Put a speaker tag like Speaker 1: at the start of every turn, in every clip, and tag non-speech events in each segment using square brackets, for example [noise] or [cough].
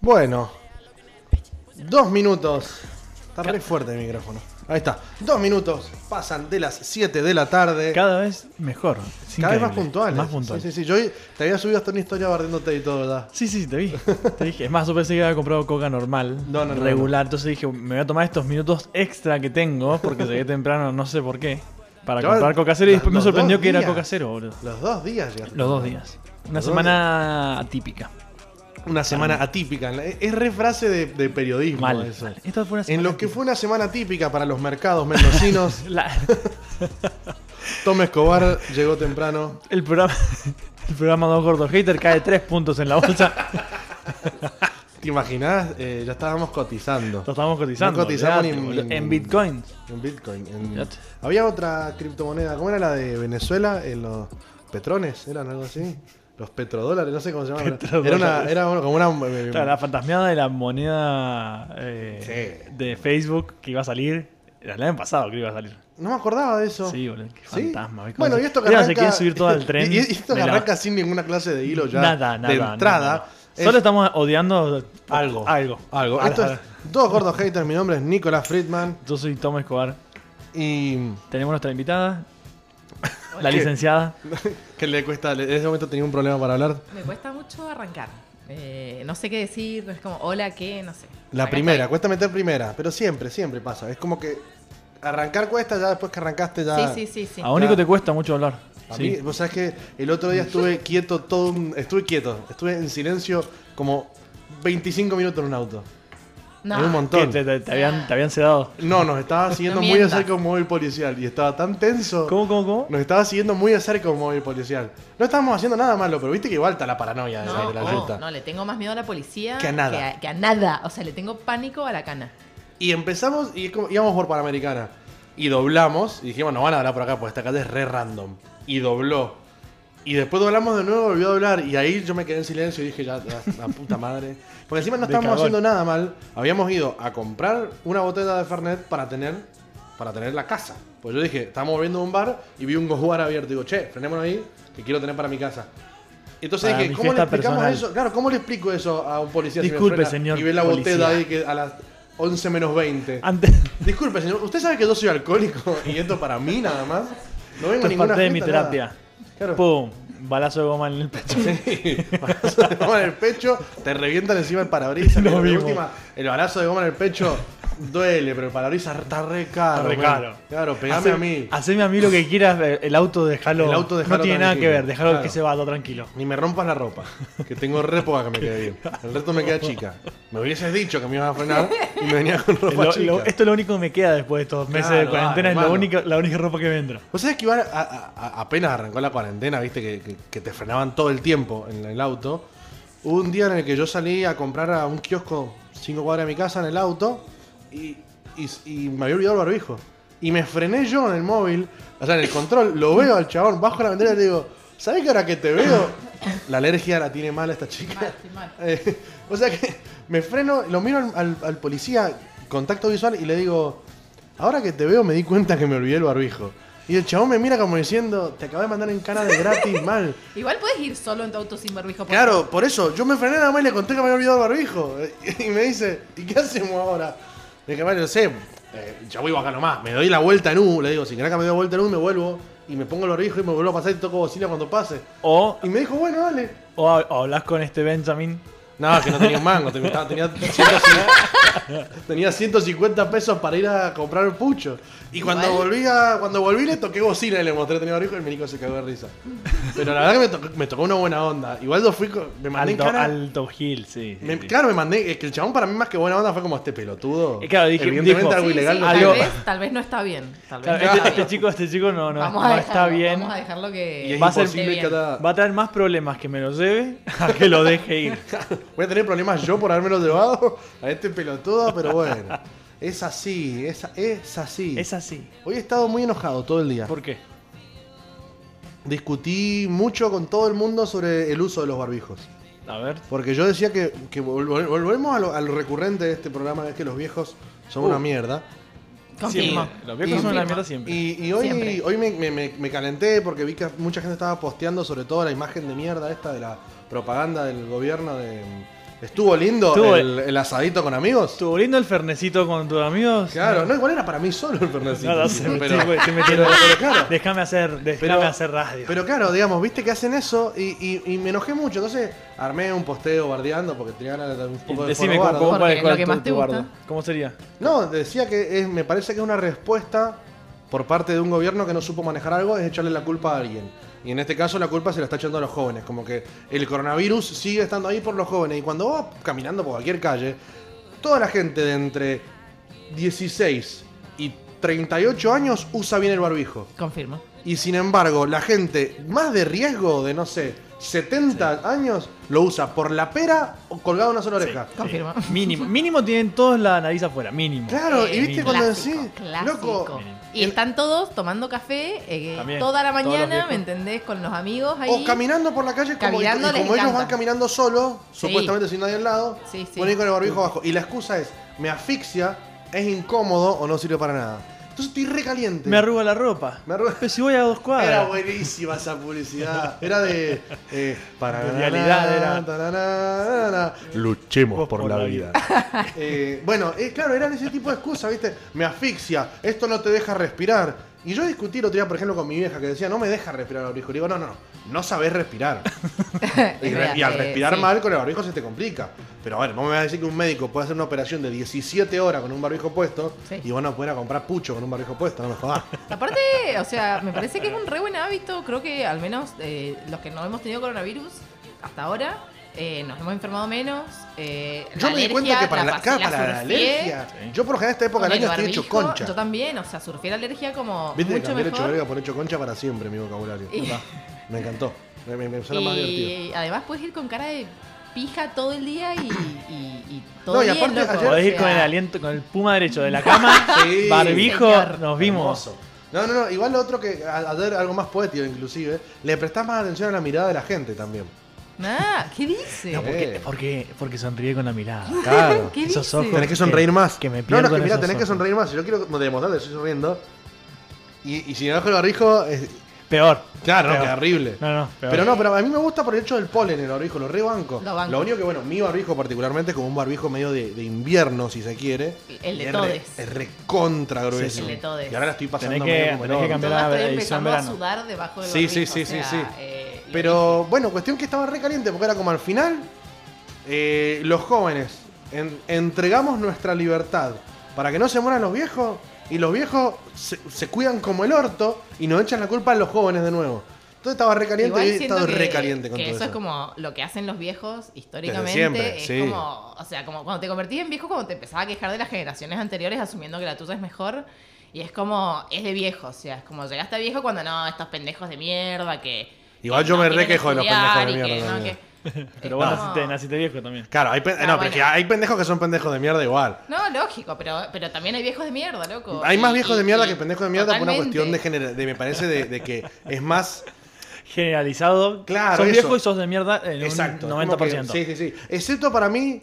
Speaker 1: Bueno, dos minutos. Está re fuerte el micrófono. Ahí está. Dos minutos pasan de las 7 de la tarde. Cada,
Speaker 2: Cada vez mejor. Es
Speaker 1: vez más
Speaker 2: increíble.
Speaker 1: puntuales.
Speaker 2: Más puntual.
Speaker 1: Sí, sí, sí. Yo hoy te había subido hasta una historia barriéndote y todo, ¿verdad?
Speaker 2: Sí, sí, te vi. Te dije. Es más, yo pensé que había comprado coca normal,
Speaker 1: [laughs] No, no, no,
Speaker 2: regular. Entonces dije, me voy a tomar estos minutos extra que tengo, porque llegué temprano, no sé por qué, para
Speaker 1: Yo-
Speaker 2: comprar coca cero. Y
Speaker 1: los-
Speaker 2: después me
Speaker 1: los
Speaker 2: sorprendió
Speaker 1: dos
Speaker 2: que era
Speaker 1: días.
Speaker 2: coca cero, boludo.
Speaker 1: Los dos días llegaste.
Speaker 2: Los dos días.
Speaker 1: Los
Speaker 2: Una
Speaker 1: dos
Speaker 2: semana atípica.
Speaker 1: Una semana atípica. Es re frase de, de periodismo
Speaker 2: Mal.
Speaker 1: eso.
Speaker 2: mal. Esta fue una semana
Speaker 1: En lo que fue una semana típica para los mercados
Speaker 2: [laughs]
Speaker 1: mendocinos,
Speaker 2: atípica. La-
Speaker 1: Tom Escobar llegó temprano.
Speaker 2: el programa. [laughs] El programa Don Gordo Hater cae tres puntos en
Speaker 1: [laughs]
Speaker 2: la bolsa.
Speaker 1: ¿Te imaginás? Eh, ya estábamos cotizando.
Speaker 2: Lo estábamos cotizando.
Speaker 1: No cotizamos
Speaker 2: olvidate,
Speaker 1: ni-
Speaker 2: boludo.
Speaker 1: ni-
Speaker 2: en Bitcoin.
Speaker 1: En Bitcoin. en-
Speaker 2: Fíjate.
Speaker 1: Había otra criptomoneda, ¿cómo era la de Venezuela? En los petrones, eran algo así. Los petrodólares, no sé cómo se llamaban. Era, una,
Speaker 2: Petrodólares.
Speaker 1: era una- como una. eh,
Speaker 2: Claro, la fantasmeada de la moneda eh,
Speaker 1: Sí.
Speaker 2: de Facebook que iba a salir. Era el año pasado creo que iba a salir.
Speaker 1: No me acordaba de eso.
Speaker 2: Sí, boludo. Qué
Speaker 1: ¿Sí?
Speaker 2: fantasma. ¿ves?
Speaker 1: Bueno,
Speaker 2: Cómo
Speaker 1: y esto que
Speaker 2: Mira,
Speaker 1: arranca.
Speaker 2: se quiere subir todo al
Speaker 1: [laughs]
Speaker 2: tren.
Speaker 1: Y, y esto que
Speaker 2: de la-
Speaker 1: arranca sin ninguna clase de hilo ya.
Speaker 2: nada,
Speaker 1: De
Speaker 2: nada.
Speaker 1: entrada.
Speaker 2: nada, nada.
Speaker 1: es-
Speaker 2: Solo estamos odiando
Speaker 1: Algo.
Speaker 2: Algo.
Speaker 1: Algo.
Speaker 2: A
Speaker 1: Esto
Speaker 2: la-
Speaker 1: es Dos Gordos Haters, mi nombre es Nicolás Friedman.
Speaker 2: Yo soy Tom Escobar.
Speaker 1: Y.
Speaker 2: Tenemos
Speaker 1: [laughs]
Speaker 2: nuestra invitada, la
Speaker 1: ¿Qué?
Speaker 2: licenciada.
Speaker 1: ¿Qué le cuesta? En ese momento tenía un problema para hablar.
Speaker 3: Me cuesta mucho arrancar. Eh, no sé qué decir, es como hola, qué, no sé.
Speaker 1: La
Speaker 3: Acá
Speaker 1: primera, cuesta meter primera, pero siempre, siempre pasa. Es como que arrancar cuesta, ya después que arrancaste
Speaker 3: estoy.
Speaker 1: ya.
Speaker 3: Sí, sí, sí, sí.
Speaker 2: A único
Speaker 1: Claro.
Speaker 2: te cuesta mucho hablar.
Speaker 1: A
Speaker 2: Sí.
Speaker 1: mí, vos sabés que el otro día estuve quieto todo un- estuve quieto, estuve en silencio como 25 minutos en un auto.
Speaker 3: No,
Speaker 1: Es un
Speaker 2: ¿Qué?
Speaker 1: montón.
Speaker 2: Te, te- te habían, te habían sedado.
Speaker 1: No, nos estaba siguiendo
Speaker 3: No
Speaker 1: muy de
Speaker 3: mientas.
Speaker 1: cerca un móvil policial y estaba tan tenso.
Speaker 2: ¿Cómo, cómo, cómo?
Speaker 1: Nos estaba siguiendo muy de cerca un móvil policial. No estábamos haciendo nada malo, pero viste que igual está la paranoia de la-
Speaker 3: no,
Speaker 1: de la
Speaker 3: no,
Speaker 1: ruta.
Speaker 3: no, le tengo más miedo a la policía
Speaker 1: Que a nada.
Speaker 3: Que a, que a nada. O sea, le tengo pánico a la cana.
Speaker 1: Y empezamos y es como- íbamos por Panamericana. Y doblamos y dijimos, no van a hablar por acá, porque esta calle es re random. Y dobló. Y después doblamos de nuevo, volvió a doblar. Y ahí yo me quedé en silencio y dije, ya, ya, la puta madre. Porque
Speaker 2: [laughs]
Speaker 1: encima no
Speaker 2: De
Speaker 1: estábamos
Speaker 2: cagón.
Speaker 1: haciendo nada mal. Habíamos ido a comprar una botella de Fernet para tener, para tener la casa. Pues yo dije, estábamos volviendo a un bar y vi un Gojuar abierto. Digo, che, frenémonos ahí, que quiero tener para mi casa. Entonces
Speaker 2: Para
Speaker 1: dije,
Speaker 2: mi
Speaker 1: ¿cómo le
Speaker 2: fiesta
Speaker 1: explicamos
Speaker 2: personal.
Speaker 1: eso? Claro, ¿cómo le explico eso a un policía? si me
Speaker 2: Disculpe,
Speaker 1: frena
Speaker 2: señor
Speaker 1: Y ve la
Speaker 2: policía.
Speaker 1: botella ahí que a las 11 menos 20.
Speaker 2: Antes,
Speaker 1: Disculpe, señor, ¿usted sabe que yo soy alcohólico [laughs] y esto para mí nada más? No vengo a
Speaker 2: [laughs] esto es
Speaker 1: ninguna
Speaker 2: parte de mi
Speaker 1: fiesta, nada.
Speaker 2: terapia.
Speaker 1: Claro. [laughs]
Speaker 2: Pum, balazo de goma en el pecho.
Speaker 1: Sí, balazo de goma en el pecho, te revientan encima el parabrisas.
Speaker 2: Lo
Speaker 1: pero de
Speaker 2: vimos.
Speaker 1: última, el balazo de goma en el pecho duele, pero el parabrisas está re caro.
Speaker 2: Está re
Speaker 1: man.
Speaker 2: caro.
Speaker 1: Claro, pegame
Speaker 2: Hace-
Speaker 1: a mí.
Speaker 2: Haceme a mí lo que quieras, eh, el auto déjalo.
Speaker 1: El auto déjalo
Speaker 2: No tiene nada que
Speaker 1: tranquilo.
Speaker 2: ver, déjalo
Speaker 1: Claro.
Speaker 2: que se vaya tranquilo.
Speaker 1: Ni me rompas la ropa, que tengo re poca que me quede bien. El resto me queda chica. Me hubieses dicho que me ibas a frenar y me venía con ropa
Speaker 2: [laughs] Lo-
Speaker 1: chica.
Speaker 2: lo- esto es lo único que me queda después de estos meses
Speaker 1: Claro,
Speaker 2: de cuarentena,
Speaker 1: dale,
Speaker 2: es lo
Speaker 1: hermano.
Speaker 2: único- la única ropa que me entra.
Speaker 1: Vos sabés que igual a- a- a- apenas arrancó la cuarentena, viste, que, que- que te frenaban todo el tiempo en el auto. Hubo un día en el que yo salí a comprar a un kiosco cinco cuadras de mi casa en el auto y, y- y me había olvidado el barbijo. Y me frené yo en el móvil, o sea, en el control, lo veo al chabón, bajo la ventana y le digo, ¿sabés que ahora que te veo? La alergia la tiene mala esta chica.
Speaker 3: Mal, estoy mal.
Speaker 1: Eh, [laughs] o sea que me freno, lo miro al, al- al policía, contacto visual, y le digo, ahora que te veo me di cuenta que me olvidé el barbijo. Y el chabón me mira como diciendo, te acabé de mandar en cara de gratis [laughs] mal.
Speaker 3: Igual puedes ir solo en tu auto sin barbijo. por favor.
Speaker 1: Claro, por eso, yo me frené nada más y le conté que me había olvidado el barbijo. [laughs] Y me dice, ¿y qué hacemos ahora? Le dije, vale, no sé, eh, ya voy acá nomás, me doy la vuelta en U, le digo, si querés que me doy la vuelta en U, me vuelvo y me pongo el barbijo y me vuelvo a pasar y toco bocina cuando pase.
Speaker 2: O,
Speaker 1: Y me dijo, bueno, dale.
Speaker 2: o hab- o hablas con este Benjamin.
Speaker 1: No, que no tenía un mango, tenía, tenía 150 tenía 150 pesos para ir a comprar un pucho. Y cuando
Speaker 3: Igual.
Speaker 1: volví a, cuando volví le toqué bocina y le mostré que tenía barbijo y el médico se cagó de risa. Pero la verdad que me tocó, me tocó una buena onda. Igual yo fui con- me mandé en
Speaker 2: Alto,
Speaker 1: cara.
Speaker 2: Alto Hill, sí. sí,
Speaker 1: me-
Speaker 2: sí.
Speaker 1: claro, me mandé. Es que el chabón para mí más que buena onda fue como este pelotudo.
Speaker 2: Y claro, dije-
Speaker 1: Evidentemente
Speaker 2: dijo,
Speaker 1: algo
Speaker 3: Sí,
Speaker 1: ilegal
Speaker 3: sí,
Speaker 1: no
Speaker 3: tal,
Speaker 2: algo-
Speaker 1: tiene.
Speaker 3: vez, tal vez no está bien. Tal
Speaker 2: Claro,
Speaker 3: vez no
Speaker 2: este,
Speaker 3: está
Speaker 2: este
Speaker 3: bien.
Speaker 2: chico, este chico no, no,
Speaker 3: vamos
Speaker 2: no
Speaker 3: a
Speaker 2: está
Speaker 3: dejarlo,
Speaker 2: bien.
Speaker 3: Vamos a dejarlo
Speaker 1: Y
Speaker 3: que.
Speaker 1: es
Speaker 2: Va a ser-
Speaker 1: imposible
Speaker 3: Esté
Speaker 1: que
Speaker 3: bien.
Speaker 1: cada-
Speaker 2: Va a traer más problemas que me lo lleve a que lo deje
Speaker 1: [laughs]
Speaker 2: ir.
Speaker 1: Voy a tener problemas yo por haberme lo llevado a este pelotudo, pero bueno. Es así, es, es así.
Speaker 2: Es así.
Speaker 1: Hoy he estado muy enojado todo el día.
Speaker 2: ¿Por qué?
Speaker 1: discutí mucho con todo el mundo sobre el uso de los barbijos.
Speaker 2: A ver.
Speaker 1: Porque yo decía que, que vol- vol- volvemos a lo, a lo recurrente de este programa, es que los viejos son
Speaker 2: Uh.
Speaker 1: una mierda.
Speaker 3: Confirmo.
Speaker 2: Siempre. Los viejos
Speaker 1: Y-
Speaker 2: son una
Speaker 3: Confirmo.
Speaker 2: mierda siempre.
Speaker 1: Y, y hoy,
Speaker 3: Siempre.
Speaker 1: hoy me, me- me- me calenté porque vi que mucha gente estaba posteando sobre todo la imagen de mierda esta de la propaganda del gobierno de... ¿Estuvo lindo
Speaker 2: Estuvo-
Speaker 1: el, el asadito con amigos?
Speaker 2: ¿Estuvo lindo el fernecito con tus amigos?
Speaker 1: Claro, no, igual era para mí solo el Fernecito.
Speaker 2: [laughs] No, no sé,
Speaker 1: pero,
Speaker 2: estoy- estoy metiendo-
Speaker 1: pero- pero claro,
Speaker 2: Déjame hacer, déjame
Speaker 1: Pero-
Speaker 2: hacer radio.
Speaker 1: pero claro, digamos, viste que hacen eso y, y- y me enojé mucho. Entonces armé un posteo bardeando porque tenía ganas de un poco de
Speaker 2: Decime
Speaker 1: foro
Speaker 2: cómo,
Speaker 1: bardo.
Speaker 2: cómo-
Speaker 3: Jorge,
Speaker 2: cuál es
Speaker 3: lo
Speaker 2: cuál
Speaker 3: que
Speaker 2: es
Speaker 3: más
Speaker 2: tu,
Speaker 3: te
Speaker 2: tu
Speaker 3: gusta.
Speaker 2: bardo. ¿Cómo sería?
Speaker 1: No, decía que es- me parece que es una respuesta por parte de un gobierno que no supo manejar algo es echarle la culpa a alguien. Y en este caso la culpa se la está echando a los jóvenes. Como que el coronavirus sigue estando ahí por los jóvenes. Y cuando vas caminando por cualquier calle, toda la gente de entre 16 y 38 años usa bien el barbijo.
Speaker 3: Confirmo.
Speaker 1: Y sin embargo, la gente más de riesgo de, no sé, 70 años lo usa por la pera o colgado en una sola oreja.
Speaker 3: Confirmo.
Speaker 2: Mínimo, mínimo tienen todos la nariz afuera, mínimo.
Speaker 1: Claro, y
Speaker 3: Eh,
Speaker 1: viste
Speaker 2: mínimo.
Speaker 1: cuando
Speaker 3: clásico,
Speaker 1: decís,
Speaker 3: clásico.
Speaker 1: loco,
Speaker 3: Y
Speaker 1: el-
Speaker 3: están todos tomando café eh,
Speaker 2: También,
Speaker 3: toda la
Speaker 2: todos los
Speaker 3: mañana,
Speaker 2: viejos.
Speaker 3: ¿me entendés? Con los amigos ahí.
Speaker 1: o caminando por la calle como, y- y
Speaker 3: Caminando les
Speaker 1: como ellos van
Speaker 3: encanta.
Speaker 1: caminando solos,
Speaker 3: Sí.
Speaker 1: supuestamente sin nadie al lado,
Speaker 3: Sí, sí.
Speaker 1: ponen con el barbijo abajo. Y la excusa es, me asfixia, es incómodo o no sirve para nada. Entonces estoy recaliente.
Speaker 2: Me arruga la ropa.
Speaker 1: Me arruga-
Speaker 2: Pero si voy a dos cuadras.
Speaker 1: Era buenísima esa publicidad. [laughs] Era de. eh, para
Speaker 2: De realidad era.
Speaker 1: Luchemos
Speaker 2: por la vida.
Speaker 1: [laughs] Eh, bueno, eh, claro, eran ese tipo de excusas, ¿viste? Me asfixia, esto no te deja respirar. Y yo discutí el otro día, por ejemplo, con mi vieja que decía, no me deja respirar el barbijo. Y digo, no, no, no, no sabés respirar. y,
Speaker 3: Es
Speaker 1: re-
Speaker 3: verdad,
Speaker 1: y al
Speaker 3: eh,
Speaker 1: respirar
Speaker 3: sí.
Speaker 1: mal con el barbijo se te complica. Pero a ver, vos me vas a decir que un médico puede hacer una operación de 17 horas con un barbijo puesto
Speaker 3: Sí.
Speaker 1: y vos no podés ir a comprar pucho con un barbijo puesto, no me jodas.
Speaker 3: Aparte, o sea, me parece que es un re buen hábito. Creo que al menos eh, los que no hemos tenido coronavirus hasta ahora, eh, nos hemos enfermado menos. eh,
Speaker 1: Yo
Speaker 3: la
Speaker 1: me di cuenta
Speaker 3: alergia
Speaker 1: que para la,
Speaker 3: pas-
Speaker 1: acá, para la
Speaker 3: surfeé
Speaker 1: alergia, yo por lo general a esta época
Speaker 3: con
Speaker 1: del
Speaker 3: el
Speaker 1: año estoy hecho
Speaker 3: barbijo.
Speaker 1: concha.
Speaker 3: Yo también, o sea, surfé la alergia como
Speaker 1: Viste que
Speaker 3: mucho
Speaker 1: cambié el hecho
Speaker 3: mejor.
Speaker 1: verga por hecho concha para siempre, mi vocabulario.
Speaker 3: Y-
Speaker 1: Va, Me encantó. Me, me- me suena más divertido.
Speaker 3: Y además puedes ir con cara de pija todo el día y, y- y todo
Speaker 1: No, y
Speaker 3: bien,
Speaker 1: aparte
Speaker 3: loco.
Speaker 1: ayer-
Speaker 2: Podés ir
Speaker 3: O sea,
Speaker 2: con el aliento, con el puma derecho de la cama,
Speaker 1: [laughs] Sí.
Speaker 2: [laughs] barbijo,
Speaker 3: Señor.
Speaker 2: nos vimos.
Speaker 1: Hermoso. No, no, no. Igual lo otro que, a, a ver, algo más poético inclusive, le prestás más atención a la mirada de la gente también.
Speaker 3: nah, ¿qué dice?
Speaker 2: No, porque,
Speaker 1: Eh.
Speaker 2: porque, porque sonríe con la mirada.
Speaker 1: Claro.
Speaker 3: [laughs] ¿Qué
Speaker 2: Esos
Speaker 3: dice?
Speaker 2: ojos.
Speaker 1: Tenés que sonreír más.
Speaker 2: Que me
Speaker 1: no, no,
Speaker 2: pierdo
Speaker 1: es que
Speaker 2: en
Speaker 1: mirá,
Speaker 2: esos
Speaker 1: tenés que
Speaker 2: ojos.
Speaker 1: sonreír más. Si yo quiero demostrar que estoy sonriendo. Y, y si me bajo el barbijo, es,
Speaker 2: Peor.
Speaker 1: Claro, no,
Speaker 2: Peor.
Speaker 1: qué horrible.
Speaker 2: No, no, peor.
Speaker 1: Pero no, pero a mí me gusta por el hecho del polen en el barbijo, lo rebanco.
Speaker 3: Lo banco.
Speaker 1: único que, bueno, mi barbijo particularmente es como un barbijo medio de, de invierno, si se quiere.
Speaker 3: El de
Speaker 1: Es re-
Speaker 3: todes.
Speaker 1: Es recontra grueso.
Speaker 2: Sí, sí. El
Speaker 3: de todes.
Speaker 1: Y ahora la estoy pasando
Speaker 2: Tenés que-
Speaker 1: medio como el
Speaker 2: tenés que
Speaker 1: orto.
Speaker 2: cambiar
Speaker 3: Yo
Speaker 2: la-
Speaker 3: estoy
Speaker 2: edición
Speaker 3: empezando a
Speaker 2: verano.
Speaker 3: sudar debajo del
Speaker 1: Sí, sí,
Speaker 3: barbijo,
Speaker 1: sí,
Speaker 3: o
Speaker 1: sí,
Speaker 3: sea,
Speaker 1: sí.
Speaker 3: eh, lo
Speaker 1: Pero bueno, cuestión que estaba re caliente, porque era como al final, eh, los jóvenes en- entregamos nuestra libertad para que no se mueran los viejos y los viejos se, se cuidan como el orto y nos echan la culpa a los jóvenes de nuevo. Entonces estaba re caliente
Speaker 3: Igual
Speaker 1: y he
Speaker 3: siento
Speaker 1: estado
Speaker 3: que-
Speaker 1: re caliente con
Speaker 3: que
Speaker 1: todo eso.
Speaker 3: es como lo que hacen los viejos históricamente.
Speaker 1: Desde siempre,
Speaker 3: es
Speaker 1: sí.
Speaker 3: como, o sea, como cuando te convertís en viejo, como te empezaba a quejar de las generaciones anteriores, asumiendo que la tuya es mejor. Y es como, es de viejo, o sea, es como llegaste a viejo cuando no, estos pendejos de mierda que.
Speaker 1: Igual
Speaker 3: que
Speaker 1: yo
Speaker 3: no
Speaker 1: me
Speaker 3: quieren
Speaker 1: requejo de los pendejos
Speaker 3: estudiar
Speaker 1: de
Speaker 3: y que
Speaker 1: mierda
Speaker 3: no,
Speaker 1: también.
Speaker 3: que-
Speaker 2: Pero
Speaker 3: es
Speaker 2: vos
Speaker 3: como-
Speaker 2: naciste, naciste viejo también.
Speaker 1: Claro, hay, pen- no,
Speaker 3: Ah,
Speaker 1: pero
Speaker 3: bueno.
Speaker 1: es que hay pendejos que son pendejos de mierda igual.
Speaker 3: No, lógico, pero, pero también hay viejos de mierda, loco.
Speaker 1: Hay más
Speaker 3: Y-
Speaker 1: viejos de
Speaker 3: y-
Speaker 1: mierda
Speaker 3: y-
Speaker 1: que pendejos de mierda por una
Speaker 3: totalmente.
Speaker 1: cuestión de, genera- de me parece, de, de que es más...
Speaker 2: Generalizado.
Speaker 1: Claro,
Speaker 2: Sos
Speaker 1: eso.
Speaker 2: viejo y sos de mierda [laughs] en
Speaker 1: Exacto. es
Speaker 2: un
Speaker 1: como
Speaker 2: 90%.
Speaker 1: que- sí, sí, sí. Excepto para mí,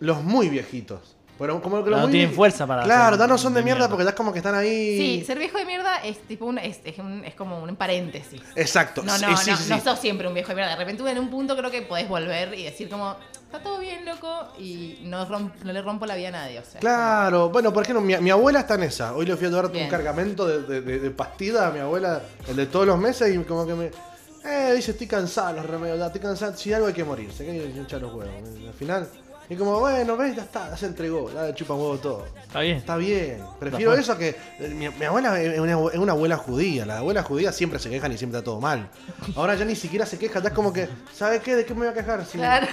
Speaker 1: los muy viejitos. Pero como que los
Speaker 2: No
Speaker 1: muy
Speaker 2: tienen
Speaker 1: vie-
Speaker 2: fuerza para
Speaker 1: Claro,
Speaker 2: ser
Speaker 1: ya no son de,
Speaker 2: de
Speaker 1: mierda,
Speaker 2: mierda.
Speaker 1: porque ya es como que están ahí...
Speaker 3: Sí, ser viejo de mierda es tipo un, es, es un- es como un paréntesis.
Speaker 1: Exacto.
Speaker 3: No,
Speaker 1: sí,
Speaker 3: no,
Speaker 1: sí,
Speaker 3: no,
Speaker 1: sí,
Speaker 3: no
Speaker 1: sí.
Speaker 3: sos siempre un viejo de mierda. De repente en un punto creo que podés volver y decir como, está todo bien, loco, y no, rom- no le rompo la vida a nadie. O sea,
Speaker 1: Claro, bueno, por ejemplo, mi, mi abuela está en esa. Hoy le fui a llevar un
Speaker 3: Bien.
Speaker 1: cargamento de, de, de- de pastillas a mi abuela, el de todos los meses, y como que me. Eh, dice, estoy cansada, los remedios, ya, estoy cansada, si algo hay que morirse, que hay que hinchar los huevos. Al final, y como, bueno, ves, ya está, ya se entregó, ya le chupa huevo todo.
Speaker 2: Está bien.
Speaker 1: Está bien, prefiero eso que. eh, Mi, mi abuela es una, es una abuela judía, las abuelas judías siempre se quejan y siempre está todo mal. Ahora ya ni siquiera se queja, ya es como que, ¿sabe qué? ¿De qué me voy a quejar? Si,
Speaker 3: Claro,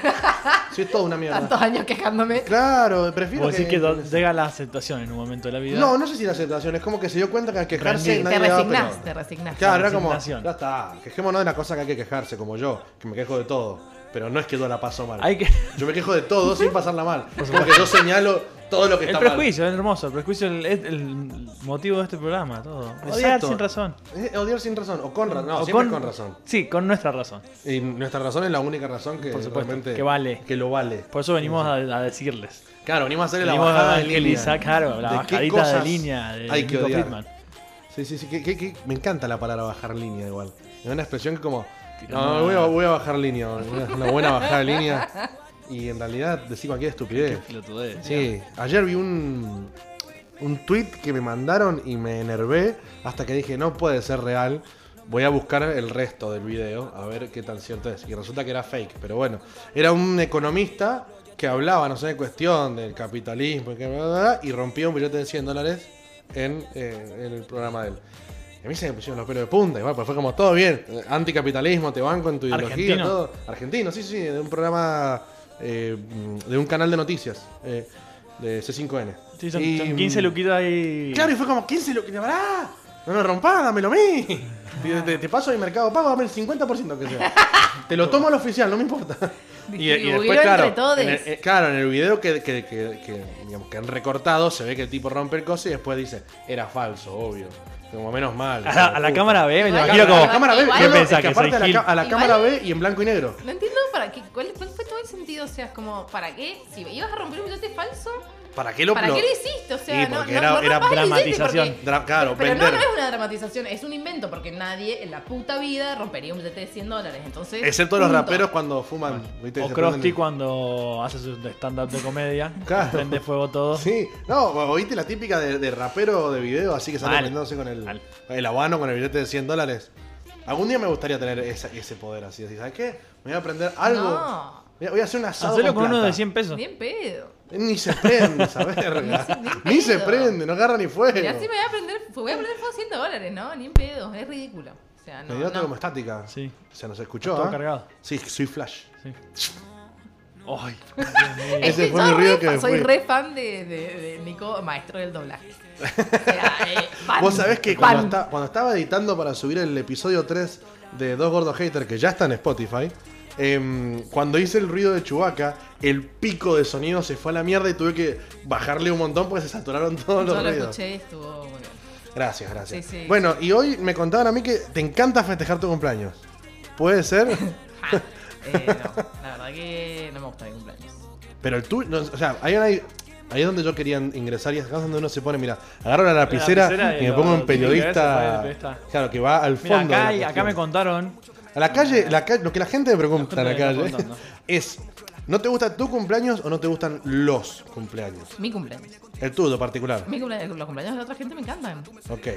Speaker 1: si es toda una mierda.
Speaker 3: [laughs] tantos años quejándome.
Speaker 1: Claro, prefiero
Speaker 2: Vos decís que do- llega la aceptación en un momento de la vida.
Speaker 1: no, no sé si la aceptación, es como que se dio cuenta que al quejarse
Speaker 3: Sí, te
Speaker 1: nadie le daba
Speaker 3: resignás,
Speaker 1: pelota.
Speaker 3: te resignás.
Speaker 1: Claro, era como, ya
Speaker 2: Resignación.
Speaker 1: está, quejémonos de las cosas que hay que quejarse, como yo, que me quejo de todo, pero no es que yo la paso mal.
Speaker 2: Hay que-
Speaker 1: Yo me quejo de todo sin pasarla mal, porque yo señalo todo lo que
Speaker 2: El
Speaker 1: está
Speaker 2: prejuicio, es hermoso. El prejuicio es el, el motivo de este programa. Todo.
Speaker 1: mal.
Speaker 2: Odiar
Speaker 1: Exacto.
Speaker 2: sin razón.
Speaker 1: Eh, odiar sin razón, o con razón, no,
Speaker 2: O
Speaker 1: siempre con... razón.
Speaker 2: Sí, con nuestra razón.
Speaker 1: Y nuestra razón es la única razón que
Speaker 2: Por supuesto,
Speaker 1: realmente-
Speaker 2: que vale.
Speaker 1: Que lo vale.
Speaker 2: Por eso venimos a, a decirles.
Speaker 1: Claro, venimos a hacer la
Speaker 2: venimos
Speaker 1: bajada
Speaker 2: a
Speaker 1: de línea.
Speaker 2: evangelizar, claro, la
Speaker 1: ¿De qué
Speaker 2: bajadita
Speaker 1: cosas
Speaker 2: de línea de
Speaker 1: hay que
Speaker 2: Nico
Speaker 1: odiar?
Speaker 2: Friedman.
Speaker 1: Sí, sí, sí. que- que- que- me encanta la palabra bajar línea igual. Es una expresión que como, No, voy a, voy a bajar línea, una una buena bajada de línea. Y en realidad decir cualquier estupidez.
Speaker 2: Pelotudez.
Speaker 1: Sí, ayer vi un, un tweet que me mandaron y me enervé hasta que dije, no puede ser real. Voy a buscar el resto del video a ver qué tan cierto es. Y resulta que era fake, pero bueno. Era un economista que hablaba, no sé, de cuestión del capitalismo y, que bla, bla, bla, y rompía un billete de 100 dólares en, eh, en el programa de él. Y a mí se me pusieron los pelos de punta, igual, pues fue como todo bien. eh, Anticapitalismo, te banco en tu ideología,
Speaker 2: Argentino.
Speaker 1: todo argentino, sí, sí, de un programa, eh, mm, de un canal de noticias, eh, de C5N.
Speaker 2: Sí, son,
Speaker 1: Y,
Speaker 2: son 15
Speaker 1: mm,
Speaker 2: luquitas y.
Speaker 1: Claro, y fue como 15 luquitas, pará, no me rompás, dámelo a mí. [laughs] Te, te- te paso mi mercado pago, dame el 50% que [laughs] sea. te lo tomo al oficial, no me
Speaker 3: [laughs]
Speaker 1: importa. Y, y
Speaker 3: Distribuirlo
Speaker 1: después, claro,
Speaker 3: entre todes.
Speaker 1: en el, eh, claro, en el video que, que, que- que, digamos, que han recortado se ve que el tipo rompe el coso y después dice, era falso, obvio. Como menos mal.
Speaker 2: A la, a la cámara B, me lo
Speaker 1: A la,
Speaker 3: Igual-
Speaker 2: imagino como.
Speaker 3: igual-
Speaker 1: cámara B,
Speaker 3: igual-
Speaker 1: no, no,
Speaker 2: ¿Qué
Speaker 1: es
Speaker 2: pensás,
Speaker 1: que
Speaker 2: que
Speaker 1: aparte
Speaker 2: soy
Speaker 1: a la,
Speaker 2: Gil?
Speaker 1: ca- a la
Speaker 3: Igual-
Speaker 1: cámara B y en blanco y negro.
Speaker 3: No entiendo para qué, cuál, cuál fue todo el sentido, o sea, es como, ¿para qué? Si ibas a romper un billete falso,
Speaker 1: ¿Para qué lo
Speaker 3: ¿para
Speaker 1: lo-
Speaker 3: qué lo hiciste? O sea,
Speaker 1: Sí,
Speaker 3: no,
Speaker 1: porque
Speaker 3: no-
Speaker 1: era-
Speaker 3: no
Speaker 1: era
Speaker 3: rompás el billete
Speaker 2: dramatización.
Speaker 3: porque-
Speaker 1: Dra- claro,
Speaker 3: pero no,
Speaker 1: vender.
Speaker 3: no es una dramatización, es un invento, porque nadie en la puta vida rompería un billete de 100 dólares, entonces...
Speaker 1: Excepto los
Speaker 3: punto.
Speaker 1: raperos cuando fuman. ¿viste?
Speaker 2: O
Speaker 1: Se
Speaker 2: Krusty
Speaker 1: prenden-
Speaker 2: cuando hace su stand-up de comedia.
Speaker 1: Claro.
Speaker 2: Prende fuego todo.
Speaker 1: Sí, no, oíste la típica de, de rapero de video, así que sale
Speaker 2: Mal.
Speaker 1: prendiéndose con el,
Speaker 2: Mal.
Speaker 1: el habano, con el billete de 100 dólares. Algún día me gustaría tener esa- ese poder así, así, ¿sabes qué? Me voy a aprender algo.
Speaker 3: No.
Speaker 1: Voy, a, voy a hacer un asado
Speaker 2: Hacelo con
Speaker 1: con
Speaker 2: uno
Speaker 1: plata.
Speaker 2: de 100 pesos.
Speaker 3: Ni en pedo.
Speaker 1: Ni se prende
Speaker 3: [laughs]
Speaker 1: esa verga.
Speaker 3: Ni se- ni
Speaker 1: ni se
Speaker 3: pedo.
Speaker 1: prende, no agarra ni fuego.
Speaker 3: Y así me voy a aprender, voy a aprender fuego a 100 dólares, ¿no? Ni en pedo, es ridículo. O sea, no,
Speaker 1: Me dio todo
Speaker 3: no.
Speaker 1: como estática.
Speaker 2: Sí.
Speaker 1: Se nos escuchó.
Speaker 2: Todo
Speaker 1: ¿ah?
Speaker 2: cargado.
Speaker 1: Sí, soy flash.
Speaker 2: Sí.
Speaker 1: Ay.
Speaker 3: Es
Speaker 1: Ese
Speaker 3: que
Speaker 1: fue mi
Speaker 3: soy
Speaker 1: ruido
Speaker 3: re
Speaker 1: que
Speaker 3: fan-
Speaker 1: me
Speaker 3: Soy
Speaker 1: fui.
Speaker 3: re fan de, de- de Nico, maestro del doblaje. O sea, eh, fan,
Speaker 1: Vos sabés que cuando,
Speaker 3: fan.
Speaker 1: esta- cuando estaba editando para subir el episodio 3 de Dos Gordos Haters, que ya está en Spotify, em, cuando hice el ruido de Chewbacca, el pico de sonido se fue a la mierda y tuve que bajarle un montón porque se saturaron [laughs] todos
Speaker 3: Yo
Speaker 1: los
Speaker 3: lo
Speaker 1: ruidos.
Speaker 3: escuché, estuvo muy bien.
Speaker 1: Gracias, gracias.
Speaker 3: Sí, sí.
Speaker 1: Bueno, y hoy me contaban a mí que te encanta festejar tu cumpleaños. ¿Puede ser?
Speaker 3: [laughs] Ah, eh, no, la verdad que no me gusta mi cumpleaños.
Speaker 1: Pero el tuyo, no, o sea, ahí, ahí, ahí es donde yo quería ingresar y es acá donde uno se pone, mira, agarro la lapicera,
Speaker 2: lapicera
Speaker 1: y
Speaker 2: y
Speaker 1: me
Speaker 2: lo-
Speaker 1: pongo en
Speaker 2: lo típico que hace,
Speaker 1: periodista.
Speaker 2: fue el periodista.
Speaker 1: Claro, que va al
Speaker 2: Mira,
Speaker 1: fondo.
Speaker 2: acá,
Speaker 1: de
Speaker 2: hay-
Speaker 1: la
Speaker 2: acá me
Speaker 1: cuestión.
Speaker 2: contaron.
Speaker 1: A la calle, la ca- lo que la gente me pregunta en
Speaker 2: La
Speaker 1: la
Speaker 2: gente me
Speaker 1: calle
Speaker 2: está preguntando.
Speaker 1: es, ¿no te gusta tu cumpleaños o no te gustan los cumpleaños?
Speaker 3: Mi cumpleaños.
Speaker 1: El tuyo particular.
Speaker 3: Mi cumpleaños. Los cumpleaños de la otra gente me encantan.
Speaker 1: Ok.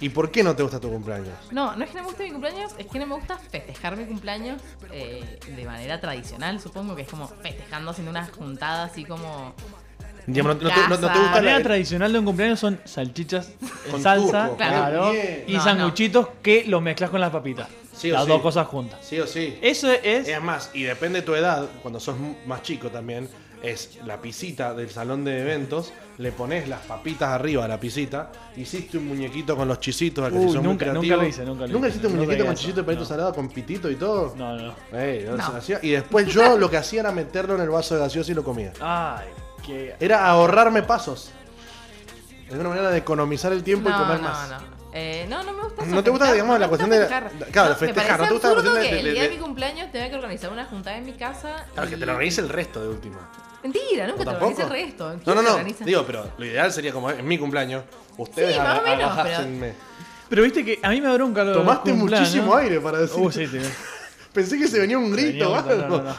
Speaker 1: ¿Y por qué no te gusta tu cumpleaños?
Speaker 3: No, no es que no me guste mi cumpleaños, es que no me gusta festejar mi cumpleaños eh, de manera tradicional, supongo que es como festejando, haciendo unas juntadas así como...
Speaker 1: Digamos, no, no te, no- no te
Speaker 2: La
Speaker 1: gusta
Speaker 3: Casa.
Speaker 2: manera
Speaker 1: la-
Speaker 2: tradicional de un cumpleaños son salchichas
Speaker 1: Con
Speaker 2: en salsa,
Speaker 1: tuco,
Speaker 2: claro,
Speaker 1: bien.
Speaker 2: y
Speaker 3: No, no.
Speaker 2: sanguchitos que los mezclas con las papitas.
Speaker 1: Sí o
Speaker 2: las
Speaker 1: sí. Eh,
Speaker 2: dos cosas juntas.
Speaker 1: Sí o sí.
Speaker 2: Eso es.
Speaker 1: Es más, y depende de tu edad, cuando sos m- más chico también, es la pisita del salón de eventos, le pones las papitas arriba a la pisita, hiciste un muñequito con los chisitos, al que
Speaker 2: Uy,
Speaker 1: se hizo muy
Speaker 2: nunca- nunca
Speaker 1: creativo.
Speaker 2: lo hice, nunca lo hice.
Speaker 1: hiciste un
Speaker 2: No
Speaker 1: muñequito
Speaker 2: veía
Speaker 1: con
Speaker 2: eso,
Speaker 1: chisitos de palito
Speaker 2: no.
Speaker 1: salado, con pitito y todo?
Speaker 2: No, no.
Speaker 1: Ey, no
Speaker 3: No.
Speaker 1: se hacía. Y después yo lo que hacía era meterlo en el vaso de gaseosa y lo comía.
Speaker 2: Ay, qué.
Speaker 1: Era ahorrarme pasos. Es una manera de economizar el tiempo y
Speaker 3: no,
Speaker 1: comer
Speaker 3: no,
Speaker 1: más.
Speaker 3: No, Eh, no, no me gusta eso,
Speaker 1: No te gusta,
Speaker 3: festejar,
Speaker 1: digamos,
Speaker 3: no
Speaker 1: la
Speaker 3: me
Speaker 1: cuestión
Speaker 3: gusta
Speaker 1: de-
Speaker 3: festejar.
Speaker 1: claro, de
Speaker 3: No,
Speaker 1: festejar,
Speaker 3: Me
Speaker 1: no te
Speaker 3: parece
Speaker 1: gusta la
Speaker 3: absurdo
Speaker 1: cuestión de-
Speaker 3: que
Speaker 1: de-
Speaker 3: el día de
Speaker 1: de-
Speaker 3: mi cumpleaños tenga que organizar una juntada en mi casa.
Speaker 1: Claro, que te lo
Speaker 3: organizas.
Speaker 1: organice el resto de última.
Speaker 3: Mentira,
Speaker 1: ¿O
Speaker 3: nunca te
Speaker 1: tampoco?
Speaker 3: organiza el resto. ¿Quién
Speaker 1: No, no,
Speaker 3: te
Speaker 1: no.
Speaker 3: organiza?
Speaker 1: Digo, pero lo ideal sería como en mi cumpleaños. Ustedes
Speaker 3: Sí, más o
Speaker 1: aga-
Speaker 3: menos,
Speaker 1: agajásenme.
Speaker 2: Pero viste que a mí me da bronca lo de los
Speaker 1: Tomaste
Speaker 2: cumpleaños.
Speaker 1: muchísimo aire para decir.
Speaker 2: Uh, sí, te-
Speaker 1: [laughs] Pensé que se venía un grito o
Speaker 2: Venía un-
Speaker 1: algo.
Speaker 2: no, no, no.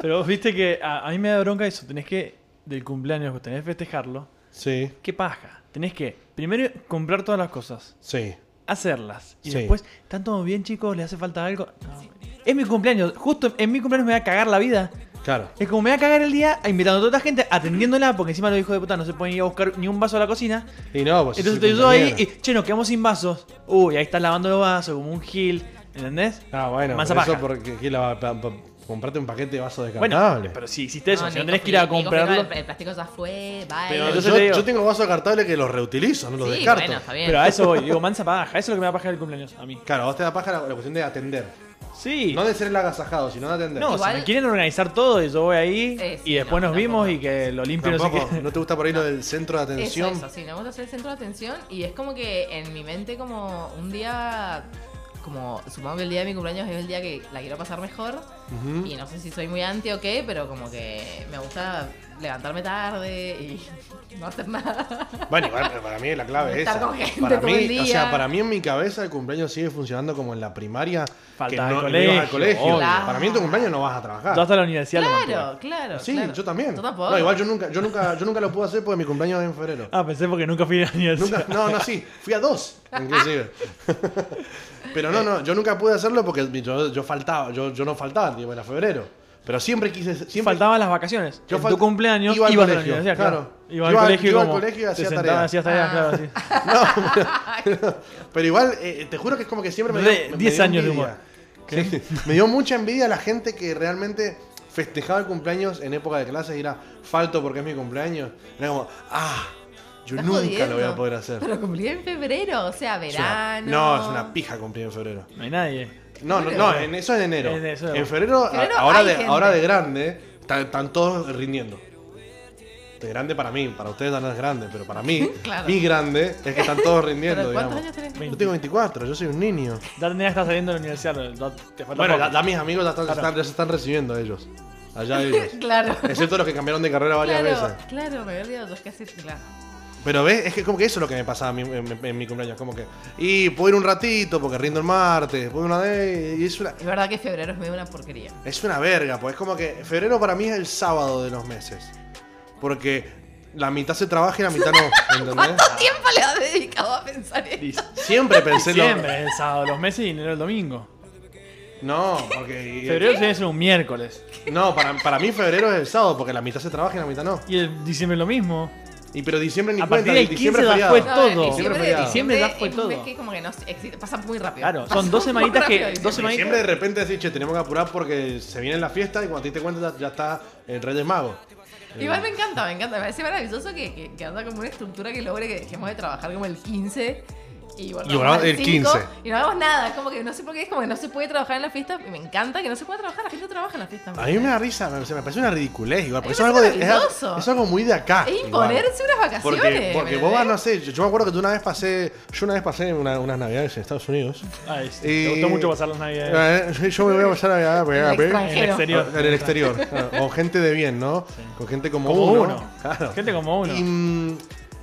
Speaker 2: Pero vos viste que a, a mí me da bronca eso. Tenés que, del cumpleaños que tenés que festejarlo,
Speaker 1: Sí,
Speaker 2: qué paja. Tenés que, primero, comprar todas las cosas,
Speaker 1: sí.
Speaker 2: hacerlas. Y
Speaker 1: Sí.
Speaker 2: después, ¿están todos bien, chicos? ¿Le hace falta algo? No. Es mi cumpleaños. Justo en mi cumpleaños me va a cagar la vida.
Speaker 1: Claro.
Speaker 2: Es como me va a cagar el día invitando a toda esta gente, atendiéndola, porque encima los hijos de puta no se pueden ir a buscar ni un vaso a la cocina.
Speaker 1: Y no, pues.
Speaker 2: Entonces
Speaker 1: es el
Speaker 2: te yo ahí y,
Speaker 1: cumpleañero.
Speaker 2: che, nos quedamos sin vasos. Uy, ahí estás lavando los vasos como un gil. ¿Entendés?
Speaker 1: Ah, bueno,
Speaker 2: Mansa
Speaker 1: pero eso
Speaker 2: paja.
Speaker 1: porque ¿qué la va a pa- pa- comprarte un paquete de vasos
Speaker 2: Bueno,
Speaker 1: descartables.
Speaker 2: pero si hiciste eso,
Speaker 3: No,
Speaker 2: si no
Speaker 3: Nico
Speaker 2: tenés que ir a
Speaker 3: Felipe, Nico
Speaker 2: comprarlo.
Speaker 3: Felipe, El, el plástico ya fue, bye.
Speaker 1: Pero
Speaker 2: Entonces
Speaker 1: yo,
Speaker 2: te digo-
Speaker 1: yo tengo vasos descartables que los reutilizo, no los
Speaker 3: sí,
Speaker 1: descarto.
Speaker 3: bueno, está bien.
Speaker 2: Pero a eso voy, digo, mansa paja, eso es lo que me da paja del cumpleaños, a mí.
Speaker 1: Claro, a vos te da paja la, la cuestión de atender.
Speaker 2: Sí.
Speaker 1: No de ser el agasajado, sino de atender.
Speaker 2: No,
Speaker 3: Igual-
Speaker 2: si me quieren organizar todo y yo voy ahí
Speaker 3: Eh, sí,
Speaker 2: y después
Speaker 3: no,
Speaker 2: nos vimos
Speaker 3: tampoco.
Speaker 2: y que lo limpio
Speaker 1: Tampoco,
Speaker 2: no sé qué.
Speaker 1: no te gusta por ahí lo del centro de atención.
Speaker 3: Eso, eso, sí, no me gusta ser el centro de atención y es como que en mi mente como un día, como supongo que el día de mi cumpleaños es el día que la quiero pasar mejor
Speaker 1: Ujú.
Speaker 3: Y no sé si soy muy anti o qué, pero como que me gusta levantarme tarde y [laughs] no hacer nada.
Speaker 1: Bueno, igual, pero para mí la clave es
Speaker 3: Estar
Speaker 1: esa.
Speaker 3: con gente
Speaker 1: para
Speaker 3: todo
Speaker 1: mí,
Speaker 3: el día.
Speaker 1: o sea, para mí en mi cabeza el cumpleaños sigue funcionando como en la primaria.
Speaker 2: Faltas
Speaker 1: que
Speaker 2: al
Speaker 1: no, no
Speaker 2: colegio,
Speaker 1: ibas al colegio.
Speaker 2: obvio.
Speaker 3: Claro.
Speaker 1: Para mí en tu cumpleaños no vas a trabajar.
Speaker 2: Yo hasta la universidad lo mantuve.
Speaker 3: Claro, claro.
Speaker 1: sí,
Speaker 3: claro.
Speaker 1: yo también.
Speaker 3: ¿Tú tampoco?
Speaker 1: No, igual yo nunca, yo nunca, yo nunca lo pude hacer porque mi cumpleaños es en febrero.
Speaker 2: Ah, pensé porque nunca fui a la universidad.
Speaker 1: Nunca, no, no, sí, fui a dos,
Speaker 2: [laughs]
Speaker 1: inclusive. Pero no, no, yo nunca pude hacerlo porque yo, yo faltaba, yo, yo no faltaba, digo, era febrero. Pero siempre quise, siempre
Speaker 2: Faltaban las vacaciones.
Speaker 1: Yo
Speaker 2: en
Speaker 1: fal-
Speaker 2: tu cumpleaños
Speaker 1: iba al
Speaker 2: ibas a la
Speaker 1: colegio,
Speaker 2: universidad,
Speaker 1: claro.
Speaker 2: claro. Ibas
Speaker 1: Yo al-
Speaker 2: al colegio,
Speaker 1: yo al
Speaker 2: como
Speaker 1: colegio y hacía
Speaker 2: te sentabas,
Speaker 1: tarea.
Speaker 2: hacías tareas,
Speaker 3: Ah.
Speaker 2: claro, sí.
Speaker 1: Pero igual, eh, te juro que es como que siempre me
Speaker 2: Re-
Speaker 1: dio, me- me
Speaker 2: 10
Speaker 1: dio
Speaker 2: años de
Speaker 1: envidia.
Speaker 2: humor.
Speaker 1: Sí, [laughs] me dio mucha envidia la gente que realmente festejaba el cumpleaños en época de clases y era falto porque es mi cumpleaños. Era como, ah, yo
Speaker 3: Estás
Speaker 1: nunca
Speaker 3: jodiendo.
Speaker 1: lo voy a poder hacer.
Speaker 3: Pero cumplí en febrero, o sea,
Speaker 1: Es una-
Speaker 3: verano.
Speaker 1: no, es una pija cumplir en febrero.
Speaker 2: No hay nadie.
Speaker 1: No, no, no, en eso es en enero.
Speaker 2: Es de eso.
Speaker 1: en febrero, a-
Speaker 3: Febrero
Speaker 1: ahora,
Speaker 3: hay
Speaker 1: de,
Speaker 3: gente.
Speaker 1: ahora de grande, ta- están todos rindiendo. De grande para mí, para ustedes no es grande, pero para mí,
Speaker 3: [laughs] Claro.
Speaker 1: mi grande es que están todos rindiendo.
Speaker 3: ¿Pero cuántos
Speaker 1: digamos.
Speaker 3: años tenés?
Speaker 1: Yo tengo 24, yo soy un niño.
Speaker 2: Ya tendrías que estar saliendo de la universidad. no- Te falta
Speaker 1: Bueno,
Speaker 2: poco.
Speaker 1: ya, ya mis amigos ya, están, ya
Speaker 2: Claro.
Speaker 1: están- ya se están recibiendo ellos.
Speaker 3: [laughs]
Speaker 1: Allá ellos.
Speaker 3: Claro.
Speaker 1: Excepto los que cambiaron de carrera varias
Speaker 3: Claro,
Speaker 1: veces.
Speaker 3: claro, me había olvidado, yo es que hace- claro.
Speaker 1: Pero ves, es que como que eso es lo que me pasaba a mí en, en- en mi cumpleaños. Como que, y puedo ir un ratito porque rindo el martes, puedo ir una vez y es una,
Speaker 3: Es verdad que febrero es medio una porquería.
Speaker 1: Es una verga, pues es como que febrero para mí es el sábado de los meses. Porque la mitad se trabaja y la mitad no, ¿entendés?
Speaker 3: ¿Cuánto tiempo le has dedicado a pensar esto?
Speaker 1: Siempre pensé en lo-
Speaker 2: Diciembre es el sábado, los meses y enero el domingo.
Speaker 1: No, porque.
Speaker 2: Febrero tiene que ser un miércoles.
Speaker 1: No, para, para mí febrero es el sábado, porque la mitad se trabaja y la mitad no.
Speaker 2: Y el diciembre lo mismo.
Speaker 1: Y pero diciembre ni
Speaker 2: A
Speaker 1: cuenta,
Speaker 2: partir del
Speaker 1: diciembre
Speaker 2: 15
Speaker 1: es
Speaker 2: da
Speaker 1: feriado.
Speaker 2: fue- todo.
Speaker 1: Diciembre
Speaker 3: Diciembre,
Speaker 1: feriado.
Speaker 2: Diciembre ya fue
Speaker 3: es un
Speaker 2: todo.
Speaker 3: mes que como que no se- existe- pasa muy rápido.
Speaker 2: Claro,
Speaker 3: Pasa
Speaker 2: son dos
Speaker 3: muy
Speaker 2: semanitas que-
Speaker 3: rápido
Speaker 2: dos
Speaker 3: diciembre.
Speaker 1: Diciembre de repente decís, che, tenemos que apurar porque se viene la fiesta y cuando te diste cuenta ya- ya está el Reyes Mago.
Speaker 3: Igual me encanta, me encanta. Me parece maravilloso que, que, que anda como una estructura que logre que dejemos de trabajar como el 15. Y volvamos
Speaker 1: volvamos
Speaker 3: al
Speaker 1: el
Speaker 3: 5,
Speaker 1: 15.
Speaker 3: Y no hagamos nada. Es como que no sé por qué. Es como que no se puede trabajar en la fiesta. Y me encanta que no se pueda trabajar. La gente trabaja en la fiesta.
Speaker 1: A mí me da risa, me, se me parece una ridiculez igual. Porque es
Speaker 3: A mí me
Speaker 1: algo,
Speaker 3: parece
Speaker 1: de- es algo-
Speaker 3: maravilloso.
Speaker 1: es algo muy de acá.
Speaker 3: es
Speaker 1: igual.
Speaker 3: imponerse unas vacaciones.
Speaker 1: Porque, porque
Speaker 3: ¿me
Speaker 1: vos vas,
Speaker 3: entendés?
Speaker 1: no sé, yo, yo me acuerdo que tú una vez pasé, yo una vez pasé una- unas navidades en Estados Unidos.
Speaker 2: Ay, sí,
Speaker 1: Y-
Speaker 2: Ah, este, Te gustó mucho pasar las navidades.
Speaker 1: Eh, sí, yo me voy a pasar a a-
Speaker 3: En
Speaker 1: a-
Speaker 3: el
Speaker 1: a-
Speaker 2: En el
Speaker 3: extranjero.
Speaker 2: exterior.
Speaker 1: Ah, En el exterior, claro, con gente de bien, ¿no? Con gente como,
Speaker 2: Como
Speaker 1: uno.
Speaker 2: uno.
Speaker 1: Claro.
Speaker 2: Gente como uno.
Speaker 1: Y, mm,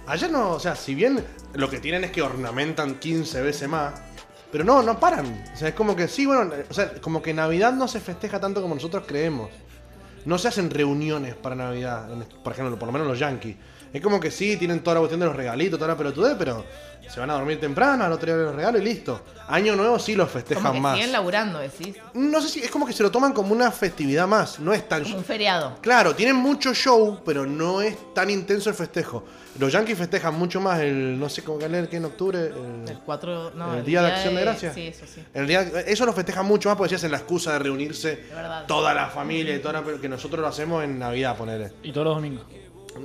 Speaker 1: allá no, o sea, si bien lo que tienen es que ornamentan 15 veces más, pero no, no paran. O sea, es como que sí, bueno, eh, o sea, como que Navidad no se festeja tanto como nosotros creemos. No se hacen reuniones para Navidad, en- por ejemplo, por lo menos los yankees. Es como que sí, tienen toda la cuestión de los regalitos, toda la pelotudez, pero se van a dormir temprano, al otro día abren los regalos y listo. Año nuevo sí los festejan
Speaker 3: Como que
Speaker 1: más.
Speaker 3: siguen laburando, decís.
Speaker 1: No sé si, es como que se lo toman como una festividad más, no es tan...
Speaker 3: Como un feriado.
Speaker 1: Claro, tienen mucho show, pero no es tan intenso el festejo. Los Yankees festejan mucho más el, no sé cómo que en octubre.
Speaker 3: El
Speaker 1: El,
Speaker 3: 4. No,
Speaker 1: el Día de Acción de Gracias.
Speaker 3: Sí, eso sí.
Speaker 1: el día, eso lo festejan mucho más porque se hacen la excusa de reunirse
Speaker 3: verdad.
Speaker 1: toda la familia y toda la- pero que nosotros lo hacemos en Navidad, ponerle.
Speaker 2: Y todos los domingos.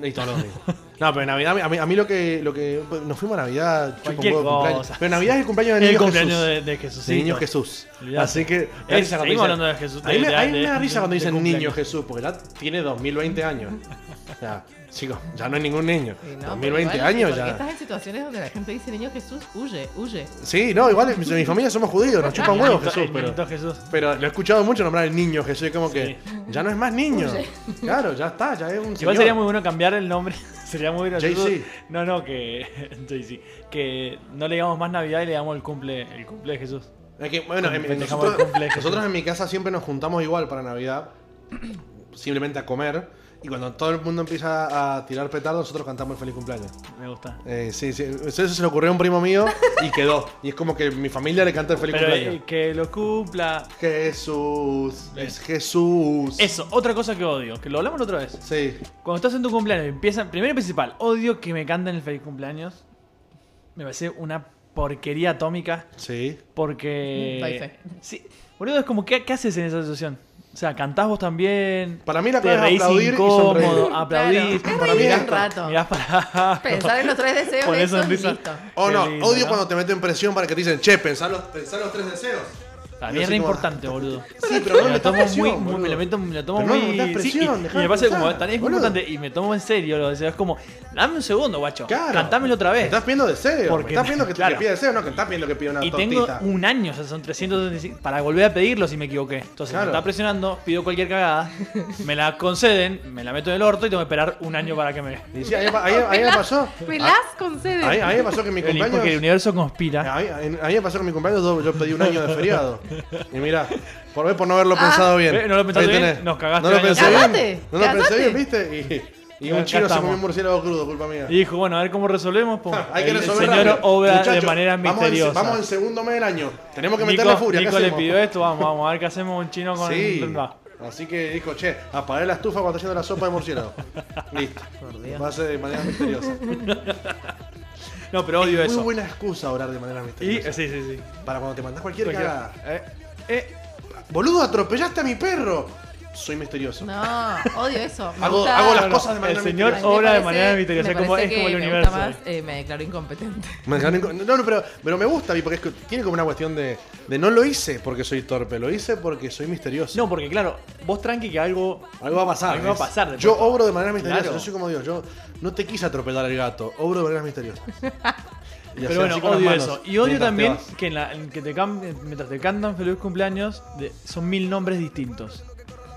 Speaker 1: Y todos los domingos. [laughs] No, pero en Navidad, a mí, a mí lo que, lo que. Nos fuimos a Navidad, chupa un
Speaker 2: Cualquier
Speaker 1: huevo de cumpleaños.
Speaker 2: cosa.
Speaker 1: Pero Navidad es el cumpleaños de
Speaker 2: el
Speaker 1: niño
Speaker 2: cumpleaños
Speaker 1: Jesús.
Speaker 2: de, de Jesús.
Speaker 1: de niño Jesús.
Speaker 2: Olvidate.
Speaker 1: Así que.
Speaker 2: Es- seguimos hablando de Jesús,
Speaker 1: A mí me,
Speaker 2: de-
Speaker 1: a mí
Speaker 2: de-
Speaker 1: me da risa cuando
Speaker 2: de
Speaker 1: dicen
Speaker 2: cumpleaños.
Speaker 1: niño Jesús, porque ya tiene 2020 años. O sea, chicos, ya no es ningún niño.
Speaker 3: Sí, no, pero
Speaker 1: 2020
Speaker 3: igual,
Speaker 1: años
Speaker 3: porque
Speaker 1: ya.
Speaker 3: Estás en situaciones donde la gente dice, niño Jesús, huye, huye.
Speaker 1: Sí, no, igual en mi- mi familia somos judíos, nos chupan huevos
Speaker 2: El
Speaker 1: Ah, Jesús, pero.
Speaker 2: niñito Jesús.
Speaker 1: Pero lo he escuchado mucho nombrar el niño Jesús, y como que ya no es más niño. Claro, ya está, ya es un
Speaker 2: Igual
Speaker 1: señor.
Speaker 2: sería muy bueno cambiar el nombre. [laughs] sería muy gracioso.
Speaker 1: Jay-Z.
Speaker 2: No, no, que. [laughs] Jay-Z. Que no le digamos más Navidad y le damos el cumple, el cumple de Jesús.
Speaker 1: Es que, bueno, en- en-
Speaker 2: Festejamos el
Speaker 1: nosotros,
Speaker 2: cumpleaños.
Speaker 1: nosotros en mi casa siempre nos juntamos igual para Navidad, [clears throat] simplemente a comer, y cuando todo el mundo empieza a tirar petardos, nosotros cantamos el feliz cumpleaños.
Speaker 2: Me gusta.
Speaker 1: Eh, sí, sí, eso eso se le ocurrió a un primo mío y quedó. Y es como que mi familia le canta el feliz
Speaker 2: Pero
Speaker 1: cumpleaños.
Speaker 2: eh, que lo cumpla.
Speaker 1: Jesús, es Jesús.
Speaker 2: Eso, otra cosa que odio, que lo hablamos la otra vez.
Speaker 1: Sí.
Speaker 2: Cuando estás en tu cumpleaños, empiezan. Primero y principal, odio que me canten el feliz cumpleaños. Me parece una porquería atómica.
Speaker 1: Sí.
Speaker 2: Porque.
Speaker 3: Mm, doy fe.
Speaker 2: Sí. Boludo, es como, ¿qué, qué haces en esa situación? O sea, cantás vos también.
Speaker 1: Para mí la
Speaker 2: te
Speaker 1: clave es
Speaker 2: reís
Speaker 1: aplaudir y
Speaker 2: incómodo,
Speaker 1: sonreír.
Speaker 2: aplaudís.
Speaker 3: [laughs] Claro, es
Speaker 1: Para mí
Speaker 3: reír
Speaker 1: es
Speaker 3: un
Speaker 1: esto.
Speaker 3: rato.
Speaker 2: Mirás para
Speaker 3: [laughs]
Speaker 2: abajo.
Speaker 3: Pensar
Speaker 2: [laughs]
Speaker 3: en los tres deseos
Speaker 2: Ponés
Speaker 3: de esos y
Speaker 2: sonrisa.
Speaker 3: listo.
Speaker 1: Oh,
Speaker 2: Qué
Speaker 1: no,
Speaker 2: lindo,
Speaker 1: odio
Speaker 2: ¿no?
Speaker 1: cuando te meten presión para que te dicen, che, pensá los, pensá los tres deseos. Y
Speaker 2: Para mí
Speaker 1: yo
Speaker 2: es
Speaker 1: así
Speaker 2: re
Speaker 1: como- [laughs]
Speaker 2: importante, boludo.
Speaker 1: Sí, pero no
Speaker 2: me
Speaker 1: le
Speaker 2: lo tomo
Speaker 1: metas
Speaker 2: muy,
Speaker 1: presión,
Speaker 2: muy- me lo meto, me lo tomo
Speaker 1: Pero no le
Speaker 2: muy.
Speaker 1: metas
Speaker 2: sí,
Speaker 1: presión,
Speaker 2: y, y
Speaker 1: dejá
Speaker 2: me
Speaker 1: de
Speaker 2: parece como
Speaker 1: pensar,
Speaker 2: también es muy
Speaker 1: boludo.
Speaker 2: importante y me tomo en serio lo deseo. Es como, dame un segundo, guacho.
Speaker 1: Claro.
Speaker 2: Cantámelo otra vez.
Speaker 1: Me Estás pidiendo deseo.
Speaker 2: Porque-
Speaker 1: Porque estás pidiendo que, te
Speaker 2: claro.
Speaker 1: pida deseo, no que estás pidiendo que pida una
Speaker 2: Y tengo
Speaker 1: tortita.
Speaker 2: un año, o sea, son 365 para volver a pedirlo si me equivoqué. Entonces
Speaker 1: Claro.
Speaker 2: me está presionando, pido cualquier cagada, me la conceden, me la meto en el orto y tengo que esperar un año para que me.
Speaker 1: Y sí, a mí, a mí- a mí me pasó.
Speaker 3: Me
Speaker 1: A-
Speaker 3: las conceden.
Speaker 1: A mí, a mí me pasó que en mi
Speaker 2: El- Porque el
Speaker 1: cumpleaños.
Speaker 2: universo conspira.
Speaker 1: A mí, a mí me pasó que en mi cumpleaños yo, yo pedí un año de feriado. Y mirá, por ver por no haberlo pensado bien.
Speaker 2: ¿Eh? ¿No lo pensaste
Speaker 1: Ahí
Speaker 2: bien?
Speaker 1: tenés.
Speaker 2: Nos cagaste
Speaker 1: No lo
Speaker 2: el año
Speaker 1: pensé bien.
Speaker 3: pasado. Ah. Cagaste,
Speaker 1: No lo pensé bien,
Speaker 3: cagaste.
Speaker 1: viste. Y, y
Speaker 2: Acá
Speaker 1: un chino se
Speaker 2: estamos.
Speaker 1: comió un murciélago crudo, culpa mía. Ah,
Speaker 2: Y dijo, bueno, a ver cómo resolvemos. pum.
Speaker 1: [laughs] Hay que
Speaker 2: El-
Speaker 1: resolver
Speaker 2: El señor
Speaker 1: rápido.
Speaker 2: obra de
Speaker 1: Muchachos,
Speaker 2: manera
Speaker 1: vamos en-
Speaker 2: misteriosa.
Speaker 1: vamos en segundo mes del año. Tenemos que
Speaker 2: Nico-
Speaker 1: meterle furia. ¿qué
Speaker 2: Nico le
Speaker 1: hacemos?
Speaker 2: pidió esto, vamos, vamos a ver qué hacemos un chino con.
Speaker 1: Sí.
Speaker 2: Va.
Speaker 1: Así que dijo, che, apagué la estufa cuando está haciendo la sopa de
Speaker 3: [laughs]
Speaker 1: murciélago. Listo. Va a ser de manera misteriosa.
Speaker 2: No, pero odio
Speaker 1: Muy
Speaker 2: eso.
Speaker 1: buena excusa orar de manera misteriosa.
Speaker 2: Y, eh, sí, sí, sí.
Speaker 1: Para cuando te mandás cualquier
Speaker 2: Cualquier-
Speaker 1: cagada.
Speaker 2: Eh, eh,
Speaker 1: Boludo, atropellaste a mi perro. Soy misterioso.
Speaker 3: No, odio eso. Me
Speaker 1: Hago-
Speaker 3: gusta-
Speaker 1: hago las
Speaker 2: no, no,
Speaker 1: cosas de manera
Speaker 2: El señor
Speaker 1: misteriosa.
Speaker 2: obra de
Speaker 3: Me parece-
Speaker 2: manera misteriosa,
Speaker 3: me
Speaker 2: como,
Speaker 3: parece
Speaker 2: es como
Speaker 3: que
Speaker 2: el
Speaker 3: me
Speaker 2: universo.
Speaker 3: gusta más, eh, me declaro incompetente.
Speaker 1: Me dejaron inco- No, no, pero, pero me gusta a mí porque es que tiene como una cuestión de, de no lo hice porque soy torpe, lo hice porque soy misterioso.
Speaker 2: No, porque claro, vos tranqui que algo.
Speaker 1: Algo va a pasar.
Speaker 2: Algo va a
Speaker 1: ¿ves?
Speaker 2: pasar después.
Speaker 1: Yo obro de manera misteriosa.
Speaker 2: Claro.
Speaker 1: Yo soy como Dios. Yo no te quise atropellar al gato. Obro de manera
Speaker 2: [laughs]
Speaker 1: misteriosa.
Speaker 2: Pero bueno, odio eso. Y odio también que, en la- en que te cam- mientras te cantan feliz cumpleaños, de- son mil nombres distintos.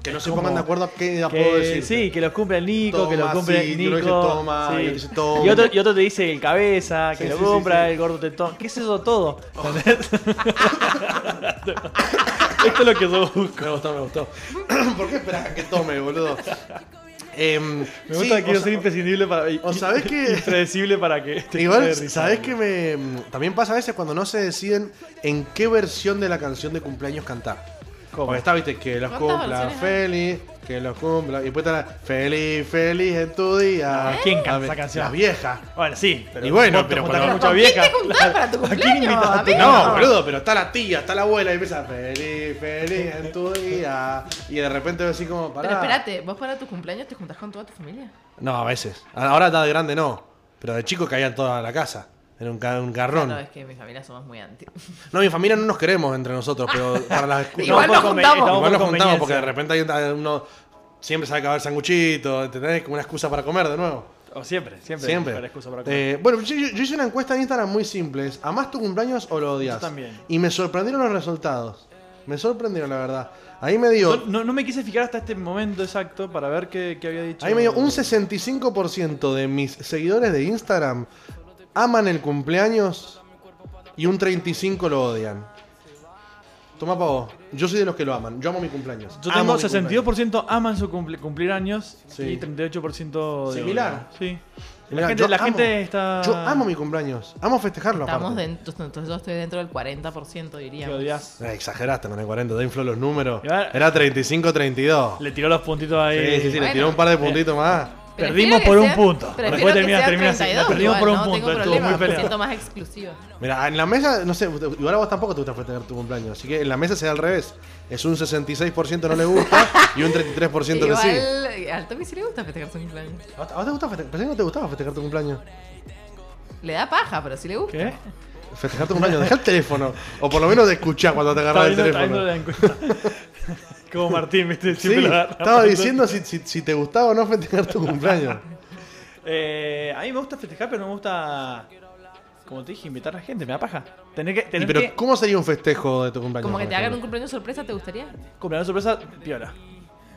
Speaker 1: Que no se
Speaker 2: como-
Speaker 1: pongan de acuerdo a qué edad puedo
Speaker 2: Que,
Speaker 1: decir.
Speaker 2: sí, que los cumple el Nico, que los
Speaker 1: Toma,
Speaker 2: cumple
Speaker 1: sí,
Speaker 2: el
Speaker 1: que uno
Speaker 2: Nico.
Speaker 1: dice toma,
Speaker 2: sí.
Speaker 1: y otro dice toma.
Speaker 2: Y, otro, y otro te dice el cabeza, que
Speaker 1: Sí,
Speaker 2: lo
Speaker 1: sí, sí,
Speaker 2: compra,
Speaker 1: sí.
Speaker 2: el gordo tetón. ¿Qué es eso
Speaker 1: [laughs]
Speaker 2: todo? ¿Entendés? Esto es lo que yo busco.
Speaker 1: Me gustó, me gustó. [clears throat] ¿Por qué esperas a que tome,
Speaker 2: [laughs]
Speaker 1: boludo? Em,
Speaker 2: Me
Speaker 1: sí,
Speaker 2: gusta que
Speaker 1: o
Speaker 2: quiero
Speaker 1: sa-
Speaker 2: ser imprescindible para.
Speaker 1: o sabés que-
Speaker 2: [laughs] Impredecible para que. te
Speaker 1: Igual,
Speaker 2: quede risa.
Speaker 1: ¿sabés que me. También pasa a veces cuando no se deciden en qué versión de la canción de cumpleaños cantar.
Speaker 2: ¿Cómo?
Speaker 1: Porque está, viste, que los
Speaker 3: ¿Cuántas
Speaker 1: cumpla
Speaker 3: versiones
Speaker 1: feliz, que los cumpla. Y después está la feliz, feliz en tu día.
Speaker 2: No, ¿quién canta
Speaker 1: A ver,
Speaker 2: esa canción?
Speaker 1: Las viejas.
Speaker 2: Bueno, sí.
Speaker 1: Y bueno,
Speaker 2: vos te
Speaker 1: pero
Speaker 2: juntás
Speaker 1: cuando-
Speaker 2: con mucha
Speaker 3: ¿Con quién
Speaker 2: vieja.
Speaker 3: te juntás para tu
Speaker 2: ¿A quién
Speaker 3: cumpleaños,
Speaker 2: invitás a tu-
Speaker 3: amigo?
Speaker 1: No, boludo, pero está la tía, está la abuela y empieza feliz, feliz en tu día. Y de repente así como, pará.
Speaker 3: Pero espérate, ¿vos para tu cumpleaños te juntás con toda tu familia?
Speaker 1: No, a veces. Ahora está de grande, no. Pero de chico caían toda la casa. Era un, ca- un garrón.
Speaker 3: No, es que mi familia somos muy anti.
Speaker 1: No, mi familia no nos queremos entre nosotros, pero para las excusas.
Speaker 3: [laughs] Igual
Speaker 2: Estamos
Speaker 3: nos
Speaker 2: por conven-
Speaker 3: juntamos.
Speaker 2: estamos
Speaker 1: Igual
Speaker 2: por
Speaker 1: nos juntamos porque de
Speaker 2: conveniencia.
Speaker 1: repente hay un- uno siempre sabe acabar sanguchito, ¿entendés? Como una excusa para comer de nuevo.
Speaker 2: O Oh, siempre, siempre.
Speaker 1: Siempre.
Speaker 2: para excusa para comer.
Speaker 1: Eh, bueno, yo, yo- yo hice una encuesta en Instagram muy simple. es, ¿Amás tu cumpleaños o lo odias?
Speaker 2: Yo también.
Speaker 1: Y me sorprendieron los resultados. Me sorprendieron, la verdad. Ahí me dio,
Speaker 2: No, no- no me quise fijar hasta este momento exacto para ver qué, qué había dicho.
Speaker 1: ahí me dio un 65% de mis seguidores de Instagram aman el cumpleaños y un 35% lo odian. Toma pa' vos. Yo soy de los que lo aman. Yo amo mi cumpleaños.
Speaker 2: Yo
Speaker 1: Amo
Speaker 2: tengo
Speaker 1: mi cumpleaños.
Speaker 2: 62% aman su cumple- cumplir años
Speaker 1: Sí.
Speaker 2: y 38% de
Speaker 1: Similar.
Speaker 2: odio. Sí.
Speaker 1: Mirá,
Speaker 2: la gente,
Speaker 1: yo
Speaker 2: la
Speaker 1: amo.
Speaker 2: gente está.
Speaker 1: Yo amo mi cumpleaños. Amo festejarlo.
Speaker 3: Estamos
Speaker 1: aparte.
Speaker 3: dentro, entonces yo estoy dentro del 40%,
Speaker 2: Que
Speaker 3: diríamos.
Speaker 2: odias.
Speaker 1: Eh, exageraste con el 40, te infló los números.
Speaker 2: Igual-
Speaker 1: Era 35-32.
Speaker 2: Le Eh. tiró los puntitos ahí.
Speaker 1: Sí, sí, sí, le
Speaker 3: Bueno.
Speaker 1: tiró un par de puntitos más.
Speaker 3: Prefiero
Speaker 2: Perdimos
Speaker 3: que
Speaker 2: por un
Speaker 3: sea-
Speaker 2: punto.
Speaker 3: prefiero
Speaker 2: Después
Speaker 3: que
Speaker 2: termina-
Speaker 3: sea
Speaker 2: termina así.
Speaker 3: 32,
Speaker 2: No, perdimos por un
Speaker 3: igual, no
Speaker 2: punto,
Speaker 3: tengo
Speaker 2: estuvo muy
Speaker 3: problema,
Speaker 2: peleado.
Speaker 3: Me siento más exclusiva.
Speaker 1: Mira, en la mesa, no sé, igual a vos tampoco te gusta festejar tu cumpleaños. Así que en la mesa se da al revés. Es un 66% no le gusta y un 33% que sí.
Speaker 3: Igual, al Tommy sí le gusta festejar su cumpleaños.
Speaker 1: ¿A vos- a vos te gusta festejar? Pensé que no te gustaba festejar tu cumpleaños.
Speaker 3: Le da paja, pero sí le gusta.
Speaker 2: ¿Qué?
Speaker 1: Festejar tu cumpleaños, deja el teléfono. O por lo menos de escuchar cuando te
Speaker 2: Estaba
Speaker 1: agarras el
Speaker 2: viendo, estaba
Speaker 1: teléfono.
Speaker 2: viendo la encuesta. [laughs] Como Martín, ¿viste?
Speaker 1: Sí,
Speaker 2: Siempre lo agarra.
Speaker 1: estaba diciendo si, si- si te gustaba o no festejar tu cumpleaños.
Speaker 2: Eh, a mí me gusta festejar, pero no me gusta. Como te dije, invitar a la gente, me da paja. Tener que.
Speaker 1: Y
Speaker 2: Tener
Speaker 1: pero,
Speaker 2: que
Speaker 1: ¿cómo sería un festejo de tu cumpleaños?
Speaker 3: Como que
Speaker 1: por
Speaker 3: te hagan un
Speaker 1: ejemplo?
Speaker 3: cumpleaños sorpresa, ¿te gustaría?
Speaker 2: cumpleaños sorpresa, piola.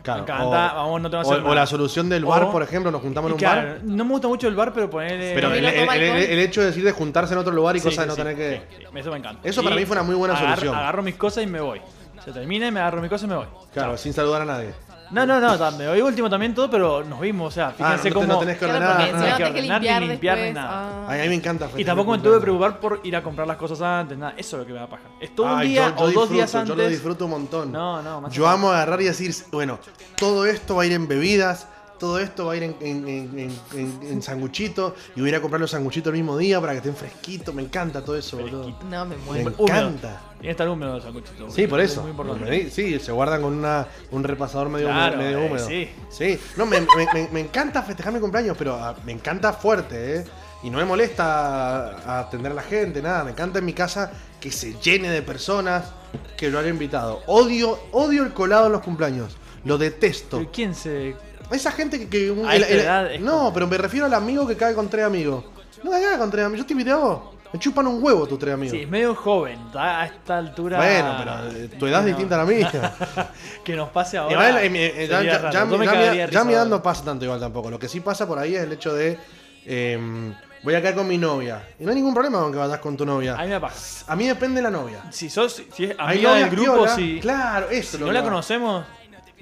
Speaker 1: Claro,
Speaker 2: me encanta,
Speaker 1: o-
Speaker 2: vamos, no te vas a
Speaker 1: o-
Speaker 2: hacer
Speaker 1: o la
Speaker 2: mal.
Speaker 1: solución del bar,
Speaker 2: O-
Speaker 1: por ejemplo, nos juntamos en
Speaker 2: Y
Speaker 1: un
Speaker 2: claro, eh,
Speaker 1: bar.
Speaker 2: No me gusta mucho el bar, pero ponerle.
Speaker 1: Pero el,
Speaker 3: Camilo toma
Speaker 1: el- el-
Speaker 3: alcohol.
Speaker 1: el hecho de decir de juntarse en otro lugar y
Speaker 2: Sí,
Speaker 1: cosas de
Speaker 2: sí,
Speaker 1: no
Speaker 2: sí,
Speaker 1: tener que.
Speaker 2: sí, sí, Eso me encanta.
Speaker 1: Eso para mí fue una muy buena solución.
Speaker 2: Agarro mis cosas y me voy. Se termina y me agarro mis cosas y me voy.
Speaker 1: Claro, sin saludar a nadie.
Speaker 2: No, no, no, ta- me voy último también todo, pero nos vimos, o sea,
Speaker 1: Ah, no,
Speaker 2: fíjense
Speaker 1: te-
Speaker 2: cómo.
Speaker 1: no Pues tenés que ordenar.
Speaker 3: porque
Speaker 1: nada.
Speaker 3: encima
Speaker 2: no hay que
Speaker 3: tenés que
Speaker 2: ordenar ni limpiar
Speaker 3: limpiar,
Speaker 2: ni
Speaker 3: después.
Speaker 2: nada.
Speaker 3: ah.
Speaker 1: Ay, a mí me encanta.
Speaker 2: Y
Speaker 1: festejar
Speaker 2: tampoco me
Speaker 1: mi
Speaker 2: tuve que
Speaker 1: cumpleaños.
Speaker 2: preocupar por ir a comprar las cosas antes, nada. Eso es lo que me da paja. Es todo un
Speaker 1: Ay,
Speaker 2: día
Speaker 1: yo- yo
Speaker 2: o dos
Speaker 1: disfruto,
Speaker 2: días antes.
Speaker 1: Yo lo disfruto un montón.
Speaker 2: No, no, más
Speaker 1: Yo
Speaker 2: allá.
Speaker 1: amo agarrar y decir, bueno, todo esto va a ir en bebidas, todo esto va a ir en, en, en, en- en- en sanguchito, y voy a ir a comprar los sanguchitos el mismo día para que estén fresquitos. Me encanta todo eso, boludo.
Speaker 3: No, me
Speaker 1: Me
Speaker 3: muero.
Speaker 2: Húmedo.
Speaker 1: encanta.
Speaker 2: Tiene que estar húmedo los sanguchitos.
Speaker 1: Sí, por
Speaker 2: Es
Speaker 1: eso.
Speaker 2: muy importante.
Speaker 1: Sí, se guardan con una, un repasador medio,
Speaker 2: Claro,
Speaker 1: medio
Speaker 2: eh,
Speaker 1: húmedo.
Speaker 2: sí.
Speaker 1: Sí. No, me, me- me- me encanta festejar mi cumpleaños, pero ah, me encanta fuerte, ¿eh? Y no me molesta atender a la gente, nada. Me encanta en mi casa que se llene de personas que lo han invitado. Odio, odio el colado en los cumpleaños. Lo detesto.
Speaker 2: Pero ¿Quién se.?
Speaker 1: Esa gente que. que un-
Speaker 2: A esta edad es
Speaker 1: no,
Speaker 2: como-
Speaker 1: pero me refiero al amigo que cae con tres amigos. No me cagas con tres amigos. Yo te invité a vos. Me chupan un huevo tus tres amigos.
Speaker 2: Sí, es medio joven, da- a esta altura.
Speaker 1: bueno, pero eh, tu edad es
Speaker 2: No.
Speaker 1: distinta a la
Speaker 2: [laughs]
Speaker 1: mía.
Speaker 2: Que nos pase
Speaker 1: Y además,
Speaker 2: ahora.
Speaker 1: eh, eh, ya,
Speaker 2: sería
Speaker 1: ya-
Speaker 2: raro.
Speaker 1: ya-
Speaker 2: No me
Speaker 1: ya
Speaker 2: cagaría
Speaker 1: mi- ya
Speaker 2: risa
Speaker 1: mi edad
Speaker 2: ahora.
Speaker 1: no pasa tanto igual tampoco. Lo que sí pasa por ahí es el hecho de. eh, voy a caer con mi novia. Y no hay ningún problema con que vayas con tu
Speaker 2: A
Speaker 1: novia.
Speaker 2: mí me pasa.
Speaker 1: A mí depende la novia.
Speaker 2: Si sos. Si es
Speaker 1: Hay
Speaker 2: amiga del
Speaker 1: novias
Speaker 2: grupo,
Speaker 1: piola,
Speaker 2: si.
Speaker 1: Claro, eso.
Speaker 2: si
Speaker 1: lo
Speaker 2: no
Speaker 1: que
Speaker 2: la
Speaker 1: va.
Speaker 2: conocemos.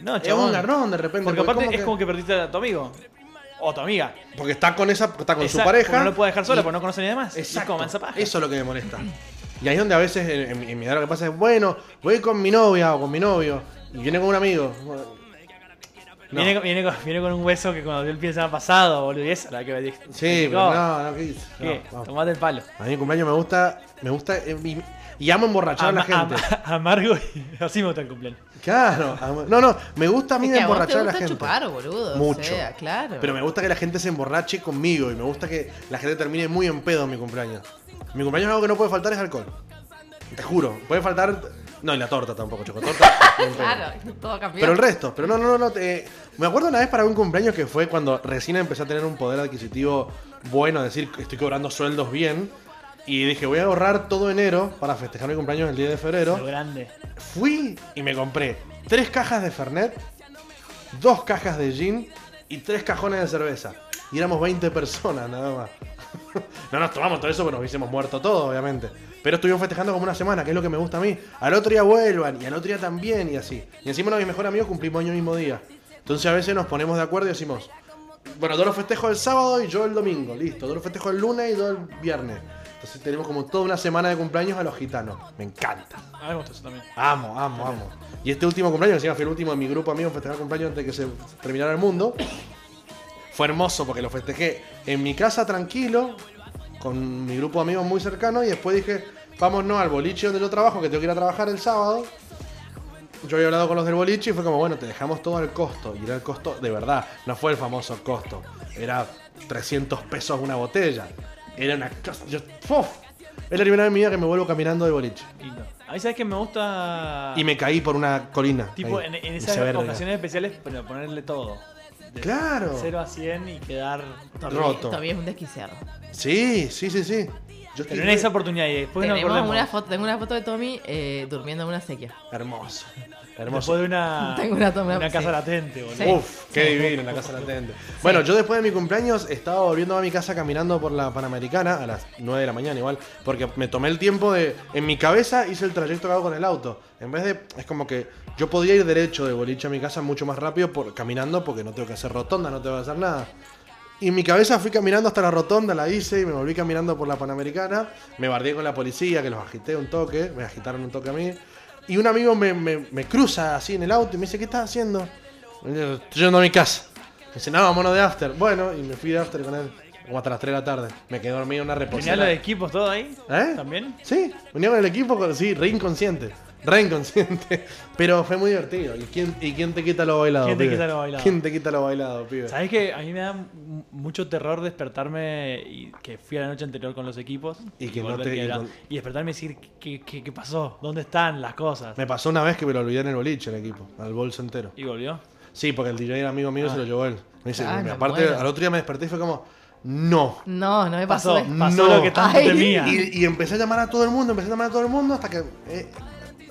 Speaker 2: No,
Speaker 1: Es un
Speaker 2: chabón.
Speaker 1: garrón de repente.
Speaker 2: Porque aparte es
Speaker 1: que-
Speaker 2: como que perdiste a tu amigo. O a tu amiga.
Speaker 1: Porque está con esa, está con su
Speaker 2: Exacto,
Speaker 1: pareja.
Speaker 2: porque No lo puede dejar sola
Speaker 1: y-
Speaker 2: porque no conoce a nadie más. Y
Speaker 1: Exacto.
Speaker 2: coman zapaja.
Speaker 1: Eso es lo que me molesta. Y ahí es donde a veces en, en- en mi edad lo que pasa es, bueno, voy con mi novia o con mi novio. Y viene con un amigo. Bueno, no.
Speaker 2: Viene, con- viene con, viene con un hueso que cuando dio el pie se ha pasado, boludo. Y esa la que me dijiste.
Speaker 1: Sí, pero no, no, ¿qué-
Speaker 2: "Oh, ¿Qué?
Speaker 1: no, no.
Speaker 2: Tomate el palo.
Speaker 1: A mí mi cumpleaños me gusta, me gusta eh, y, y amo emborrachar a la
Speaker 2: Ama-
Speaker 1: gente.
Speaker 2: ama- [laughs] amargo y así me gusta el cumpleaños.
Speaker 1: Claro, amo- no, no, me gusta a mí
Speaker 3: Es que a vos te
Speaker 1: emborrachar a la
Speaker 3: gusta
Speaker 1: gente.
Speaker 3: chupar, boludo.
Speaker 1: Mucho.
Speaker 3: O sea, claro.
Speaker 1: Pero me gusta que la gente se emborrache conmigo y me gusta que la gente termine muy en pedo en mi cumpleaños. Mi cumpleaños algo que no puede faltar es alcohol. Te juro, puede faltar. No, y la torta tampoco, choco torta. [laughs] ni en pedo.
Speaker 3: Claro, [laughs] todo cambió.
Speaker 1: Pero el resto, pero no, no, no, no. te- me acuerdo una vez para un cumpleaños que fue cuando recién empecé a tener un poder adquisitivo bueno, es decir, estoy cobrando sueldos bien. Y dije, voy a ahorrar todo enero para festejar mi cumpleaños el 10 de
Speaker 2: Lo
Speaker 1: febrero.
Speaker 2: grande.
Speaker 1: Fui y me compré tres cajas de Fernet, dos cajas de gin y tres cajones de cerveza. Y éramos 20 personas nada más. [laughs] No nos tomamos todo eso, pero nos hubiésemos muerto todos, obviamente. Pero estuvimos festejando como una semana, que es lo que me gusta a mí. Al otro día vuelvan, y al otro día también, y así. Y encima uno de mis mejores amigos cumplimos año el mismo día. Entonces a veces nos ponemos de acuerdo y decimos, bueno, yo lo festejo el sábado y yo el domingo, listo. Yo lo festejo el lunes y yo el viernes. Entonces tenemos como toda una semana de cumpleaños a los gitanos. Me encanta.
Speaker 2: A mí me gusta eso también.
Speaker 1: Amo, amo, amo. Y este último cumpleaños, encima fue el último de mi grupo amigo en festejar cumpleaños antes de que se terminara el mundo. Fue hermoso porque lo festejé en mi casa tranquilo, con mi grupo de amigos muy cercano, y después dije, vámonos al boliche donde yo trabajo, que tengo que ir a trabajar el sábado. Yo había hablado con los del boliche y fue como, bueno, te dejamos todo al costo. Y era el costo, de verdad, no fue el famoso costo. Era 300 pesos una botella. Era una cosa... Yo, ¡fuf! Es la primera vez en mi vida que me vuelvo caminando de boliche.
Speaker 2: Lindo. A mí sabes que me gusta.
Speaker 1: Ah. Y me caí por una colina.
Speaker 2: Tipo,
Speaker 1: Ahí.
Speaker 2: en, en
Speaker 1: Me
Speaker 2: esas
Speaker 1: hice verga.
Speaker 2: ocasiones especiales, pero ponerle todo. De
Speaker 1: Claro.
Speaker 2: 0 a 100 y quedar.
Speaker 1: roto.
Speaker 3: Todavía es un desquiciado.
Speaker 1: Sí, sí, sí, sí. Yo estoy
Speaker 2: Pero en esa oportunidad y después no
Speaker 3: Tenemos
Speaker 2: acordemos.
Speaker 3: una foto, tengo una foto de Tommy eh, durmiendo en una sequía.
Speaker 1: Hermoso.
Speaker 2: Después
Speaker 1: Hermoso.
Speaker 2: de una.
Speaker 3: [laughs] Tengo una toma-
Speaker 2: una casa
Speaker 3: sí.
Speaker 2: latente, boludo.
Speaker 3: Sí.
Speaker 1: Uf, qué divino en la casa latente. Bueno, yo después de mi cumpleaños estaba volviendo a mi casa caminando por la Panamericana a las 9 de la mañana igual, porque me tomé el tiempo de... En mi cabeza hice el trayecto que hago con el auto. En vez de... Es como que yo podía ir derecho de boliche a mi casa mucho más rápido por, caminando porque no tengo que hacer rotonda, no tengo que hacer nada. Y en mi cabeza fui caminando hasta la rotonda, la hice y me volví caminando por la Panamericana. Me bardeé con la policía, que los agité un toque, me agitaron un toque a mí. Y un amigo me, me- me cruza así en el auto y me dice, ¿qué estás haciendo? Y yo, Estoy yendo a mi casa. Me dice, no, vámonos de after. Bueno, y me fui de after con él como hasta las 3 de la tarde. Me quedé dormido en una
Speaker 2: Tenía
Speaker 1: reposera.
Speaker 2: los equipos todo ahí.
Speaker 1: ¿Eh?
Speaker 2: También.
Speaker 1: Sí, venía con el equipo, con- sí, re inconsciente. Re inconsciente. [laughs] Pero fue muy divertido. ¿Y quién, y quién te quita lo bailado?
Speaker 2: ¿Quién te
Speaker 1: pibe?
Speaker 2: quita lo bailado?
Speaker 1: ¿Quién te quita lo bailado, pibe?
Speaker 2: ¿Sabes que A mí me da mu- mucho terror despertarme y que fui a la noche anterior con los equipos
Speaker 1: Y que no
Speaker 2: volver
Speaker 1: te- y
Speaker 2: era-
Speaker 1: con-
Speaker 2: y despertarme y decir ¿qué, qué, qué pasó, dónde están las cosas.
Speaker 1: Me pasó una vez que me lo olvidé en el boliche, el equipo, al bolso entero.
Speaker 2: Y volvió.
Speaker 1: Sí, porque el DJ era amigo mío y se
Speaker 2: Ah.
Speaker 1: lo llevó él. Me dice,
Speaker 3: Ay, me
Speaker 1: aparte,
Speaker 3: muero.
Speaker 1: al otro día me desperté y fue como, no.
Speaker 3: No, no me pasó.
Speaker 2: Pasó,
Speaker 3: esto.
Speaker 2: pasó
Speaker 1: No.
Speaker 2: lo que tanto
Speaker 3: Ay.
Speaker 2: temía.
Speaker 1: Y, y empecé a llamar a todo el mundo, empecé a llamar a todo el mundo hasta que. eh,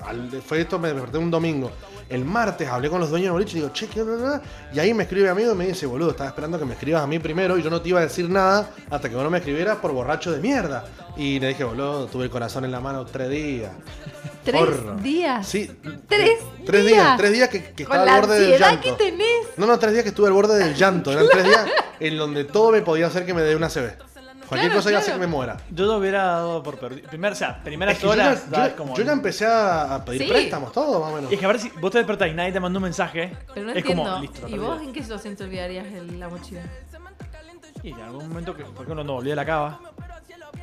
Speaker 1: al- fue esto, me desperté un domingo. El martes hablé con los dueños del boliche y digo, che, ¿qué, bla, bla, bla?". Y ahí me escribe mi amigo y me dice, boludo, estaba esperando que me escribas a mí primero y yo no te iba a decir nada hasta que vos no me escribieras por borracho de mierda. Y le dije, boludo, tuve el corazón en la mano tres días.
Speaker 3: Tres
Speaker 1: Porro.
Speaker 3: días.
Speaker 1: Sí.
Speaker 3: Tres
Speaker 1: Tres días.
Speaker 3: días.
Speaker 1: Tres días que, que
Speaker 3: Con
Speaker 1: estaba
Speaker 3: la
Speaker 1: al borde del
Speaker 3: ansiedad
Speaker 1: llanto.
Speaker 3: que tenés.
Speaker 1: No, no, tres días que estuve al borde del llanto. Eran tres
Speaker 3: [laughs]
Speaker 1: días en donde todo me podía hacer que me dé una CB. Cualquier
Speaker 3: Claro,
Speaker 1: cosa iba a hacer que
Speaker 3: claro.
Speaker 1: me muera.
Speaker 2: Yo lo hubiera dado por perdido. Primero, o sea, primeras
Speaker 1: Es que yo, ya,
Speaker 2: horas. da
Speaker 1: yo-
Speaker 2: como-
Speaker 1: yo ya empecé a a pedir
Speaker 3: Sí.
Speaker 1: préstamos, todo más o menos.
Speaker 2: Y es que a ver si vos te despertás y nadie te mandó un mensaje.
Speaker 3: Pero no
Speaker 2: es
Speaker 3: entiendo.
Speaker 2: como, listo, está
Speaker 3: ¿Y vos
Speaker 2: perdido.
Speaker 3: en qué situación te olvidarías el- la mochila?
Speaker 2: Y en algún momento, que, porque uno no volvía de la cava.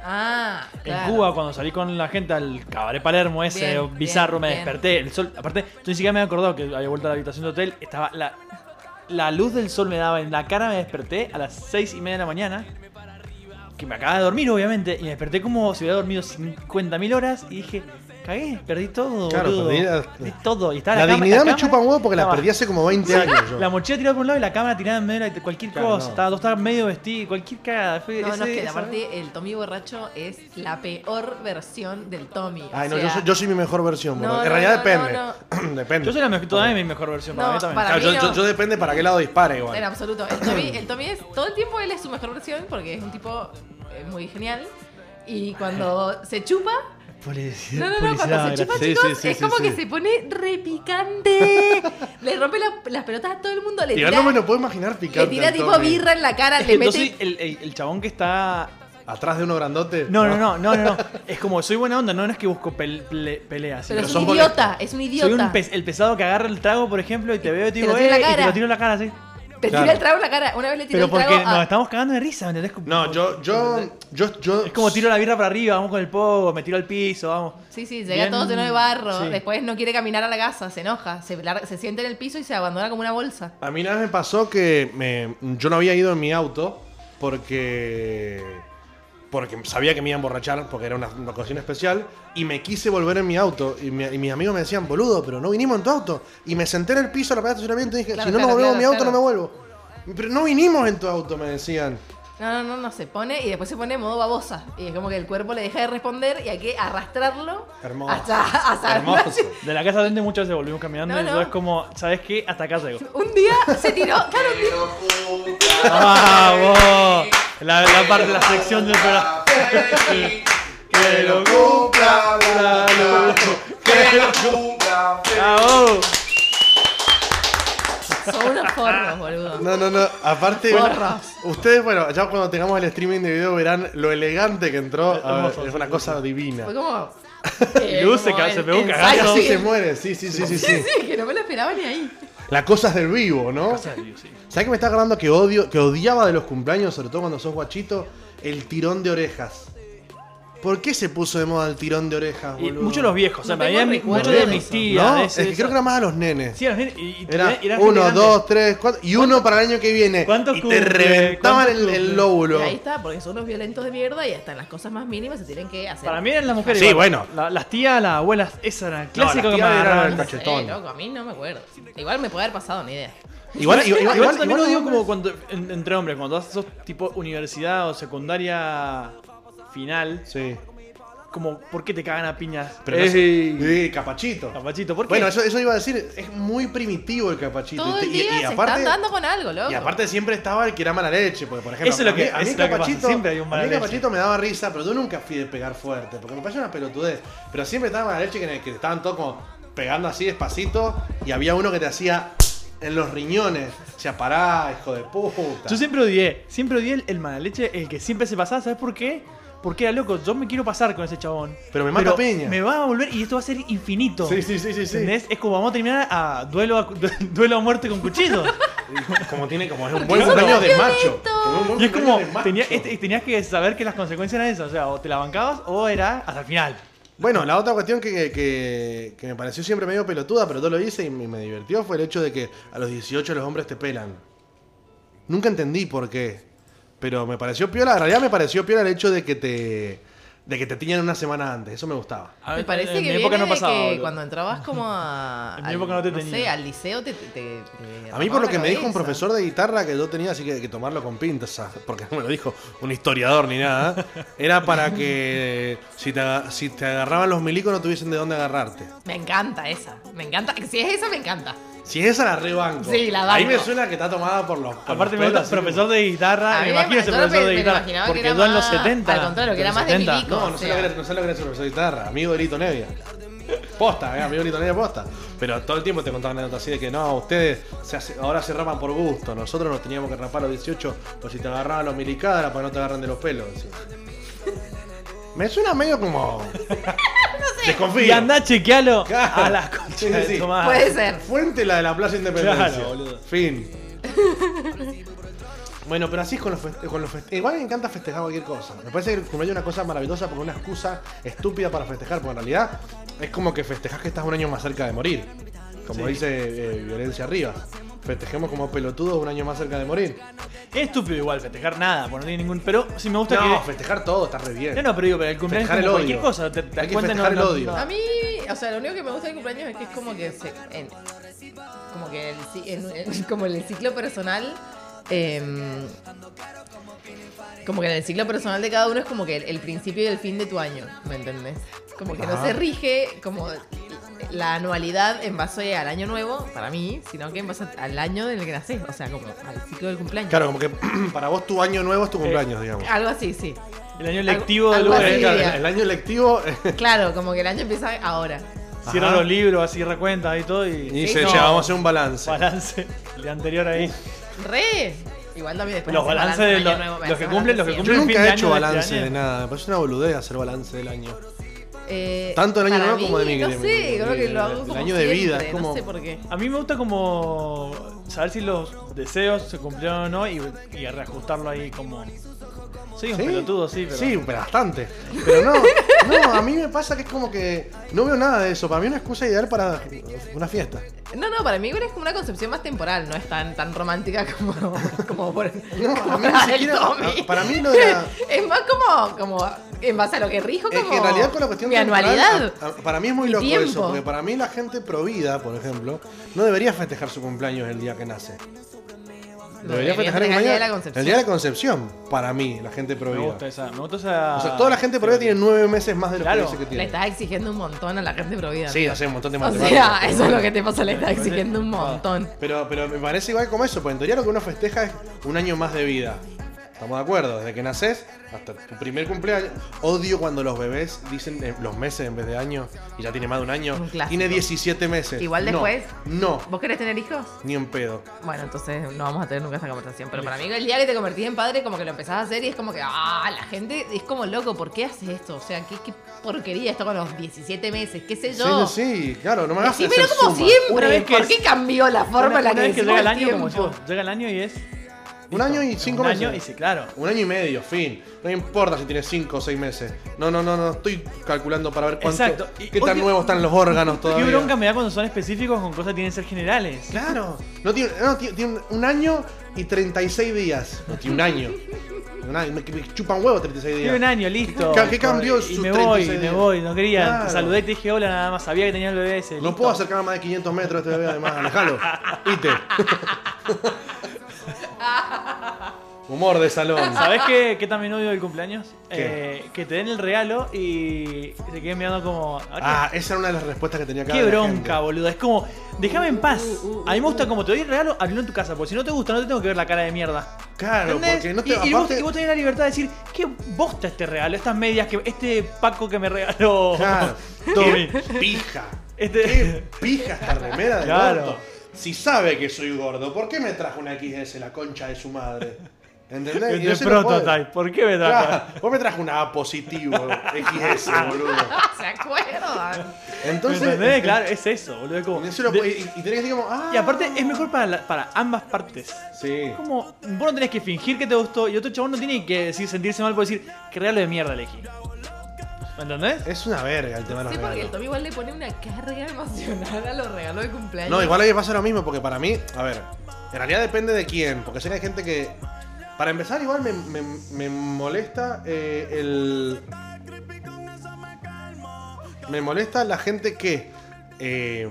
Speaker 3: Ah, claro.
Speaker 2: En Cuba, cuando salí con la gente al cabaret Palermo ese
Speaker 3: Bien,
Speaker 2: bizarro,
Speaker 3: bien,
Speaker 2: me
Speaker 3: bien.
Speaker 2: desperté. El sol, aparte, yo ni siquiera me había acordado que había vuelto a la habitación de hotel. Estaba la, la luz del sol me daba en la cara, me desperté a las seis y media de la mañana. que me acababa de dormir, obviamente, y me desperté como si hubiera dormido 50.000 horas y dije, cagué, perdí todo,
Speaker 1: Claro,
Speaker 2: boludo.
Speaker 1: perdí la-
Speaker 2: Perdí todo. Y estaba
Speaker 1: La,
Speaker 2: la, cámara-
Speaker 1: dignidad
Speaker 2: la
Speaker 1: me
Speaker 2: cámara
Speaker 1: chupa un huevo porque la
Speaker 2: estaba-
Speaker 1: perdí hace como 20 años yo.
Speaker 2: La mochila tirada por un lado y la cámara tirada en medio de la- cualquier
Speaker 1: Claro,
Speaker 2: cosa.
Speaker 1: no.
Speaker 2: Estaba, yo estaba medio vestido, cualquier cagada. Fue
Speaker 1: pues,
Speaker 3: No,
Speaker 2: ese-
Speaker 3: no, es que
Speaker 2: esa-
Speaker 3: aparte el Tommy borracho es la peor versión del Tommy. o
Speaker 1: Ay, no, yo
Speaker 3: sea,
Speaker 1: soy, yo soy mi mejor versión,
Speaker 3: No,
Speaker 1: boludo. En
Speaker 3: no,
Speaker 1: realidad
Speaker 3: no,
Speaker 1: depende. [clears throat]
Speaker 3: no,
Speaker 1: depende.
Speaker 2: Yo soy la mejor, todavía mi mejor versión. para
Speaker 3: No,
Speaker 2: mí también.
Speaker 3: para-
Speaker 1: Claro, yo,
Speaker 3: mí
Speaker 1: yo-
Speaker 3: no.
Speaker 1: yo depende para qué lado dispare igual.
Speaker 3: En absoluto. El Tommy, el Tommy es. Todo el tiempo él es su mejor versión porque es un tipo eh, muy genial. Y cuando se chupa.
Speaker 2: Policía-
Speaker 3: No, no, no, cuando
Speaker 2: publicidad,
Speaker 3: se chupa,
Speaker 1: gracias. Sí,
Speaker 3: chicos,
Speaker 1: sí, sí,
Speaker 3: es
Speaker 1: sí,
Speaker 3: como
Speaker 1: sí.
Speaker 3: que se pone repicante. le rompe la- las pelotas a todo el mundo, le
Speaker 1: Igual
Speaker 3: tira,
Speaker 1: no me lo puedo imaginar picante.
Speaker 3: le tira
Speaker 1: al
Speaker 3: tipo
Speaker 1: toque.
Speaker 3: birra en la cara,
Speaker 2: Es que
Speaker 3: le
Speaker 2: yo
Speaker 3: mete.
Speaker 2: soy el, el- el chabón que está.
Speaker 1: Atrás de uno grandote.
Speaker 2: No, no, no, no, no. no. Es como, soy buena onda, no, no es que busco pel- ple- peleas.
Speaker 3: Pero
Speaker 2: sino-
Speaker 3: es
Speaker 1: sos
Speaker 3: un
Speaker 1: vos-
Speaker 3: idiota, es un idiota.
Speaker 2: soy un pes- el pesado que agarra el trago, por ejemplo, y te veo y te
Speaker 3: te lo
Speaker 2: digo,
Speaker 3: tiro en la
Speaker 2: eh, y te
Speaker 3: cara.
Speaker 2: lo tiro en la cara así.
Speaker 3: Te
Speaker 1: Claro.
Speaker 3: tira el trago en la cara. Una vez le
Speaker 2: Pero
Speaker 3: tiró el trago ah.
Speaker 2: porque
Speaker 3: a-
Speaker 2: nos estamos cagando de risa, ¿me entendés?
Speaker 1: No, yo, yo, yo, yo-
Speaker 2: Es como tiro la birra para arriba, vamos con el pogo, me tiro al piso, vamos.
Speaker 3: Sí, sí, llega todo lleno de
Speaker 2: Bien,
Speaker 3: barro.
Speaker 2: sí.
Speaker 3: Después no quiere caminar a la casa, se enoja, se, larga- se siente en el piso y se abandona como una bolsa.
Speaker 1: A mí una vez me pasó que me- yo no había ido en mi auto porque porque sabía que me iba a emborrachar porque era una, una ocasión especial y me quise volver en mi auto y, mi- y mis amigos me decían boludo pero no vinimos en tu auto y me senté en el piso de la parada de estacionamiento y dije
Speaker 3: Claro,
Speaker 1: si no
Speaker 3: claro,
Speaker 1: me volvemos en mi
Speaker 3: claro,
Speaker 1: auto no
Speaker 3: claro.
Speaker 1: me vuelvo pero no vinimos en tu auto me decían
Speaker 3: No, no, no, no, se pone y después se pone en modo babosa. Y es como que el cuerpo le deja de responder y hay que arrastrarlo
Speaker 1: Hermoso.
Speaker 3: hasta, hasta
Speaker 1: hermoso
Speaker 2: De la casa de Dente muchas veces volvimos caminando,
Speaker 3: No,
Speaker 2: y
Speaker 3: no.
Speaker 2: yo es como, ¿sabes qué? Hasta acá llego.
Speaker 3: [laughs] Un día se tiró, claro, un día-
Speaker 2: ¡Vamos! La, Ah, la parte, la sección del programa.
Speaker 4: [laughs] Que lo cumpla, bla, bla, que lo cumpla.
Speaker 2: ¡Vamos!
Speaker 3: son unos forros, boludo.
Speaker 1: no no no aparte
Speaker 3: Porras.
Speaker 1: ustedes bueno ya cuando tengamos el streaming de video verán lo elegante que entró A ver,
Speaker 2: Hermoso.
Speaker 1: es una cosa divina
Speaker 2: [laughs]
Speaker 3: Fue como. eh,
Speaker 2: Luz se ca- se pegó un
Speaker 1: Ah,
Speaker 2: cagazo.
Speaker 1: sí,
Speaker 3: Sí,
Speaker 1: se muere sí sí sí sí, sí.
Speaker 3: sí, que no me lo esperaba ni ahí.
Speaker 1: La cosa es del vivo, ¿no? ¿Sabes que me está agarrando que odio, que odiaba de los cumpleaños, sobre todo cuando sos guachito? El tirón de orejas. ¿Por qué se puso de moda el tirón de orejas,
Speaker 2: Y
Speaker 1: boludo?
Speaker 2: muchos los viejos, o sea,
Speaker 3: No
Speaker 2: me habían-
Speaker 3: tengo recuerdo
Speaker 2: muchos de
Speaker 3: de
Speaker 2: mis
Speaker 3: eso.
Speaker 2: tías.
Speaker 1: ¿No?
Speaker 2: de
Speaker 1: Es
Speaker 2: ese-
Speaker 1: que creo que era más a los nenes.
Speaker 2: Sí, eran gente- y- y-
Speaker 1: Era
Speaker 2: eran gente
Speaker 1: uno,
Speaker 2: grande.
Speaker 1: dos, tres, cuatro. Y uno para el año que viene.
Speaker 2: ¿Cuántos
Speaker 1: Y te
Speaker 2: cumple?
Speaker 1: reventaban
Speaker 2: ¿Cuántos
Speaker 1: el, el
Speaker 2: cumple?
Speaker 1: lóbulo.
Speaker 3: Y ahí está, porque son unos violentos de mierda y hasta en las cosas más mínimas se tienen que hacer.
Speaker 2: Para mí eran las mujeres.
Speaker 1: Sí,
Speaker 2: igual.
Speaker 1: bueno.
Speaker 2: La- las tías, las abuelas, esa era
Speaker 1: No,
Speaker 2: la
Speaker 1: las
Speaker 2: clásica que me
Speaker 1: tías eran
Speaker 2: agarraban.
Speaker 1: el
Speaker 3: No sé,
Speaker 1: cachetón.
Speaker 3: loco, a mí no me acuerdo. Igual me puede haber pasado, ni idea.
Speaker 1: Igual, igual,
Speaker 2: Igual,
Speaker 1: igual,
Speaker 2: yo también
Speaker 1: igual
Speaker 2: lo digo
Speaker 1: los
Speaker 2: como
Speaker 1: hombres-
Speaker 2: cuando, en- entre hombres, cuando haces esos tipo universidad o secundaria final,
Speaker 1: Sí.
Speaker 2: como ¿por qué te cagan a piñas?
Speaker 1: Pero no
Speaker 2: Eh,
Speaker 1: sé- Sí, capachito.
Speaker 2: Capachito, ¿por qué?
Speaker 1: Bueno, eso, eso iba a decir. Es muy primitivo el capachito.
Speaker 3: Todo
Speaker 1: Y te-
Speaker 3: el
Speaker 1: y-
Speaker 3: día
Speaker 1: y
Speaker 3: se
Speaker 1: aparte-
Speaker 3: están dando con algo, loco.
Speaker 1: Y aparte siempre estaba el que era mala leche, porque por ejemplo,
Speaker 2: Eso es lo que-
Speaker 1: a mí, a mí
Speaker 2: eso es lo que pasa,
Speaker 1: Capachito,
Speaker 2: siempre hay un mala
Speaker 1: a mí
Speaker 2: leche.
Speaker 1: Capachito me daba risa, pero yo nunca fui de pegar fuerte, porque me parecía una pelotudez. Pero siempre estaba mala leche que, en el que estaban todos como pegando así despacito y había uno que te hacía en los riñones. O sea, pará, hijo de puta.
Speaker 2: Yo siempre odié, siempre odié el, el mala leche, el que siempre se pasaba, ¿sabes por qué? Porque era loco, yo me quiero pasar con ese chabón.
Speaker 1: Pero me mata piña.
Speaker 2: Me va a volver y esto va a ser infinito.
Speaker 1: Sí, sí, sí, sí, sí.
Speaker 2: ¿Entendés? Es como vamos a terminar a duelo a, [laughs] duelo a muerte con cuchillo.
Speaker 1: [laughs] Como tiene, como es
Speaker 3: Porque
Speaker 1: un buen
Speaker 3: son
Speaker 1: cumpleaños de
Speaker 3: violentos.
Speaker 1: macho. Como un buen
Speaker 2: y es como,
Speaker 1: cumpleaños de macho.
Speaker 2: tenía- este- tenías que saber que las consecuencias eran esas, o sea, o te la bancabas o era hasta el final.
Speaker 1: Bueno, la otra cuestión que, que- que me pareció siempre medio pelotuda, pero todo lo hice y me, me divertió, fue el hecho de que a los 18 los hombres te pelan. Nunca entendí por qué. Pero me pareció piola, en realidad me pareció piola el hecho de que te. de que te tiñan una semana antes. Eso me gustaba.
Speaker 3: Me parece que
Speaker 2: en mi
Speaker 3: viene
Speaker 2: época no
Speaker 3: de
Speaker 2: pasaba.
Speaker 3: que
Speaker 2: boludo.
Speaker 3: cuando [laughs] entrabas como a.
Speaker 2: En mi
Speaker 3: al-
Speaker 2: época no te
Speaker 3: sé,
Speaker 2: tenía.
Speaker 3: al liceo te. te- te- te
Speaker 1: A mí, por lo
Speaker 3: rapaban
Speaker 1: que
Speaker 3: Eh, la
Speaker 1: me dijo un
Speaker 3: cabeza.
Speaker 1: profesor de guitarra que yo tenía, así que hay que tomarlo con pinzas, porque no me lo dijo un historiador ni nada, era para que si te, aga- si te agarraban los milicos no tuviesen de dónde agarrarte.
Speaker 3: Me encanta esa. Me encanta. Si es esa, me encanta.
Speaker 1: Si esa la rebanco.
Speaker 3: Sí, la banco.
Speaker 1: Ahí me suena que está tomada por los. por
Speaker 2: Aparte
Speaker 1: los
Speaker 2: me gusta
Speaker 1: pelos, así
Speaker 2: profesor de guitarra,
Speaker 3: A
Speaker 2: me
Speaker 3: mí
Speaker 2: imagino ese
Speaker 3: me- yo lo
Speaker 2: profesor
Speaker 3: pe-
Speaker 2: de
Speaker 3: me
Speaker 2: guitarra.
Speaker 3: imaginaba que
Speaker 2: Porque
Speaker 3: era
Speaker 2: yo en los
Speaker 3: más-
Speaker 2: 70.
Speaker 3: al contrario, que era
Speaker 2: los
Speaker 3: más de
Speaker 2: 70,
Speaker 1: como-
Speaker 3: milico.
Speaker 1: No, no sé, lo
Speaker 3: o
Speaker 1: que
Speaker 3: sea.
Speaker 1: era, no sé lo que era su profesor de guitarra. Amigo de Lito Nevia. Posta, eh, amigo de Lito Nevia, posta. Pero todo el tiempo te contaban anécdotas así de que no, ustedes se hace- ahora se rapan por gusto. Nosotros nos teníamos que rapar a los 18, pues si te agarraban los milicadras para que no te agarren de los pelos. decía. Me suena medio como. Desconfío.
Speaker 2: Y andá a chequealo
Speaker 1: Claro.
Speaker 2: a las conchas
Speaker 1: Sí, sí, sí.
Speaker 2: de tu madre.
Speaker 3: Puede ser.
Speaker 1: Fuente la de la Plaza Independencia.
Speaker 2: Claro, boludo.
Speaker 1: Fin. bueno, pero así es con los feste- con los feste- Igual me encanta festejar cualquier cosa. Me parece que el cumpleaños es una cosa maravillosa porque es una excusa estúpida para festejar, porque en realidad es como que festejas que estás un año más cerca de morir. Como
Speaker 2: Sí.
Speaker 1: dice eh, Violencia Rivas. Festejemos como pelotudos un año más cerca de morir.
Speaker 2: Es estúpido igual festejar nada, porque no tiene ningún. Pero sí me gusta
Speaker 1: No,
Speaker 2: que.
Speaker 1: festejar todo está re bien.
Speaker 2: No, no, pero digo, pero el cumpleaños
Speaker 1: Festejar
Speaker 2: es como
Speaker 1: el
Speaker 2: cualquier
Speaker 1: odio.
Speaker 2: cosa. Te, te
Speaker 1: Hay que
Speaker 2: cuenta, no-
Speaker 1: festejar el
Speaker 2: no-
Speaker 1: odio.
Speaker 2: no.
Speaker 3: A mí, o sea, lo único que me gusta del cumpleaños es que es como que se- en- como que el ci- en- en- [laughs] como en el ciclo personal em, como que en el ciclo personal de cada uno es como que el, el principio y el fin de tu año, ¿me entendés? Como que no
Speaker 1: Ajá.
Speaker 3: se rige como la anualidad en base al año nuevo, para mí, sino que en base al año en el que nacés, o sea, como al ciclo del cumpleaños.
Speaker 1: Claro, como que [clears throat] para vos tu año nuevo es
Speaker 2: Eh,
Speaker 1: tu cumpleaños, digamos.
Speaker 2: Ah,
Speaker 3: Algo así, sí.
Speaker 2: El año lectivo del
Speaker 3: algo
Speaker 2: lugar.
Speaker 3: así.
Speaker 1: Eh, claro,
Speaker 3: diría.
Speaker 1: el año lectivo eh,
Speaker 2: [laughs]
Speaker 3: Claro, como que el año empieza ahora.
Speaker 2: Cierra
Speaker 1: Ajá.
Speaker 2: los libros, así recuentas y todo. Y.
Speaker 1: y
Speaker 3: Sí,
Speaker 1: se
Speaker 3: no.
Speaker 1: che, vamos a hacer un balance.
Speaker 2: Balance. El de anterior ahí.
Speaker 3: Re. Igual también después.
Speaker 2: Los
Speaker 3: hacen
Speaker 2: balances
Speaker 3: balance
Speaker 2: de
Speaker 3: del año
Speaker 2: los-
Speaker 3: nuevo, me
Speaker 2: los que
Speaker 3: hacen
Speaker 2: cumplen, los
Speaker 3: balance
Speaker 2: que
Speaker 3: siempre.
Speaker 1: Yo
Speaker 2: Cumple el fin
Speaker 1: nunca
Speaker 2: de
Speaker 1: he
Speaker 2: año
Speaker 1: hecho
Speaker 2: de este
Speaker 1: balance
Speaker 2: año.
Speaker 1: de nada. Me parece una boludez hacer balance del año.
Speaker 3: Eh,
Speaker 1: Tanto del año
Speaker 3: para
Speaker 1: nuevo como de mi-
Speaker 3: No
Speaker 1: de-
Speaker 3: sé,
Speaker 1: de-
Speaker 3: creo que lo hago
Speaker 1: del
Speaker 3: como
Speaker 1: año de vida,
Speaker 3: siempre,
Speaker 1: es como-
Speaker 3: No sé por qué.
Speaker 2: A mí me gusta como saber si los deseos se cumplieron o no y, y reajustarlo ahí como... Soy un pelotudo, sí, pero...
Speaker 1: Sí, pero bastante. Pero no, no, a mí me pasa que es como que no veo nada de eso. Para mí una excusa ideal para una fiesta.
Speaker 3: No, no, para mí igual es como una concepción más temporal, no es tan, tan romántica [laughs] como, como por
Speaker 1: [laughs] No, a mí
Speaker 3: [laughs] como
Speaker 1: ni
Speaker 3: la del
Speaker 1: siquiera-
Speaker 3: Tommy.
Speaker 1: para
Speaker 3: [laughs]
Speaker 1: mí lo de la-
Speaker 3: Es más como, como en base a lo que rijo como
Speaker 1: Es que en realidad con la cuestión
Speaker 3: mi
Speaker 1: temporal,
Speaker 3: anualidad.
Speaker 1: a- a- para mí es muy
Speaker 3: Mi
Speaker 1: loco eso,
Speaker 3: tiempo.
Speaker 1: porque para mí la gente provida, por ejemplo, no debería festejar su cumpleaños el día que nace.
Speaker 3: Lo debería festejar el día de la Concepción.
Speaker 1: el día de la concepción, para mí, la gente
Speaker 2: me
Speaker 1: provida.
Speaker 2: gusta esa, me gusta esa...
Speaker 1: O sea, toda la gente provida tiene nueve meses más de lo
Speaker 2: Claro.
Speaker 1: que dice que
Speaker 3: Le
Speaker 1: tiene.
Speaker 3: estás exigiendo un montón a la gente provida.
Speaker 1: Sí, hace un montón de Ah.
Speaker 3: o
Speaker 1: matemáticas.
Speaker 3: sea, [laughs] eso es lo que te pasa, le estás
Speaker 2: Pero-
Speaker 3: exigiendo un montón.
Speaker 1: Pero, pero me parece igual como eso, porque en teoría lo que uno festeja es un año más de vida. ¿Estamos de acuerdo? Desde que naces hasta tu primer cumpleaños. Odio cuando los bebés dicen eh, los meses en vez de años y ya tiene más de un año.
Speaker 3: Un clásico.
Speaker 1: tiene 17 meses.
Speaker 3: Igual
Speaker 1: No,
Speaker 3: después.
Speaker 1: No,
Speaker 3: ¿Vos querés tener hijos?
Speaker 1: ni en pedo.
Speaker 3: Bueno, entonces no vamos a tener nunca esta conversación. Pero para mí, el día que te convertís en padre, como que lo empezás a hacer y es como que, ah, la gente es como loco, ¿por qué haces esto? O sea, qué, qué porquería esto con los 17 meses, qué sé yo.
Speaker 1: Sí, sí, claro, no me hagas
Speaker 3: Decímelo
Speaker 1: hacer
Speaker 3: como
Speaker 1: suma.
Speaker 2: Una
Speaker 3: siempre,
Speaker 2: vez que
Speaker 3: ¿por
Speaker 2: es-
Speaker 3: qué cambió la
Speaker 2: Una-
Speaker 3: forma en la
Speaker 2: una
Speaker 3: que
Speaker 2: vez que
Speaker 3: decimos
Speaker 2: llega el
Speaker 3: el
Speaker 2: año, como
Speaker 3: tiempo?
Speaker 2: decís vos, llega el año y es...
Speaker 1: Un año y cinco
Speaker 2: un
Speaker 1: meses.
Speaker 2: año y sí, claro.
Speaker 1: Un año y medio, fin. No importa si tiene 5 o 6 meses. No, no, no, no. Estoy calculando para ver cuánto,
Speaker 2: Exacto. Y
Speaker 1: qué tan
Speaker 2: odio-
Speaker 1: nuevos están los órganos todavía.
Speaker 2: Qué bronca me da cuando son específicos con cosas que tienen que ser generales.
Speaker 1: Claro. [laughs] No tiene, no, tiene, tiene un año y 36 días. No tiene un año. Un año, Me, me chupan huevo 36
Speaker 2: Tiene
Speaker 1: días.
Speaker 2: un año, listo.
Speaker 1: ¿Qué- qué cambió
Speaker 2: Y
Speaker 1: sus
Speaker 2: me voy,
Speaker 1: 36
Speaker 2: me
Speaker 1: días?
Speaker 2: voy, no quería.
Speaker 1: Claro.
Speaker 2: Te saludé, te dije hola nada más, sabía que tenía el bebé ese.
Speaker 1: No
Speaker 2: listo.
Speaker 1: puedo acercarme más de 500 metros a este bebé, además, alejalo. Ite. Humor de salón.
Speaker 2: [laughs] ¿Sabes qué, qué también odio del cumpleaños?
Speaker 1: ¿Qué?
Speaker 2: Eh, que te den el regalo y se queden mirando como. "¿Ahora
Speaker 1: Ah, esa era una de las respuestas que tenía
Speaker 2: qué?
Speaker 1: que
Speaker 2: Qué bronca, boludo. Es como, déjame en paz. A mí me gusta como te doy el regalo, abrilo en tu casa. Porque si no te gusta, no te tengo que ver la cara de mierda.
Speaker 1: Claro, porque
Speaker 2: ¿Entendés?
Speaker 1: no te.
Speaker 2: y, y vos,
Speaker 1: aparte-
Speaker 2: y vos tenés la libertad de decir, qué bosta este regalo, estas medias, que este Paco que me regaló.
Speaker 1: [laughs] Claro,
Speaker 2: Tommy.
Speaker 1: qué pija.
Speaker 2: Este-
Speaker 1: Qué pija esta remera de
Speaker 2: Claro.
Speaker 1: gordo. Si sabe que soy gordo, ¿por qué me trajo una XS la concha de su madre?
Speaker 2: [laughs]
Speaker 1: ¿Entendés? Y
Speaker 2: Este
Speaker 1: no se lo puede-
Speaker 2: prototype, ¿por qué me tratas?
Speaker 1: Claro, vos me trajo una A positivo
Speaker 2: [laughs]
Speaker 1: XS,
Speaker 3: [laughs]
Speaker 1: boludo.
Speaker 3: Ah, ¿Se acuerdan?
Speaker 1: Entonces.
Speaker 2: ¿Me entendés? Claro, es eso, boludo. es como-
Speaker 1: no se lo
Speaker 2: de-
Speaker 1: puede- y, y tenés que decir como. Ah,
Speaker 2: y aparte es mejor para, la- para ambas partes.
Speaker 1: Sí.
Speaker 2: Es como, vos no tenés que fingir que te gustó y otro chabón no tiene que decir, sentirse mal por decir, qué regalo de mierda elegí. ¿Me entendés?
Speaker 1: Es una verga el tema de los
Speaker 3: Sí, porque el
Speaker 1: regalos.
Speaker 3: Tommy igual le pone una carga emocional a los regalos de cumpleaños.
Speaker 1: No, igual a mí me pasa lo mismo, porque para mí, a ver, en realidad depende de quién, porque sé que hay gente que. Para empezar, igual me, me- me molesta eh, el. Me molesta la gente que. eh,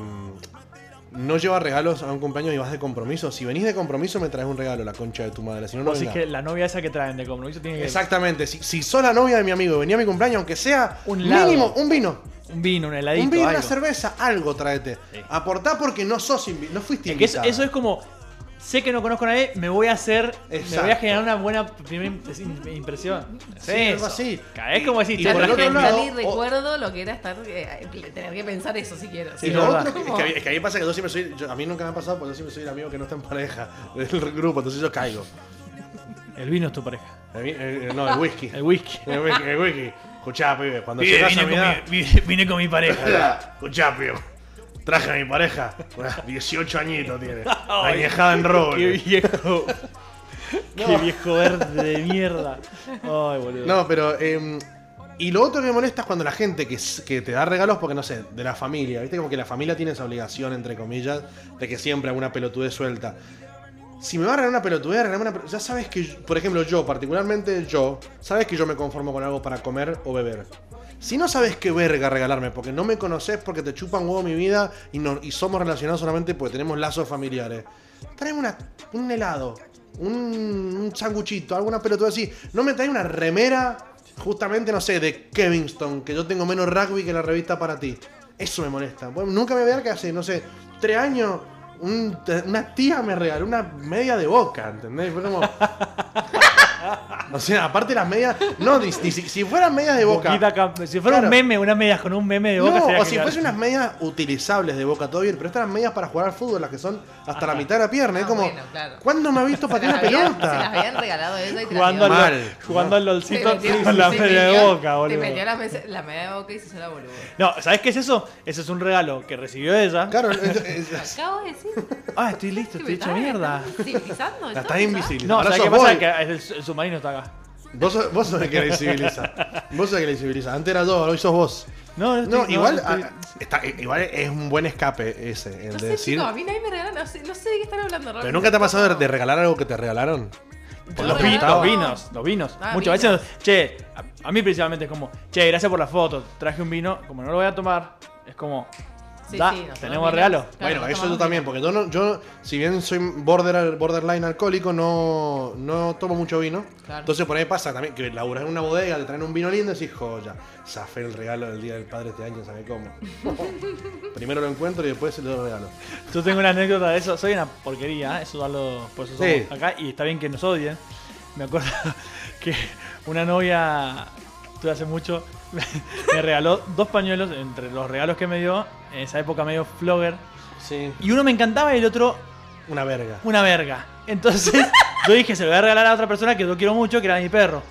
Speaker 1: no lleva regalos a un cumpleaños y vas de compromiso. Si venís de compromiso, me traes un regalo, la concha de tu madre. Si no, no
Speaker 2: o si es
Speaker 1: vengas.
Speaker 2: que la novia esa que traen de compromiso tiene que
Speaker 1: Exactamente. Si, si sos la novia de mi amigo y venía a mi cumpleaños, aunque sea
Speaker 2: Un
Speaker 1: mínimo
Speaker 2: helado.
Speaker 1: un vino.
Speaker 2: un vino, un heladito,
Speaker 1: un vino, una
Speaker 2: algo.
Speaker 1: cerveza, algo tráete.
Speaker 2: Sí.
Speaker 1: Aportá porque no sos invi- no fuiste
Speaker 2: Es que eso,
Speaker 1: invitado.
Speaker 2: eso es como, sé que no conozco a nadie, me voy a hacer, me voy a
Speaker 1: Exacto.
Speaker 2: generar una buena primera impres- impresión. Es
Speaker 1: Sí, algo
Speaker 2: eso.
Speaker 1: así.
Speaker 2: Es como decir,
Speaker 1: Y
Speaker 2: che,
Speaker 1: por el
Speaker 2: la
Speaker 1: otro
Speaker 2: gente-
Speaker 1: lado-
Speaker 3: Yo ni
Speaker 1: o-
Speaker 3: recuerdo lo que era estar, eh, tener que pensar eso si quiero.
Speaker 1: Y
Speaker 2: Sí,
Speaker 1: lo
Speaker 2: es verdad.
Speaker 1: otro que, es que a mí- es que a mí pasa que yo siempre soy. yo- a mí nunca me ha pasado porque yo siempre soy el amigo que no está en pareja del grupo, entonces yo caigo.
Speaker 2: el vino es tu pareja,
Speaker 1: A mí- eh, no, el whisky.
Speaker 2: [laughs] el whisky.
Speaker 1: El whisky. El whisky. Escuchá, pibe, cuando
Speaker 2: Pibe,
Speaker 1: llegás a
Speaker 2: vine,
Speaker 1: mi edad.
Speaker 2: con mi, vine- vine con mi [laughs] pareja.
Speaker 1: Escuchá, pibe. Traje a mi pareja. 18 añitos
Speaker 2: [laughs]
Speaker 1: tiene. Añejada en
Speaker 2: Qué
Speaker 1: roble. [laughs]
Speaker 2: viejo. Qué viejo verde de mierda. Ay, boludo.
Speaker 1: No, pero em, Y lo otro que me molesta es cuando la gente que, s- que te da regalos, porque no sé, de la familia, ¿viste? Como que la familia tiene esa obligación, entre comillas, de que siempre alguna pelotudez suelta. Si me va a regalar una pelotudez, regalarme una pel- Ya sabes que, yo- por ejemplo, yo, particularmente yo, sabes que yo me conformo con algo para comer o beber. Si no sabes qué verga regalarme, porque no me conoces, porque te chupan huevo mi vida y, no- y somos relacionados solamente porque tenemos lazos familiares, tráeme una- un helado, un, un sanguchito, alguna pelotudez así. No me traes una remera justamente, no sé, de Kevinston, que yo tengo menos rugby que la revista para ti. Eso me molesta. Bueno, nunca me voy a dar que hace, no sé, tres años, un- una tía me regaló una media de boca, ¿entendés? Fue como. [laughs] o sea, aparte las medias. No, ni, ni si, si fueran medias de boca.
Speaker 2: Boquita acá. Si fuera
Speaker 1: Claro.
Speaker 2: un meme, unas medias con un meme de boca.
Speaker 1: No,
Speaker 2: sería
Speaker 1: o si
Speaker 2: genial.
Speaker 1: fuese unas medias utilizables de boca, todo bien, pero estas eran medias para jugar al fútbol, las que son hasta la mitad de la pierna. es
Speaker 3: Ah,
Speaker 1: como,
Speaker 3: bueno, claro.
Speaker 1: ¿cuándo me ha visto
Speaker 3: Se
Speaker 1: patear
Speaker 3: [laughs] las
Speaker 1: una
Speaker 3: habían-
Speaker 1: pelota?
Speaker 3: Se las habían regalado esa y te las
Speaker 2: Jugando,
Speaker 3: dio.
Speaker 2: al,
Speaker 1: Mal.
Speaker 2: jugando al
Speaker 3: Se
Speaker 2: lolcito
Speaker 3: metió-
Speaker 2: con la
Speaker 3: se
Speaker 2: media de
Speaker 3: metió-
Speaker 2: boca, boludo.
Speaker 3: Se metió la, mesa- la media de boca y se hizo la boluda.
Speaker 2: No, ¿sabes qué es eso? Ese es un regalo que recibió ella.
Speaker 1: Claro, es- es- es-
Speaker 3: Acabo de decir.
Speaker 2: Ah, estoy listo, estoy hecho mierda.
Speaker 3: Civilizando.
Speaker 1: la estás invisible.
Speaker 2: No,
Speaker 1: Ahora
Speaker 2: ¿sabes qué
Speaker 1: sos
Speaker 2: pasa?
Speaker 1: vos.
Speaker 2: Que el, el submarino está acá.
Speaker 1: Vos, sos- vos sos el que la invisibiliza. Vos sos el que la invisibiliza. Antes era yo, ahora hoy sos vos.
Speaker 2: No, estoy-
Speaker 1: No, igual,
Speaker 2: estoy-
Speaker 1: ah, está- igual es un buen escape ese, el
Speaker 3: No
Speaker 1: de
Speaker 3: sé,
Speaker 1: decir.
Speaker 3: chicos, a mí nadie me regaló, no sé, no sé de qué están hablando.
Speaker 1: pero
Speaker 3: realmente.
Speaker 1: nunca te ha pasado de- de regalar algo que te regalaron.
Speaker 3: Yo
Speaker 2: Por los,
Speaker 3: regalaba-
Speaker 2: vinos, los vinos, los vinos.
Speaker 3: Ah,
Speaker 2: Muchas
Speaker 3: vinos.
Speaker 2: veces, che, a, a mí principalmente es como, che, gracias por la foto, traje un vino, como no lo voy a tomar, es como,
Speaker 3: Sí,
Speaker 2: da,
Speaker 3: sí, nosotros
Speaker 2: tenemos
Speaker 3: vinos.
Speaker 2: regalo.
Speaker 3: Claro,
Speaker 1: Bueno,
Speaker 3: no
Speaker 1: eso yo
Speaker 3: tomamos
Speaker 1: también,
Speaker 3: vino.
Speaker 1: porque yo, no, yo si bien soy border, borderline alcohólico, no, no tomo mucho vino.
Speaker 3: Claro.
Speaker 1: Entonces por ahí pasa también que laburas en una bodega, te traen un vino lindo y decís, joya, zafé el regalo del Día del Padre este año, ¿sabes
Speaker 2: [laughs]
Speaker 1: cómo? Primero lo encuentro y después se lo regalo.
Speaker 2: Yo tengo una anécdota de eso, soy una porquería, ¿eh? eso hablo, por eso somos
Speaker 1: Sí.
Speaker 2: acá, y está bien que nos odien. Me acuerdo [laughs] que una novia, tú hace mucho, [laughs] me regaló dos pañuelos, entre los regalos que me dio, en esa época medio flogger,
Speaker 1: Sí.
Speaker 2: y uno me encantaba y el otro
Speaker 1: Una verga.
Speaker 2: una verga.
Speaker 1: [laughs]
Speaker 2: Entonces, yo dije, se lo voy a regalar a otra persona que yo quiero mucho, que era mi perro.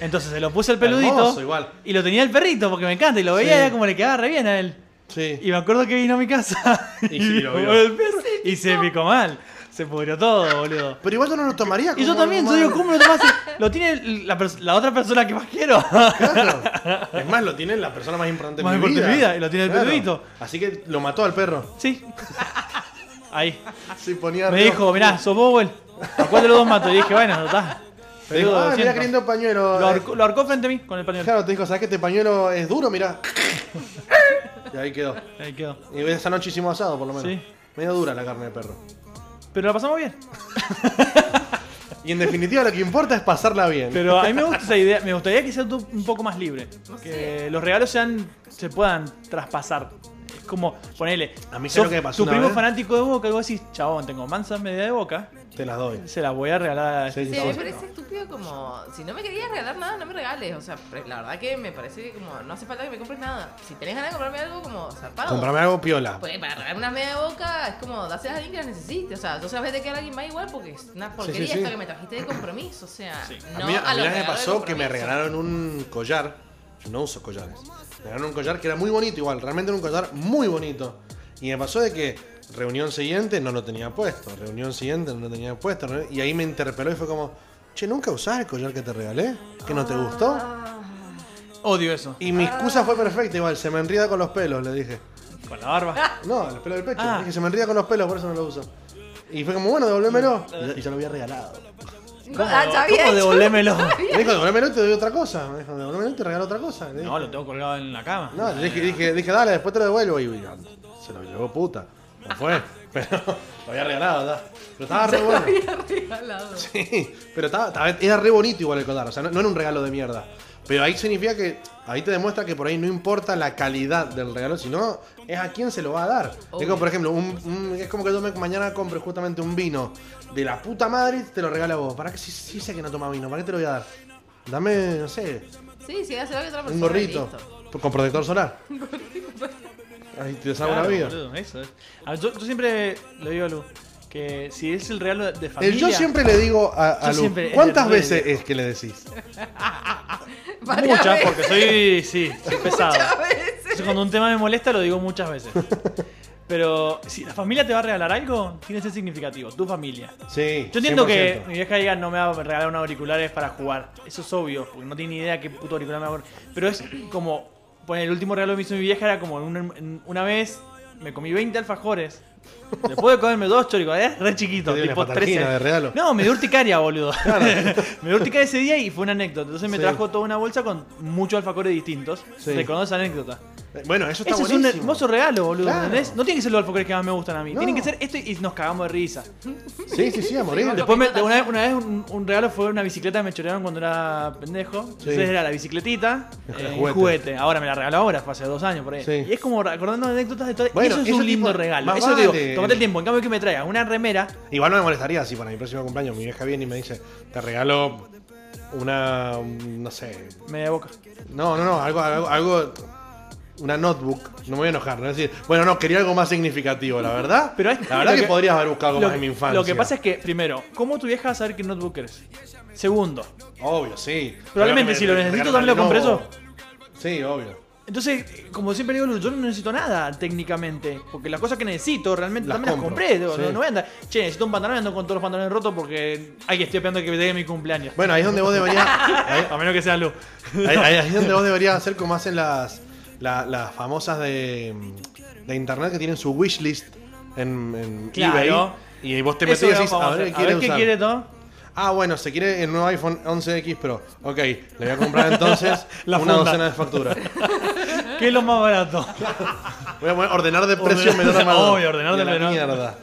Speaker 2: Entonces se lo puse al peludito.
Speaker 1: Hermoso, igual.
Speaker 2: Y lo tenía el perrito porque me encanta. Y lo veía
Speaker 1: Sí.
Speaker 2: y era como le quedaba re bien a él.
Speaker 1: Sí.
Speaker 2: Y me acuerdo que vino a mi casa.
Speaker 1: [laughs] Y sí, lo
Speaker 2: vio
Speaker 1: vio.
Speaker 2: el perro. y se picó mal. Se pudrió todo, boludo.
Speaker 1: Pero igual yo no lo tomaría.
Speaker 2: Y yo
Speaker 1: como
Speaker 2: también, yo
Speaker 1: normal.
Speaker 2: digo, ¿cómo
Speaker 1: [laughs]
Speaker 2: lo tomaste? Lo tiene la, pers- la otra persona que más quiero. [laughs]
Speaker 1: Claro. Es más, lo tiene la persona más importante
Speaker 2: Más
Speaker 1: de mi
Speaker 2: importante
Speaker 1: vida.
Speaker 2: de mi vida, y lo tiene el peludito.
Speaker 1: Así que lo mató al perro.
Speaker 2: sí. Ahí.
Speaker 1: Sí, ponía
Speaker 2: Ah. Me
Speaker 1: arriba.
Speaker 2: dijo, mirá, sos Bowell. ¿A cuál de los dos mato? Y dije, bueno, no está.
Speaker 1: Te dijo,
Speaker 2: Peludo,
Speaker 1: ah,
Speaker 2: lo
Speaker 1: mira
Speaker 2: siento".
Speaker 1: qué lindo pañuelo.
Speaker 2: Lo ahorcó, lo ahorcó frente a mí con el pañuelo.
Speaker 1: Claro, te dijo, ¿sabes que este pañuelo es duro? Mirá. y ahí quedó.
Speaker 2: Ahí quedó.
Speaker 1: Y esa noche hicimos asado, por lo menos.
Speaker 2: Sí.
Speaker 1: Medio dura la carne de perro.
Speaker 2: Pero la pasamos bien.
Speaker 1: Y en definitiva, lo que importa es pasarla bien.
Speaker 2: Pero a mí me gusta esa idea. Me gustaría que sea tu- un poco más libre.
Speaker 3: No
Speaker 2: Que los regalos sean se puedan traspasar. Es como, ponele.
Speaker 1: A mí, ¿sabes
Speaker 2: sos
Speaker 1: lo que me pasó
Speaker 2: Tu
Speaker 1: una
Speaker 2: primo
Speaker 1: vez?
Speaker 2: fanático de boca, y vos decís, chabón, tengo mansa media de boca.
Speaker 1: Te las doy.
Speaker 2: Se las voy a regalar a
Speaker 1: Sí,
Speaker 2: este
Speaker 1: sí,
Speaker 3: Sí,
Speaker 1: sí.
Speaker 3: me parece estúpido como, si no me querías regalar nada, no me regales. O sea, pre- la verdad que me parece que como, no hace falta que me compres nada. Si tenés ganas de comprarme algo como zarpado.
Speaker 1: Comprame algo piola.
Speaker 3: Porque Pues, para regalarme una media de boca es como dáselas a alguien que las necesite. O sea, yo sabes de que a alguien más igual porque es una porquería
Speaker 1: sí.
Speaker 3: esto que me trajiste de compromiso. O sea, no
Speaker 1: a mí, a mí la
Speaker 3: los
Speaker 1: vez me
Speaker 3: regalos de
Speaker 1: pasó que me
Speaker 3: compromiso.
Speaker 1: regalaron un collar. Yo no uso collares. Me regalaron un collar que era muy bonito igual. Realmente era un collar muy bonito. Y me pasó de que reunión siguiente no lo tenía puesto. Reunión siguiente no lo tenía puesto. reunión- Y ahí me interpeló y fue como, che, ¿nunca usás el collar que te regalé? ¿Que no te gustó?
Speaker 2: Odio eso.
Speaker 1: Y mi excusa fue perfecta, igual, se me enrida con los pelos, le dije.
Speaker 2: Con la
Speaker 3: Ah,
Speaker 2: barba.
Speaker 1: No, los pelos del pecho.
Speaker 2: Ah.
Speaker 1: Dije, se me enrida con los pelos, por eso no lo uso. Y fue como, bueno, devolvémelo. Y ya lo había regalado.
Speaker 3: No, ah, ya había
Speaker 2: ¿Cómo
Speaker 3: hecho.
Speaker 2: devolvémelo?
Speaker 1: Me dijo, devolvémelo y te doy otra cosa. Me dijo, devolvémelo y te regalo otra cosa. Le dije,
Speaker 2: No, lo tengo colgado en la cama.
Speaker 1: no, le dije, dije, dije, dale, después te lo devuelvo. Y uy, se lo llevó puta. No fue. [laughs] Pero lo había regalado, ¿verdad? Pero estaba
Speaker 2: [laughs]
Speaker 1: re bueno.
Speaker 3: Había regalado.
Speaker 1: Sí, [laughs] pero estaba- estaba- era re bonito igual el collar, o sea, no, no era un regalo de mierda. Pero ahí significa que, ahí te demuestra que por ahí no importa la calidad del regalo, sino es a quién se lo va a dar. Es
Speaker 3: Obvio.
Speaker 1: como, por ejemplo, un- un- es como que yo me- mañana compre justamente un vino de la puta madre y te lo regalo a vos. ¿Para qué? Si, si sé que no toma vino, ¿para qué te lo voy a dar? Dame, no sé,
Speaker 3: Sí, sí, hace lo que otra persona.
Speaker 1: un
Speaker 3: y
Speaker 1: gorrito
Speaker 3: listo. [laughs]
Speaker 1: con protector solar. Ahí te salvo
Speaker 2: Claro,
Speaker 1: la vida.
Speaker 2: boludo, eso es. A ver, yo, yo siempre le digo a Lu que si es el regalo de
Speaker 1: El
Speaker 2: familia.
Speaker 1: yo siempre le digo a, a
Speaker 2: Yo
Speaker 1: Lu,
Speaker 2: siempre-
Speaker 1: ¿cuántas
Speaker 2: el- el-
Speaker 1: veces es que le decís?
Speaker 3: Varias
Speaker 2: Muchas,
Speaker 3: veces. [laughs]
Speaker 2: porque soy. Sí, soy pesado.
Speaker 3: Muchas veces.
Speaker 2: [laughs] Entonces, cuando un tema me molesta, lo digo muchas veces. Pero si la familia te va a regalar algo, tiene que ser significativo. Tu familia.
Speaker 1: Sí.
Speaker 2: Yo entiendo que
Speaker 1: 100%.
Speaker 2: mi vieja diga no me va a regalar unos auriculares para jugar. Eso es obvio, porque no tiene ni idea qué puto auricular me va a poner. Pero es como, poner el último regalo que me hizo mi vieja era como una, una vez me comí 20 alfajores. Después de comerme dos choricos, era re chiquito,
Speaker 1: Te dio
Speaker 2: tipo
Speaker 1: una patargina
Speaker 2: 13.
Speaker 1: de regalo.
Speaker 2: No, me dio urticaria, boludo. [laughs] me dio urticaria ese día y fue una anécdota. Entonces me
Speaker 1: Sí.
Speaker 2: trajo toda una bolsa con muchos alfajores distintos.
Speaker 1: Sí.
Speaker 2: Recuerdo esa anécdota.
Speaker 1: Bueno, eso está
Speaker 2: Ese es un
Speaker 1: buenísimo.
Speaker 2: hermoso regalo, boludo.
Speaker 1: Claro.
Speaker 2: ¿entendés? No tienen que ser los alfajores que más me gustan a mí.
Speaker 1: No.
Speaker 2: Tienen que ser esto y nos cagamos de risa.
Speaker 1: Sí, sí, sí, a morir.
Speaker 2: Después me- de una vez, una vez un, un regalo fue una bicicleta que me chorearon cuando era pendejo. Entonces
Speaker 1: Sí.
Speaker 2: era la bicicletita,
Speaker 1: Con
Speaker 2: eh,
Speaker 1: el
Speaker 2: el
Speaker 1: juguete.
Speaker 2: juguete. Ahora me la regaló ahora, fue hace dos años por ahí.
Speaker 1: Sí.
Speaker 2: Y es como recordando anécdotas de todo.
Speaker 1: Bueno,
Speaker 2: eso es
Speaker 1: ese
Speaker 2: un lindo
Speaker 1: tipo-
Speaker 2: regalo.
Speaker 1: más
Speaker 2: Eso te
Speaker 1: vale.
Speaker 2: digo, tomate el tiempo. En cambio que me traigas una remera,
Speaker 1: Igual no me molestaría si para mi próximo cumpleaños mi vieja viene y me dice, te regalo una, un- no sé,
Speaker 2: media boca.
Speaker 1: no, no, no, algo, algo, algo- una notebook, no me voy a enojar, no es decir, bueno, no, quería algo más significativo, la verdad.
Speaker 2: Pero es-
Speaker 1: la verdad
Speaker 2: lo
Speaker 1: que,
Speaker 2: que-
Speaker 1: podrías haber buscado algo
Speaker 2: Lo,
Speaker 1: más en mi infancia.
Speaker 2: lo que pasa es que, primero, ¿cómo tu vieja va a saber qué notebook eres? Segundo,
Speaker 1: Obvio, sí.
Speaker 2: Probablemente, si lo necesito, también lo compré
Speaker 1: eso. Sí, obvio.
Speaker 2: Entonces, como siempre digo, yo no necesito nada técnicamente. Porque las cosas que necesito realmente
Speaker 1: Las
Speaker 2: también
Speaker 1: compro,
Speaker 2: las compré. digo,
Speaker 1: sí.
Speaker 2: No, no voy a andar. Che, necesito un pantalón y ando con todos los pantalones rotos porque. Ay, estoy esperando que me llegue mi cumpleaños.
Speaker 1: Bueno, ahí es donde vos deberías... [laughs] ahí-
Speaker 2: A menos que sea luz.
Speaker 1: Ahí, ahí- ahí es
Speaker 2: [laughs]
Speaker 1: donde vos deberías hacer como hacen las, la- las famosas de, de internet que tienen su wishlist en, en
Speaker 2: Claro.
Speaker 1: eBay. Y ahí vos te metés y
Speaker 2: Eso
Speaker 1: decís,
Speaker 2: vamos
Speaker 1: a ver qué
Speaker 2: hacer.
Speaker 1: quiere
Speaker 2: qué
Speaker 1: usar.
Speaker 2: quiere todo.
Speaker 1: Ah, bueno, se quiere el nuevo iPhone 11X Pro. Ok, le voy a comprar entonces
Speaker 2: [laughs] La
Speaker 1: una
Speaker 2: funda.
Speaker 1: docena de facturas.
Speaker 2: ¿Qué es lo más barato?
Speaker 1: Voy a poner ordenar de precio
Speaker 2: Ordenar-
Speaker 1: menor a menor.
Speaker 2: obvio, ordenar de
Speaker 1: la
Speaker 2: menor.
Speaker 1: mierda.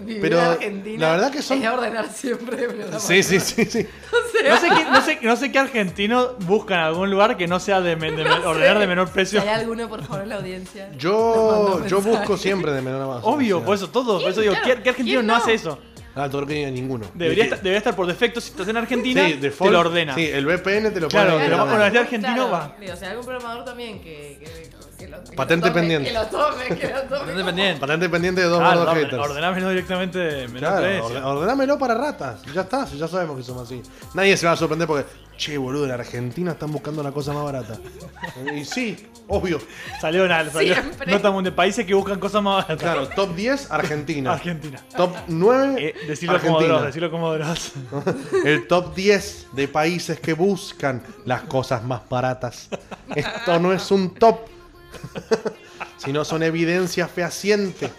Speaker 3: Vivir
Speaker 1: Pero
Speaker 3: en Argentina
Speaker 1: la verdad que son-
Speaker 3: Es ordenar siempre. pero-
Speaker 1: Sí, sí, sí, sí.
Speaker 3: O sea,
Speaker 2: No sé, qué, no, sé, no sé qué argentino busca en algún lugar que no sea de, men- de men-
Speaker 3: no sé.
Speaker 2: ordenar de menor precio.
Speaker 3: Si hay alguno, por favor, en la audiencia. Nos
Speaker 1: Yo,
Speaker 3: mandó
Speaker 1: yo
Speaker 3: mensaje.
Speaker 1: busco siempre de menor a más.
Speaker 2: Obvio, por eso todo. Por eso digo,
Speaker 3: Claro,
Speaker 2: ¿qué, qué argentino
Speaker 3: ¿quién
Speaker 2: no
Speaker 3: no?
Speaker 2: hace eso?
Speaker 1: Ah, todo lo que ninguno.
Speaker 2: Debería,
Speaker 1: De que-
Speaker 2: estar, debería estar por defecto. Si estás en Argentina,
Speaker 1: Sí,
Speaker 2: te
Speaker 1: default,
Speaker 2: lo ordena.
Speaker 1: Sí, el VPN te lo
Speaker 2: Claro,
Speaker 1: pone.
Speaker 2: pero
Speaker 1: ordenado.
Speaker 2: bueno, desde argentino
Speaker 3: claro,
Speaker 2: va.
Speaker 3: digo, O sea, algún programador también que, que, que lo que lo
Speaker 1: Patente
Speaker 3: tome,
Speaker 1: pendiente.
Speaker 3: Que lo tome, que lo tome.
Speaker 2: Patente pendiente.
Speaker 1: Patente pendiente de dos
Speaker 2: Claro,
Speaker 1: gordos
Speaker 2: orden-
Speaker 1: haters.
Speaker 2: ordenámelo directamente de menor
Speaker 1: Claro,
Speaker 2: precio.
Speaker 1: orde- ordenámelo para ratas. Ya está, si ya sabemos que somos así. Nadie se va a sorprender porque, che, boludo, en Argentina están buscando la cosa más barata. y sí, obvio.
Speaker 2: Salió en alza. salió-
Speaker 3: Siempre.
Speaker 2: No estamos de países que buscan cosas más baratas.
Speaker 1: Claro, top 10, Argentina.
Speaker 2: Argentina.
Speaker 1: Top 9,
Speaker 2: Eh, decirlo como Dross,
Speaker 1: Argentina.
Speaker 2: decirlo como Dross.
Speaker 1: El top 10 de países que buscan las cosas más baratas. Esto no es un top, [laughs] sino son evidencias fehacientes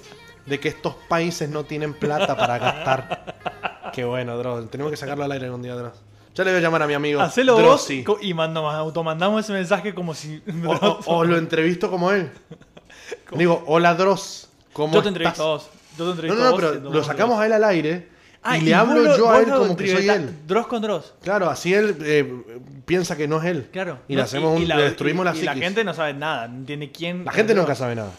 Speaker 1: de que estos países no tienen plata para gastar. Qué bueno, Dross. Tenemos que sacarlo al aire algún día, Dross. Ya le voy a llamar a mi amigo.
Speaker 2: Hacelo vos
Speaker 1: Drossi.
Speaker 2: co- y mando, automandamos ese mensaje como si.
Speaker 1: O, o- o lo entrevisto como él. Digo, hola Dross. ¿Cómo
Speaker 2: yo
Speaker 1: estás?
Speaker 2: te entrevisto a vos. Yo te
Speaker 1: No, no,
Speaker 2: entrevisto a
Speaker 1: no,
Speaker 2: vos.
Speaker 1: pero
Speaker 2: y tomamos
Speaker 1: lo sacamos a él al aire
Speaker 2: Ah,
Speaker 1: y le
Speaker 2: vos
Speaker 1: hablo
Speaker 2: lo-
Speaker 1: yo a
Speaker 2: vos
Speaker 1: él
Speaker 2: lo
Speaker 1: como que soy
Speaker 2: tributás-
Speaker 1: él.
Speaker 2: Dross con Dross.
Speaker 1: Claro, así él eh, piensa que no es él.
Speaker 2: Claro.
Speaker 1: Y
Speaker 2: No,
Speaker 1: le hacemos un,
Speaker 2: y la-
Speaker 1: le destruimos
Speaker 2: y-
Speaker 1: la
Speaker 2: y la
Speaker 1: psiquis.
Speaker 2: gente no sabe nada. No entiende quién.
Speaker 1: La gente nunca sabe nada.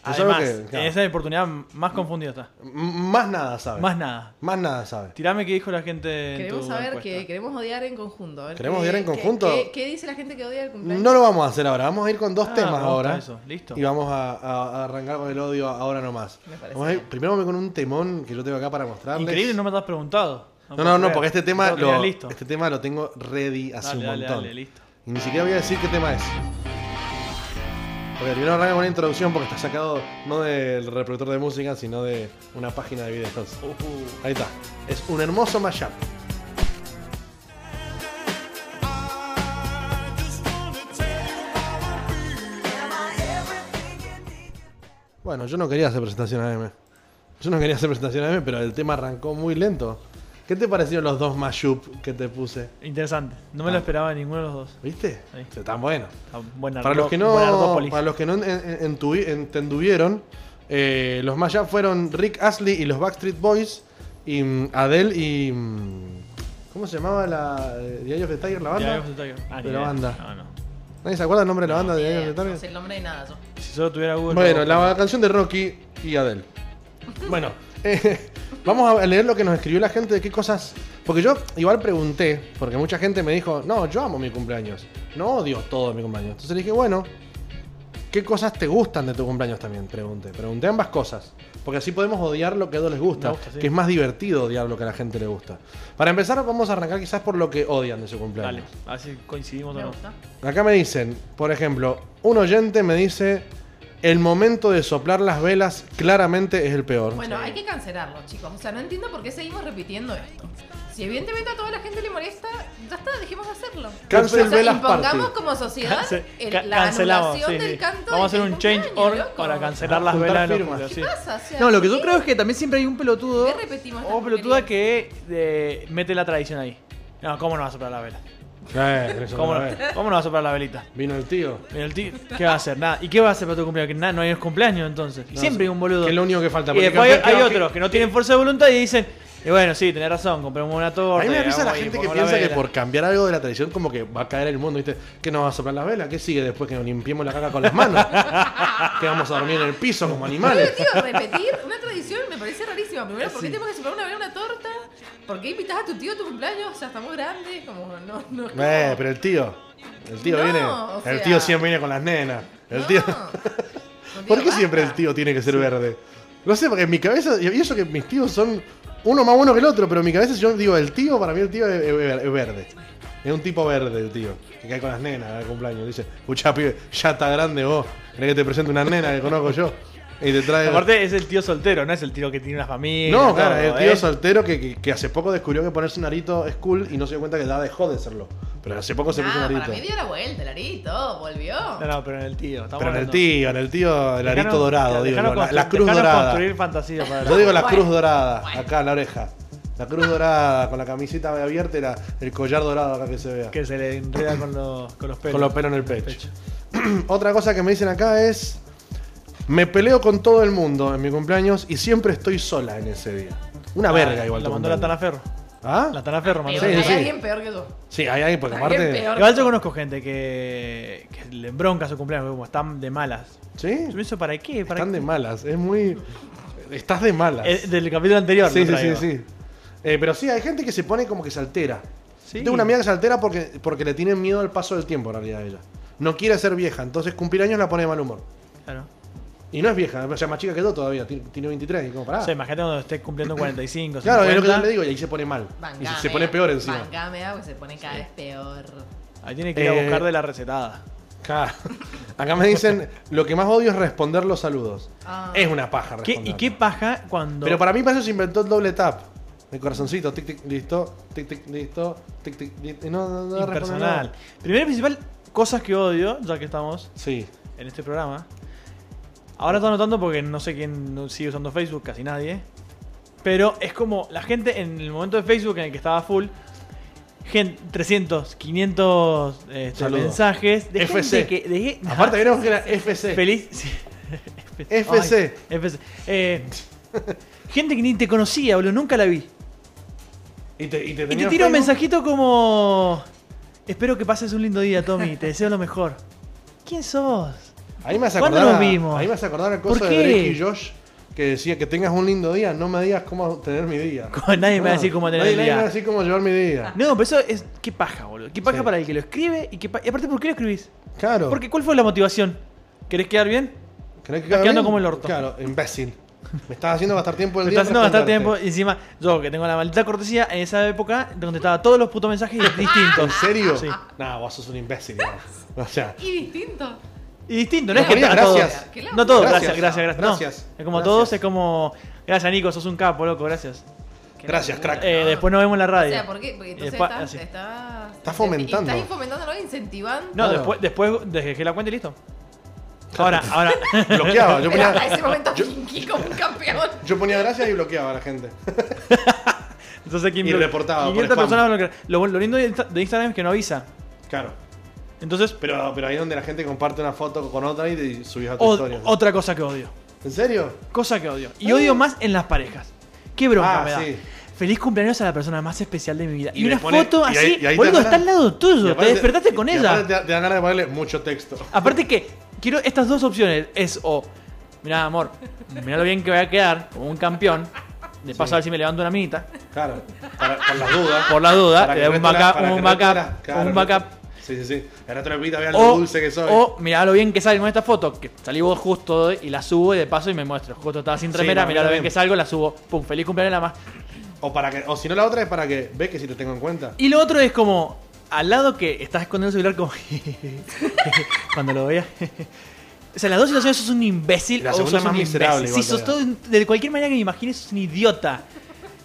Speaker 1: Eso es lo
Speaker 2: Además,
Speaker 1: que- claro.
Speaker 2: en esa oportunidad más confundido está.
Speaker 1: M- Más nada sabe.
Speaker 2: Más nada.
Speaker 1: Más nada sabe.
Speaker 2: Tirame qué dijo la gente. en
Speaker 3: Queremos
Speaker 2: tu
Speaker 3: saber
Speaker 2: encuesta.
Speaker 3: que queremos odiar en conjunto. a ver
Speaker 1: ¿Queremos
Speaker 3: qué-
Speaker 1: odiar en
Speaker 3: qué-
Speaker 1: conjunto?
Speaker 3: ¿Qué, qué dice la gente que odia el cumpleaños?
Speaker 1: No lo vamos a hacer ahora. Vamos a ir con dos
Speaker 2: Ah, me
Speaker 1: temas
Speaker 2: gusta
Speaker 1: ahora.
Speaker 2: eso. Listo.
Speaker 1: Y vamos a, a- a arrancar con el odio ahora nomás.
Speaker 3: Me parece
Speaker 1: Vamos a ir-
Speaker 3: bien.
Speaker 1: primero con un temón que yo tengo acá para mostrarles.
Speaker 2: Increíble, no me lo has preguntado.
Speaker 1: No, no, no,
Speaker 2: puedo
Speaker 1: porque
Speaker 2: creer.
Speaker 1: este tema,
Speaker 2: No puedo creer,
Speaker 1: lo,
Speaker 2: listo.
Speaker 1: este tema lo tengo ready hace
Speaker 2: Dale,
Speaker 1: un
Speaker 2: dale,
Speaker 1: montón.
Speaker 2: dale, listo.
Speaker 1: Y ni siquiera voy a decir qué tema es. Porque primero arranca con una introducción porque está sacado no del reproductor de música, sino de una página de videos.
Speaker 2: Uh-huh.
Speaker 1: Ahí está. Es un hermoso mashup. Bueno, yo no quería hacer presentación AM. Yo no quería hacer presentación AM, pero el tema arrancó muy lento. ¿Qué te parecieron los dos mashup que te puse?
Speaker 2: Interesante. No
Speaker 1: Ah.
Speaker 2: me lo esperaba ninguno de los dos.
Speaker 1: ¿Viste?
Speaker 2: Ahí.
Speaker 1: Están buenos.
Speaker 2: Ah, Buena
Speaker 1: Para los
Speaker 2: ardo-
Speaker 1: que no,
Speaker 2: buena ardópolis.
Speaker 1: para los que no en- en- entuvi- entenduvieron, eh, los mashup fueron Rick Astley y los Backstreet Boys, y mm, Adele y... mm, ¿Cómo se llamaba la eh, The Eye of the Tiger, la
Speaker 2: Ya
Speaker 1: banda?
Speaker 2: habíamos detallado. Ah, ni
Speaker 1: Pero
Speaker 2: idea.
Speaker 1: banda.
Speaker 2: No, no.
Speaker 1: ¿Nadie se acuerda el nombre de la banda de The Eye of the
Speaker 3: No sé
Speaker 1: Tiger?
Speaker 3: el nombre de nada. yo.
Speaker 2: Si solo tuviera Google.
Speaker 1: Bueno,
Speaker 2: lo-
Speaker 1: la canción de Rocky y Adele. Bueno, eh, [laughs] vamos a leer lo que nos escribió la gente de qué cosas... Porque yo igual pregunté, porque mucha gente me dijo, no, yo amo mi cumpleaños, no odio todo mi cumpleaños. Entonces le dije, bueno, ¿Qué cosas te gustan de tu cumpleaños también? Pregunté. Pregunté ambas cosas. Porque así podemos odiar lo que a dos les gusta.
Speaker 2: Me gusta, sí.
Speaker 1: Que es más divertido odiar lo que a la gente le gusta. Para empezar, vamos a arrancar quizás por lo que odian de su
Speaker 2: Dale,
Speaker 1: cumpleaños.
Speaker 2: [laughs] a ver si coincidimos o
Speaker 3: Me
Speaker 2: no.
Speaker 3: gusta.
Speaker 1: Acá me dicen, por ejemplo, un oyente me dice el momento de soplar las velas claramente es el peor.
Speaker 3: Bueno, hay que cancelarlo, chicos. O sea, no entiendo por qué seguimos repitiendo esto. Si evidentemente a toda la gente le molesta, ya está, dejemos de hacerlo.
Speaker 1: Cancel
Speaker 3: o sea,
Speaker 1: velas
Speaker 3: impongamos
Speaker 1: party.
Speaker 3: como sociedad
Speaker 2: Cance-
Speaker 3: el-
Speaker 2: ca-
Speaker 3: la
Speaker 2: cancelamos.
Speaker 3: anulación
Speaker 2: sí,
Speaker 3: del
Speaker 2: sí.
Speaker 3: canto
Speaker 2: Vamos a
Speaker 3: del
Speaker 2: hacer un
Speaker 3: cumpleaños,
Speaker 2: change org
Speaker 3: loco.
Speaker 2: para cancelar las
Speaker 1: Juntar
Speaker 2: velas de los
Speaker 1: firmas.
Speaker 2: cumpleaños,
Speaker 3: ¿Qué
Speaker 2: sí.
Speaker 3: pasa? O sea,
Speaker 2: No, lo que yo
Speaker 3: ¿qué-
Speaker 2: creo es que también siempre hay un pelotudo
Speaker 3: ¿Qué repetimos esta
Speaker 2: o pelotuda que eh, mete la tradición ahí. No, ¿cómo no va a soplar la vela?
Speaker 1: Eh, eso
Speaker 2: ¿Cómo
Speaker 1: no
Speaker 2: no,
Speaker 1: es.
Speaker 2: ¿Cómo no va a soplar la velita?
Speaker 1: Vino el tío.
Speaker 2: Mira, el tío, ¿Qué va a hacer? Nada. ¿Y qué va a hacer para tu cumpleaños? Que nada, no hay cumpleaños entonces.
Speaker 1: No,
Speaker 2: Siempre hay un boludo.
Speaker 1: Que es lo único que falta.
Speaker 2: Y
Speaker 1: porque
Speaker 2: después hay,
Speaker 1: creo que-
Speaker 2: hay otros que no tienen fuerza de voluntad y dicen, y bueno, sí, tenés razón, compremos una
Speaker 1: A
Speaker 2: torta.
Speaker 1: mí me
Speaker 2: y
Speaker 1: da risa la
Speaker 2: vamos y
Speaker 1: gente que
Speaker 2: pongamos
Speaker 1: piensa que
Speaker 2: vela.
Speaker 1: por cambiar algo de la tradición como que va a caer el mundo, ¿viste? Que nos va a soplar las velas, ¿qué sigue después que nos limpiemos la caca con las manos? que vamos a dormir en el piso como
Speaker 3: Pero,
Speaker 1: animales.
Speaker 3: tío, repetir una tradición me parece rarísima.
Speaker 1: Eh,
Speaker 3: Primero, ¿por qué tenemos que soplar una vez una torta? ¿Por qué invitas a tu tío a tu cumpleaños? O sea, estamos grandes, como no, no. es
Speaker 1: Eh,
Speaker 3: como-
Speaker 1: pero el tío, el tío
Speaker 3: No,
Speaker 1: viene,
Speaker 3: o
Speaker 1: el
Speaker 3: sea-
Speaker 1: tío siempre viene con las nenas. El
Speaker 3: no.
Speaker 1: tío,
Speaker 3: No,
Speaker 1: ¿por qué
Speaker 3: basta.
Speaker 1: siempre el tío tiene que ser verde? No sé, porque en mi cabeza, y eso que mis tíos son uno más bueno que el otro, pero en mi cabeza yo digo, el tío, para mí el tío es, es- es verde. Es un tipo verde el tío, que cae con las nenas al cumpleaños. Dice, escuchá, pibe, ya está grande vos, ¿querés que te presente una nena que conozco yo? Y te trae...
Speaker 2: Aparte es el tío soltero, no es el tío que tiene una familia.
Speaker 1: No, claro,
Speaker 2: todo,
Speaker 1: el tío
Speaker 2: ¿eh?
Speaker 1: soltero que, que- que hace poco descubrió que ponerse un arito es cool y no se dio cuenta que ya dejó de serlo. Pero hace poco se puso un
Speaker 3: Nah,
Speaker 1: arito.
Speaker 3: Ah, para mí dio la vuelta, el arito, volvió.
Speaker 2: No, no, pero en el tío. estamos
Speaker 1: Pero en el
Speaker 2: hablando.
Speaker 1: tío, en el tío, el
Speaker 2: Dejanos-
Speaker 1: arito dorado, digo,
Speaker 2: dejanos
Speaker 1: no, la, la
Speaker 2: constru-
Speaker 1: cruz
Speaker 2: dejanos
Speaker 1: dorada.
Speaker 2: construir fantasía para
Speaker 1: Yo digo la
Speaker 3: Bueno,
Speaker 1: cruz dorada,
Speaker 3: bueno.
Speaker 1: acá en la oreja. La cruz dorada, con la camiseta abierta y la- el collar dorado acá que se vea.
Speaker 2: que se le enreda con los, con los pelos.
Speaker 1: Con los pelos en el pecho. [clears throat] Otra cosa que me dicen acá es, me peleo con todo el mundo en mi cumpleaños y siempre estoy sola en ese día. Una
Speaker 2: Ah,
Speaker 1: verga igual.
Speaker 2: La
Speaker 1: tu
Speaker 2: mandó la Tana
Speaker 1: cumpleaños.
Speaker 2: Ferro.
Speaker 1: ¿Ah?
Speaker 2: La Tana Ferro mandó.
Speaker 3: Peor,
Speaker 1: Sí,
Speaker 3: hay
Speaker 1: sí.
Speaker 3: alguien peor que tú.
Speaker 1: Sí, hay ahí, porque
Speaker 3: Alguien
Speaker 1: aparte...
Speaker 3: peor.
Speaker 2: Igual yo conozco gente que, que le bronca su cumpleaños, como están de malas.
Speaker 1: ¿Sí?
Speaker 2: Yo pienso, ¿para qué? ¿Para
Speaker 1: Están
Speaker 2: qué?
Speaker 1: de malas, es muy... Estás de malas.
Speaker 2: Eh, del capítulo anterior.
Speaker 1: Sí,
Speaker 2: lo
Speaker 1: sí, sí,
Speaker 2: traigo.
Speaker 1: sí. Eh, pero sí, hay gente que se pone como que se altera.
Speaker 2: Sí.
Speaker 1: Tengo una amiga que se altera porque, porque le tiene miedo al paso del tiempo, en realidad, ella. No quiere ser vieja, entonces cumplir años la pone de mal humor.
Speaker 2: Claro.
Speaker 1: Y no es vieja, o sea, más chica que yo todavía, tiene, tiene 23, y como pará.
Speaker 2: O sea, imagínate cuando estés
Speaker 1: [coughs]
Speaker 2: cumpliendo 45,
Speaker 1: Ah. claro, es lo que yo
Speaker 2: 50.
Speaker 1: le digo, y ahí se pone mal. Y se,
Speaker 3: Bangamea,
Speaker 1: se pone peor encima.
Speaker 3: Bangamea, pues se pone cada vez peor.
Speaker 2: Ahí tiene que ir a
Speaker 1: Eh,
Speaker 2: buscar de la recetada.
Speaker 1: Acá, [laughs] acá me dicen, lo que más odio es responder los saludos.
Speaker 3: Ah.
Speaker 1: Es una paja
Speaker 2: ¿Qué-
Speaker 1: responder.
Speaker 2: ¿Y qué paja cuando.?
Speaker 1: Pero para mí para eso se inventó el doble tap. El corazoncito, tic, tic, listo, tic, tic, listo, tic, tic, listo. Y No, no, no responde
Speaker 2: Impersonal.
Speaker 1: nada.
Speaker 2: Primero y principal, cosas que odio, ya que estamos
Speaker 1: Sí.
Speaker 2: en este programa. Ahora estoy anotando porque no sé quién no sigue usando Facebook, casi nadie. Pero es como la gente en el momento de Facebook en el que estaba full. Gen 300, 500 este,
Speaker 1: Saludos.
Speaker 2: mensajes de
Speaker 1: FC.
Speaker 2: gente que. de-
Speaker 1: Aparte, veremos que era FC.
Speaker 2: Feliz. [laughs] sí.
Speaker 1: FC.
Speaker 2: Ay, FC. Eh, gente que ni te conocía, boludo, nunca la vi.
Speaker 1: Y te, y te,
Speaker 2: Y
Speaker 1: tenía
Speaker 2: te tira
Speaker 1: Facebook.
Speaker 2: un mensajito como. Espero que pases un lindo día, Tommy. Te deseo lo mejor. ¿Quién sos?
Speaker 1: Ahí me hace
Speaker 2: ¿Cuándo
Speaker 1: acordar.
Speaker 2: nos
Speaker 1: a-
Speaker 2: vimos?
Speaker 1: Ahí me hace acordar el
Speaker 2: ¿Por
Speaker 1: cosa de
Speaker 2: qué?
Speaker 1: Drake y Josh que decía que tengas un lindo día, no me digas cómo tener mi día.
Speaker 2: [laughs] Como nadie me va a
Speaker 1: No,
Speaker 2: decir cómo tener
Speaker 1: nadie-
Speaker 2: el
Speaker 1: Nadie me va a
Speaker 2: día. Ah.
Speaker 1: decir cómo llevar mi día.
Speaker 2: No, pero eso es. Qué paja, boludo. Qué paja
Speaker 1: Sí.
Speaker 2: para el que lo escribe y, qué pa- y aparte, ¿por qué lo escribís?
Speaker 1: Claro.
Speaker 2: Porque, ¿cuál fue la motivación? ¿Querés quedar bien?
Speaker 1: ¿Crees que
Speaker 2: estás
Speaker 1: cabe
Speaker 2: quedando
Speaker 1: bien?
Speaker 2: como el orto.
Speaker 1: Claro, imbécil. Me estás haciendo gastar tiempo el
Speaker 2: Me
Speaker 1: día.
Speaker 2: está haciendo gastar tiempo.
Speaker 1: responderte.
Speaker 2: Y encima, yo que tengo la maldita cortesía en esa época donde estaba todos los putos mensajes [laughs] distintos.
Speaker 1: ¿En serio?
Speaker 2: Sí.
Speaker 1: No, vos sos un imbécil. ¿no? O sea,
Speaker 3: Y distinto.
Speaker 2: Y distinto, no es que
Speaker 1: Quería
Speaker 2: a
Speaker 1: gracias.
Speaker 2: todos. No todos, gracias, gracias, gracias. No,
Speaker 1: Gracias.
Speaker 2: es como
Speaker 1: Gracias.
Speaker 2: todos, es como. Gracias, Nico, sos un capo, loco, gracias.
Speaker 1: gracias, crack.
Speaker 2: Eh, después nos vemos en la
Speaker 3: O
Speaker 2: radio.
Speaker 3: sea, ¿por qué? Porque entonces
Speaker 2: Después-
Speaker 3: estás,
Speaker 2: así.
Speaker 3: estás.
Speaker 1: Estás fomentando.
Speaker 3: Estás fomentándolo, incentivando.
Speaker 2: No,
Speaker 1: Claro.
Speaker 2: después, después dejé la cuenta y listo. Ahora,
Speaker 1: [laughs]
Speaker 2: ahora.
Speaker 1: Bloqueaba. Yo
Speaker 3: Pero hasta
Speaker 1: ponía,
Speaker 3: ese momento Kinky como un campeón.
Speaker 1: yo ponía gracias y bloqueaba a la gente.
Speaker 2: Entonces aquí
Speaker 1: Y reportaba por
Speaker 2: 500
Speaker 1: spam.
Speaker 2: personas bloqueadas. lo, lo lindo de Insta- de Instagram es que no avisa.
Speaker 1: Claro.
Speaker 2: Entonces,
Speaker 1: Pero, pero ahí es donde la gente comparte una foto con otra y te- subís a tu
Speaker 2: o-
Speaker 1: historia.
Speaker 2: otra cosa que odio.
Speaker 1: ¿En serio?
Speaker 2: Cosa que odio. Y odio más en las parejas. Qué bronca
Speaker 1: Ah,
Speaker 2: me da.
Speaker 1: sí.
Speaker 2: Feliz cumpleaños a la persona más especial de mi vida.
Speaker 1: Y
Speaker 2: Y,
Speaker 1: le
Speaker 2: una
Speaker 1: pone-
Speaker 2: foto
Speaker 1: y ahí-
Speaker 2: así,
Speaker 1: y ahí te
Speaker 2: boludo,
Speaker 1: dan
Speaker 2: está al
Speaker 1: ganas-
Speaker 2: lado
Speaker 1: Y
Speaker 2: tuyo.
Speaker 1: aparte-
Speaker 2: te despertaste con
Speaker 1: y
Speaker 2: ella.
Speaker 1: aparte Te, te dan ganas de ponerle mucho texto.
Speaker 2: Aparte que quiero estas dos opciones. Es o, mirá, amor, mirá lo bien que voy a quedar como un campeón. De paso
Speaker 1: Sí.
Speaker 2: a ver si me levanto una minita.
Speaker 1: Claro. Para, por las dudas.
Speaker 2: Por la duda,
Speaker 1: Para
Speaker 2: te
Speaker 1: que
Speaker 2: da
Speaker 1: no te
Speaker 2: un
Speaker 1: la-
Speaker 2: backup,
Speaker 1: para que
Speaker 2: un
Speaker 1: no te la-
Speaker 2: backup,
Speaker 1: claro,
Speaker 2: un
Speaker 1: no te-
Speaker 2: backup.
Speaker 1: Sí, sí, sí. En otra vida vean lo
Speaker 2: O,
Speaker 1: dulce que soy.
Speaker 2: o mirá lo bien que salgo con esta foto, que salí vos justo hoy y la subo y de paso y me muestro. Justo estaba sin
Speaker 1: Sí,
Speaker 2: remera,
Speaker 1: no, mirá
Speaker 2: mirá lo
Speaker 1: bien.
Speaker 2: bien que salgo, la subo. Pum, feliz cumpleaños la más.
Speaker 1: O para que, o si no la otra es para que ve que si te tengo en cuenta.
Speaker 2: Y lo otro es como, [laughs] al lado que estás escondiendo el celular como... cuando lo veas. O sea, las dos situaciones sos un imbécil
Speaker 1: La
Speaker 2: o
Speaker 1: segunda
Speaker 2: sos
Speaker 1: más
Speaker 2: un
Speaker 1: miserable
Speaker 2: imbécil.
Speaker 1: igual
Speaker 2: Sí, sos todo,
Speaker 1: todavía.
Speaker 2: de cualquier manera que me imagines, sos un idiota.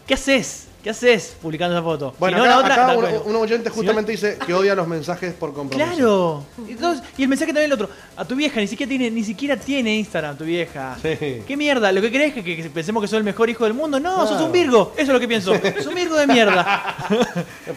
Speaker 2: ¿Qué haces? ¿Qué haces publicando esa foto?
Speaker 1: Bueno,
Speaker 2: Si no,
Speaker 1: acá, acá
Speaker 2: la
Speaker 1: un,
Speaker 2: cuelgo.
Speaker 1: un oyente
Speaker 2: Si no-
Speaker 1: justamente dice que odia los mensajes por compromiso.
Speaker 2: Claro. Entonces, y el mensaje también el otro. A tu vieja, ni siquiera tiene, ni siquiera tiene Instagram, tu vieja.
Speaker 1: Sí.
Speaker 2: ¿Qué mierda? ¿Lo que crees que, que pensemos que soy el mejor hijo del mundo? No, sos
Speaker 1: Claro.
Speaker 2: un Virgo. Eso es lo
Speaker 1: [laughs]
Speaker 2: que pienso. Sos un Virgo de mierda.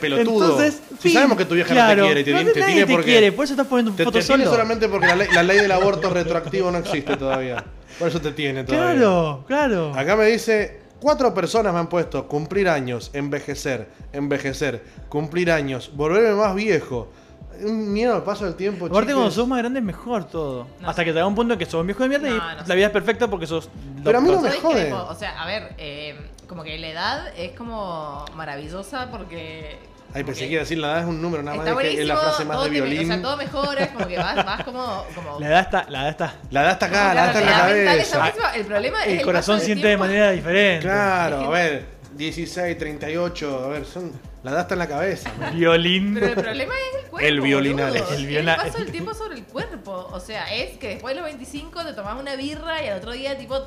Speaker 1: Pelotudo.
Speaker 2: Entonces,
Speaker 1: si
Speaker 2: fin.
Speaker 1: sabemos que tu vieja
Speaker 2: Claro.
Speaker 1: no te quiere y te,
Speaker 2: No,
Speaker 1: te
Speaker 2: nadie
Speaker 1: tiene
Speaker 2: te
Speaker 1: porque.
Speaker 2: quiere, pues, por eso estás poniendo
Speaker 1: te, te
Speaker 2: fotos
Speaker 1: tiene
Speaker 2: solo.
Speaker 1: solamente porque la ley, la ley del aborto retroactivo no existe todavía. Por eso te tiene todavía.
Speaker 2: Claro, claro.
Speaker 1: Acá me dice, cuatro personas me han puesto cumplir años, envejecer, envejecer, cumplir años, volverme más viejo. Un miedo al paso del tiempo.
Speaker 2: Aparte,
Speaker 1: chicos.
Speaker 2: cuando sos más grande es mejor todo.
Speaker 3: No.
Speaker 2: Hasta que te haga un punto en que sos un viejo de mierda
Speaker 3: No,
Speaker 2: y
Speaker 3: no
Speaker 2: la
Speaker 3: sé.
Speaker 2: vida es perfecta porque sos.
Speaker 1: Pero a mí no
Speaker 2: doctor.
Speaker 1: me
Speaker 3: Yo
Speaker 1: jode.
Speaker 3: discrepo, O sea, a ver, eh, como que la edad es como maravillosa porque.
Speaker 1: Ay,
Speaker 3: como
Speaker 1: pensé
Speaker 3: que
Speaker 1: que iba a decir la edad es un número, nada más
Speaker 3: Está
Speaker 1: dije,
Speaker 3: buenísimo.
Speaker 1: es la frase más
Speaker 3: todo
Speaker 1: de
Speaker 3: te me-
Speaker 1: violín.
Speaker 3: o sea, todo mejora, es como que vas, vas como.
Speaker 1: [laughs]
Speaker 3: como
Speaker 2: La edad está. La edad está.
Speaker 1: La edad está acá,
Speaker 3: como
Speaker 1: la edad está en la
Speaker 3: edad mental es la
Speaker 1: cabeza. Ah,
Speaker 3: misma, el problema es.
Speaker 2: El corazón
Speaker 3: paso del
Speaker 2: siente de
Speaker 3: tiempo.
Speaker 2: manera diferente.
Speaker 1: Claro, a ver, 16, 38, a ver, son. La edad está en la cabeza. man.
Speaker 2: Violín.
Speaker 3: Pero el problema es el cuerpo.
Speaker 1: [laughs] El violinares.
Speaker 3: boludo.
Speaker 2: El
Speaker 3: El,
Speaker 2: viola-
Speaker 3: paso del tiempo sobre el cuerpo. O sea, es que después de los 25 te tomás una birra y al otro día, tipo,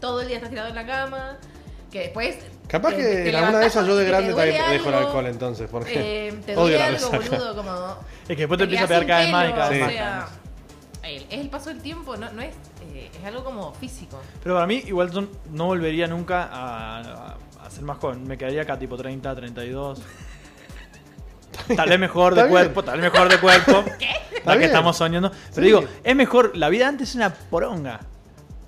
Speaker 3: todo el día estás tirado en la cama. Que después.
Speaker 1: Capaz
Speaker 3: te-
Speaker 1: que
Speaker 3: te
Speaker 1: en alguna de
Speaker 3: levantás
Speaker 1: esas yo de
Speaker 3: y te
Speaker 1: grande
Speaker 3: duele
Speaker 1: también dejo el
Speaker 3: algo.
Speaker 1: alcohol entonces, porque
Speaker 3: Eh, te
Speaker 1: odio
Speaker 3: duele
Speaker 1: la
Speaker 3: algo,
Speaker 1: resaca.
Speaker 3: boludo, como.
Speaker 2: Es que después te empieza a
Speaker 3: quedás
Speaker 2: pegar cada vez
Speaker 3: sin
Speaker 2: más y
Speaker 3: pelo,
Speaker 2: cada vez
Speaker 1: Sí.
Speaker 3: o
Speaker 2: más.
Speaker 3: sea, el- es el paso del tiempo, no, no es, eh, es algo como físico.
Speaker 2: Pero para mí, igual yo no volvería nunca a, a- a ser más joven. Me quedaría acá tipo
Speaker 1: [laughs]
Speaker 2: 30, 32. Tal vez mejor
Speaker 1: Está
Speaker 2: de
Speaker 1: bien.
Speaker 2: cuerpo, tal vez mejor de
Speaker 1: [laughs]
Speaker 2: cuerpo.
Speaker 1: Está
Speaker 2: La que
Speaker 1: bien.
Speaker 2: estamos soñando. Pero
Speaker 1: Sí.
Speaker 2: digo, es mejor, la vida antes es una poronga.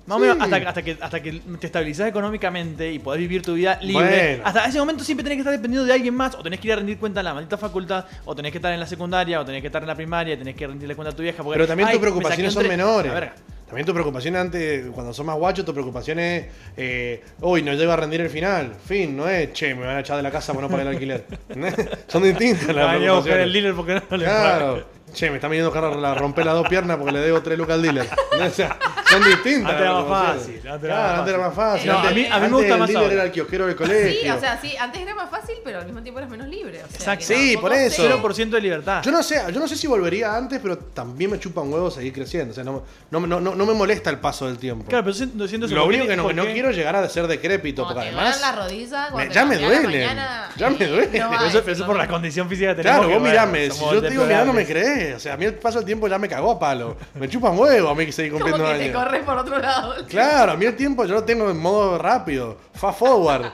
Speaker 2: Más o
Speaker 1: Sí.
Speaker 2: menos hasta, hasta que, hasta que te estabilizás económicamente y podés vivir tu vida libre.
Speaker 1: Bueno.
Speaker 2: Hasta ese momento siempre tenés que estar dependiendo de alguien más. O tenés que ir a rendir cuenta en la maldita facultad, o tenés que estar en la secundaria, o tenés que estar en la primaria, tenés que rendirle cuenta a tu vieja. porque,
Speaker 1: Pero también
Speaker 2: "Ay,
Speaker 1: tus
Speaker 2: me saqué
Speaker 1: preocupaciones
Speaker 2: un
Speaker 1: son
Speaker 2: tres".
Speaker 1: menores.
Speaker 2: La verga.
Speaker 1: También tu preocupación antes, cuando sos más guacho, tu preocupación es, eh, hoy no llego a rendir el final. Fin, no es, che, me van a echar de la casa por no pagar el alquiler. [laughs] Son distintas
Speaker 2: La
Speaker 1: las
Speaker 2: venía a buscar
Speaker 1: preocupaciones.
Speaker 2: el dealer porque no le
Speaker 1: Claro. Che, me está viniendo cara la romper las dos piernas porque le debo tres lucas al dealer. [laughs] O sea, son distintas.
Speaker 2: Antes era
Speaker 1: las
Speaker 2: más
Speaker 1: preocupaciones.
Speaker 2: fácil, antes era
Speaker 1: Claro,
Speaker 2: más
Speaker 1: antes era más fácil.
Speaker 3: No, a
Speaker 1: antes,
Speaker 3: mí- a mí me
Speaker 1: antes
Speaker 2: gusta
Speaker 1: el
Speaker 2: más
Speaker 1: dealer
Speaker 2: ahora.
Speaker 1: era el kiosquero del colegio.
Speaker 3: Sí, o sea, sí, antes era más fácil, pero al mismo tiempo eras menos libre. O sea,
Speaker 2: Exacto.
Speaker 3: que
Speaker 1: Sí,
Speaker 3: tampoco
Speaker 1: por eso.
Speaker 3: sé-
Speaker 2: 0% de libertad.
Speaker 1: Yo no sé, yo no sé si volvería antes, pero también me chupa un huevo seguir creciendo. O sea, no, no, no, no- no me molesta el paso del tiempo.
Speaker 2: Claro, pero siento, siento eso
Speaker 1: Lo
Speaker 2: porque-
Speaker 1: único que no, que no
Speaker 2: porque-
Speaker 1: quiero es llegar a ser decrépito,
Speaker 3: Cuando
Speaker 1: porque
Speaker 3: te duelen
Speaker 1: además.
Speaker 3: las rodillas, cuando
Speaker 1: me-
Speaker 3: te
Speaker 1: ya me
Speaker 3: cambias la
Speaker 1: duelen,
Speaker 3: mañana,
Speaker 1: ya me
Speaker 3: eh,
Speaker 1: duelen.
Speaker 3: no
Speaker 2: Pero
Speaker 3: vas,
Speaker 2: eso, pero eso
Speaker 3: no
Speaker 2: por la
Speaker 3: vas.
Speaker 2: condición física que tenemos.
Speaker 1: Claro,
Speaker 2: que,
Speaker 1: vos
Speaker 2: bueno,
Speaker 1: mirame, si
Speaker 2: somos
Speaker 1: yo te digo mirá, no me
Speaker 2: deplorables.
Speaker 1: crees. O sea, a mí el paso del tiempo ya me cagó a palo. Me chupa un huevo a mí que seguir
Speaker 3: Como
Speaker 1: cumpliendo
Speaker 3: que te
Speaker 1: años.
Speaker 3: corres por
Speaker 2: [laughs]
Speaker 3: otro lado.
Speaker 1: Claro, a mí el tiempo yo lo tengo en modo rápido. Fast forward.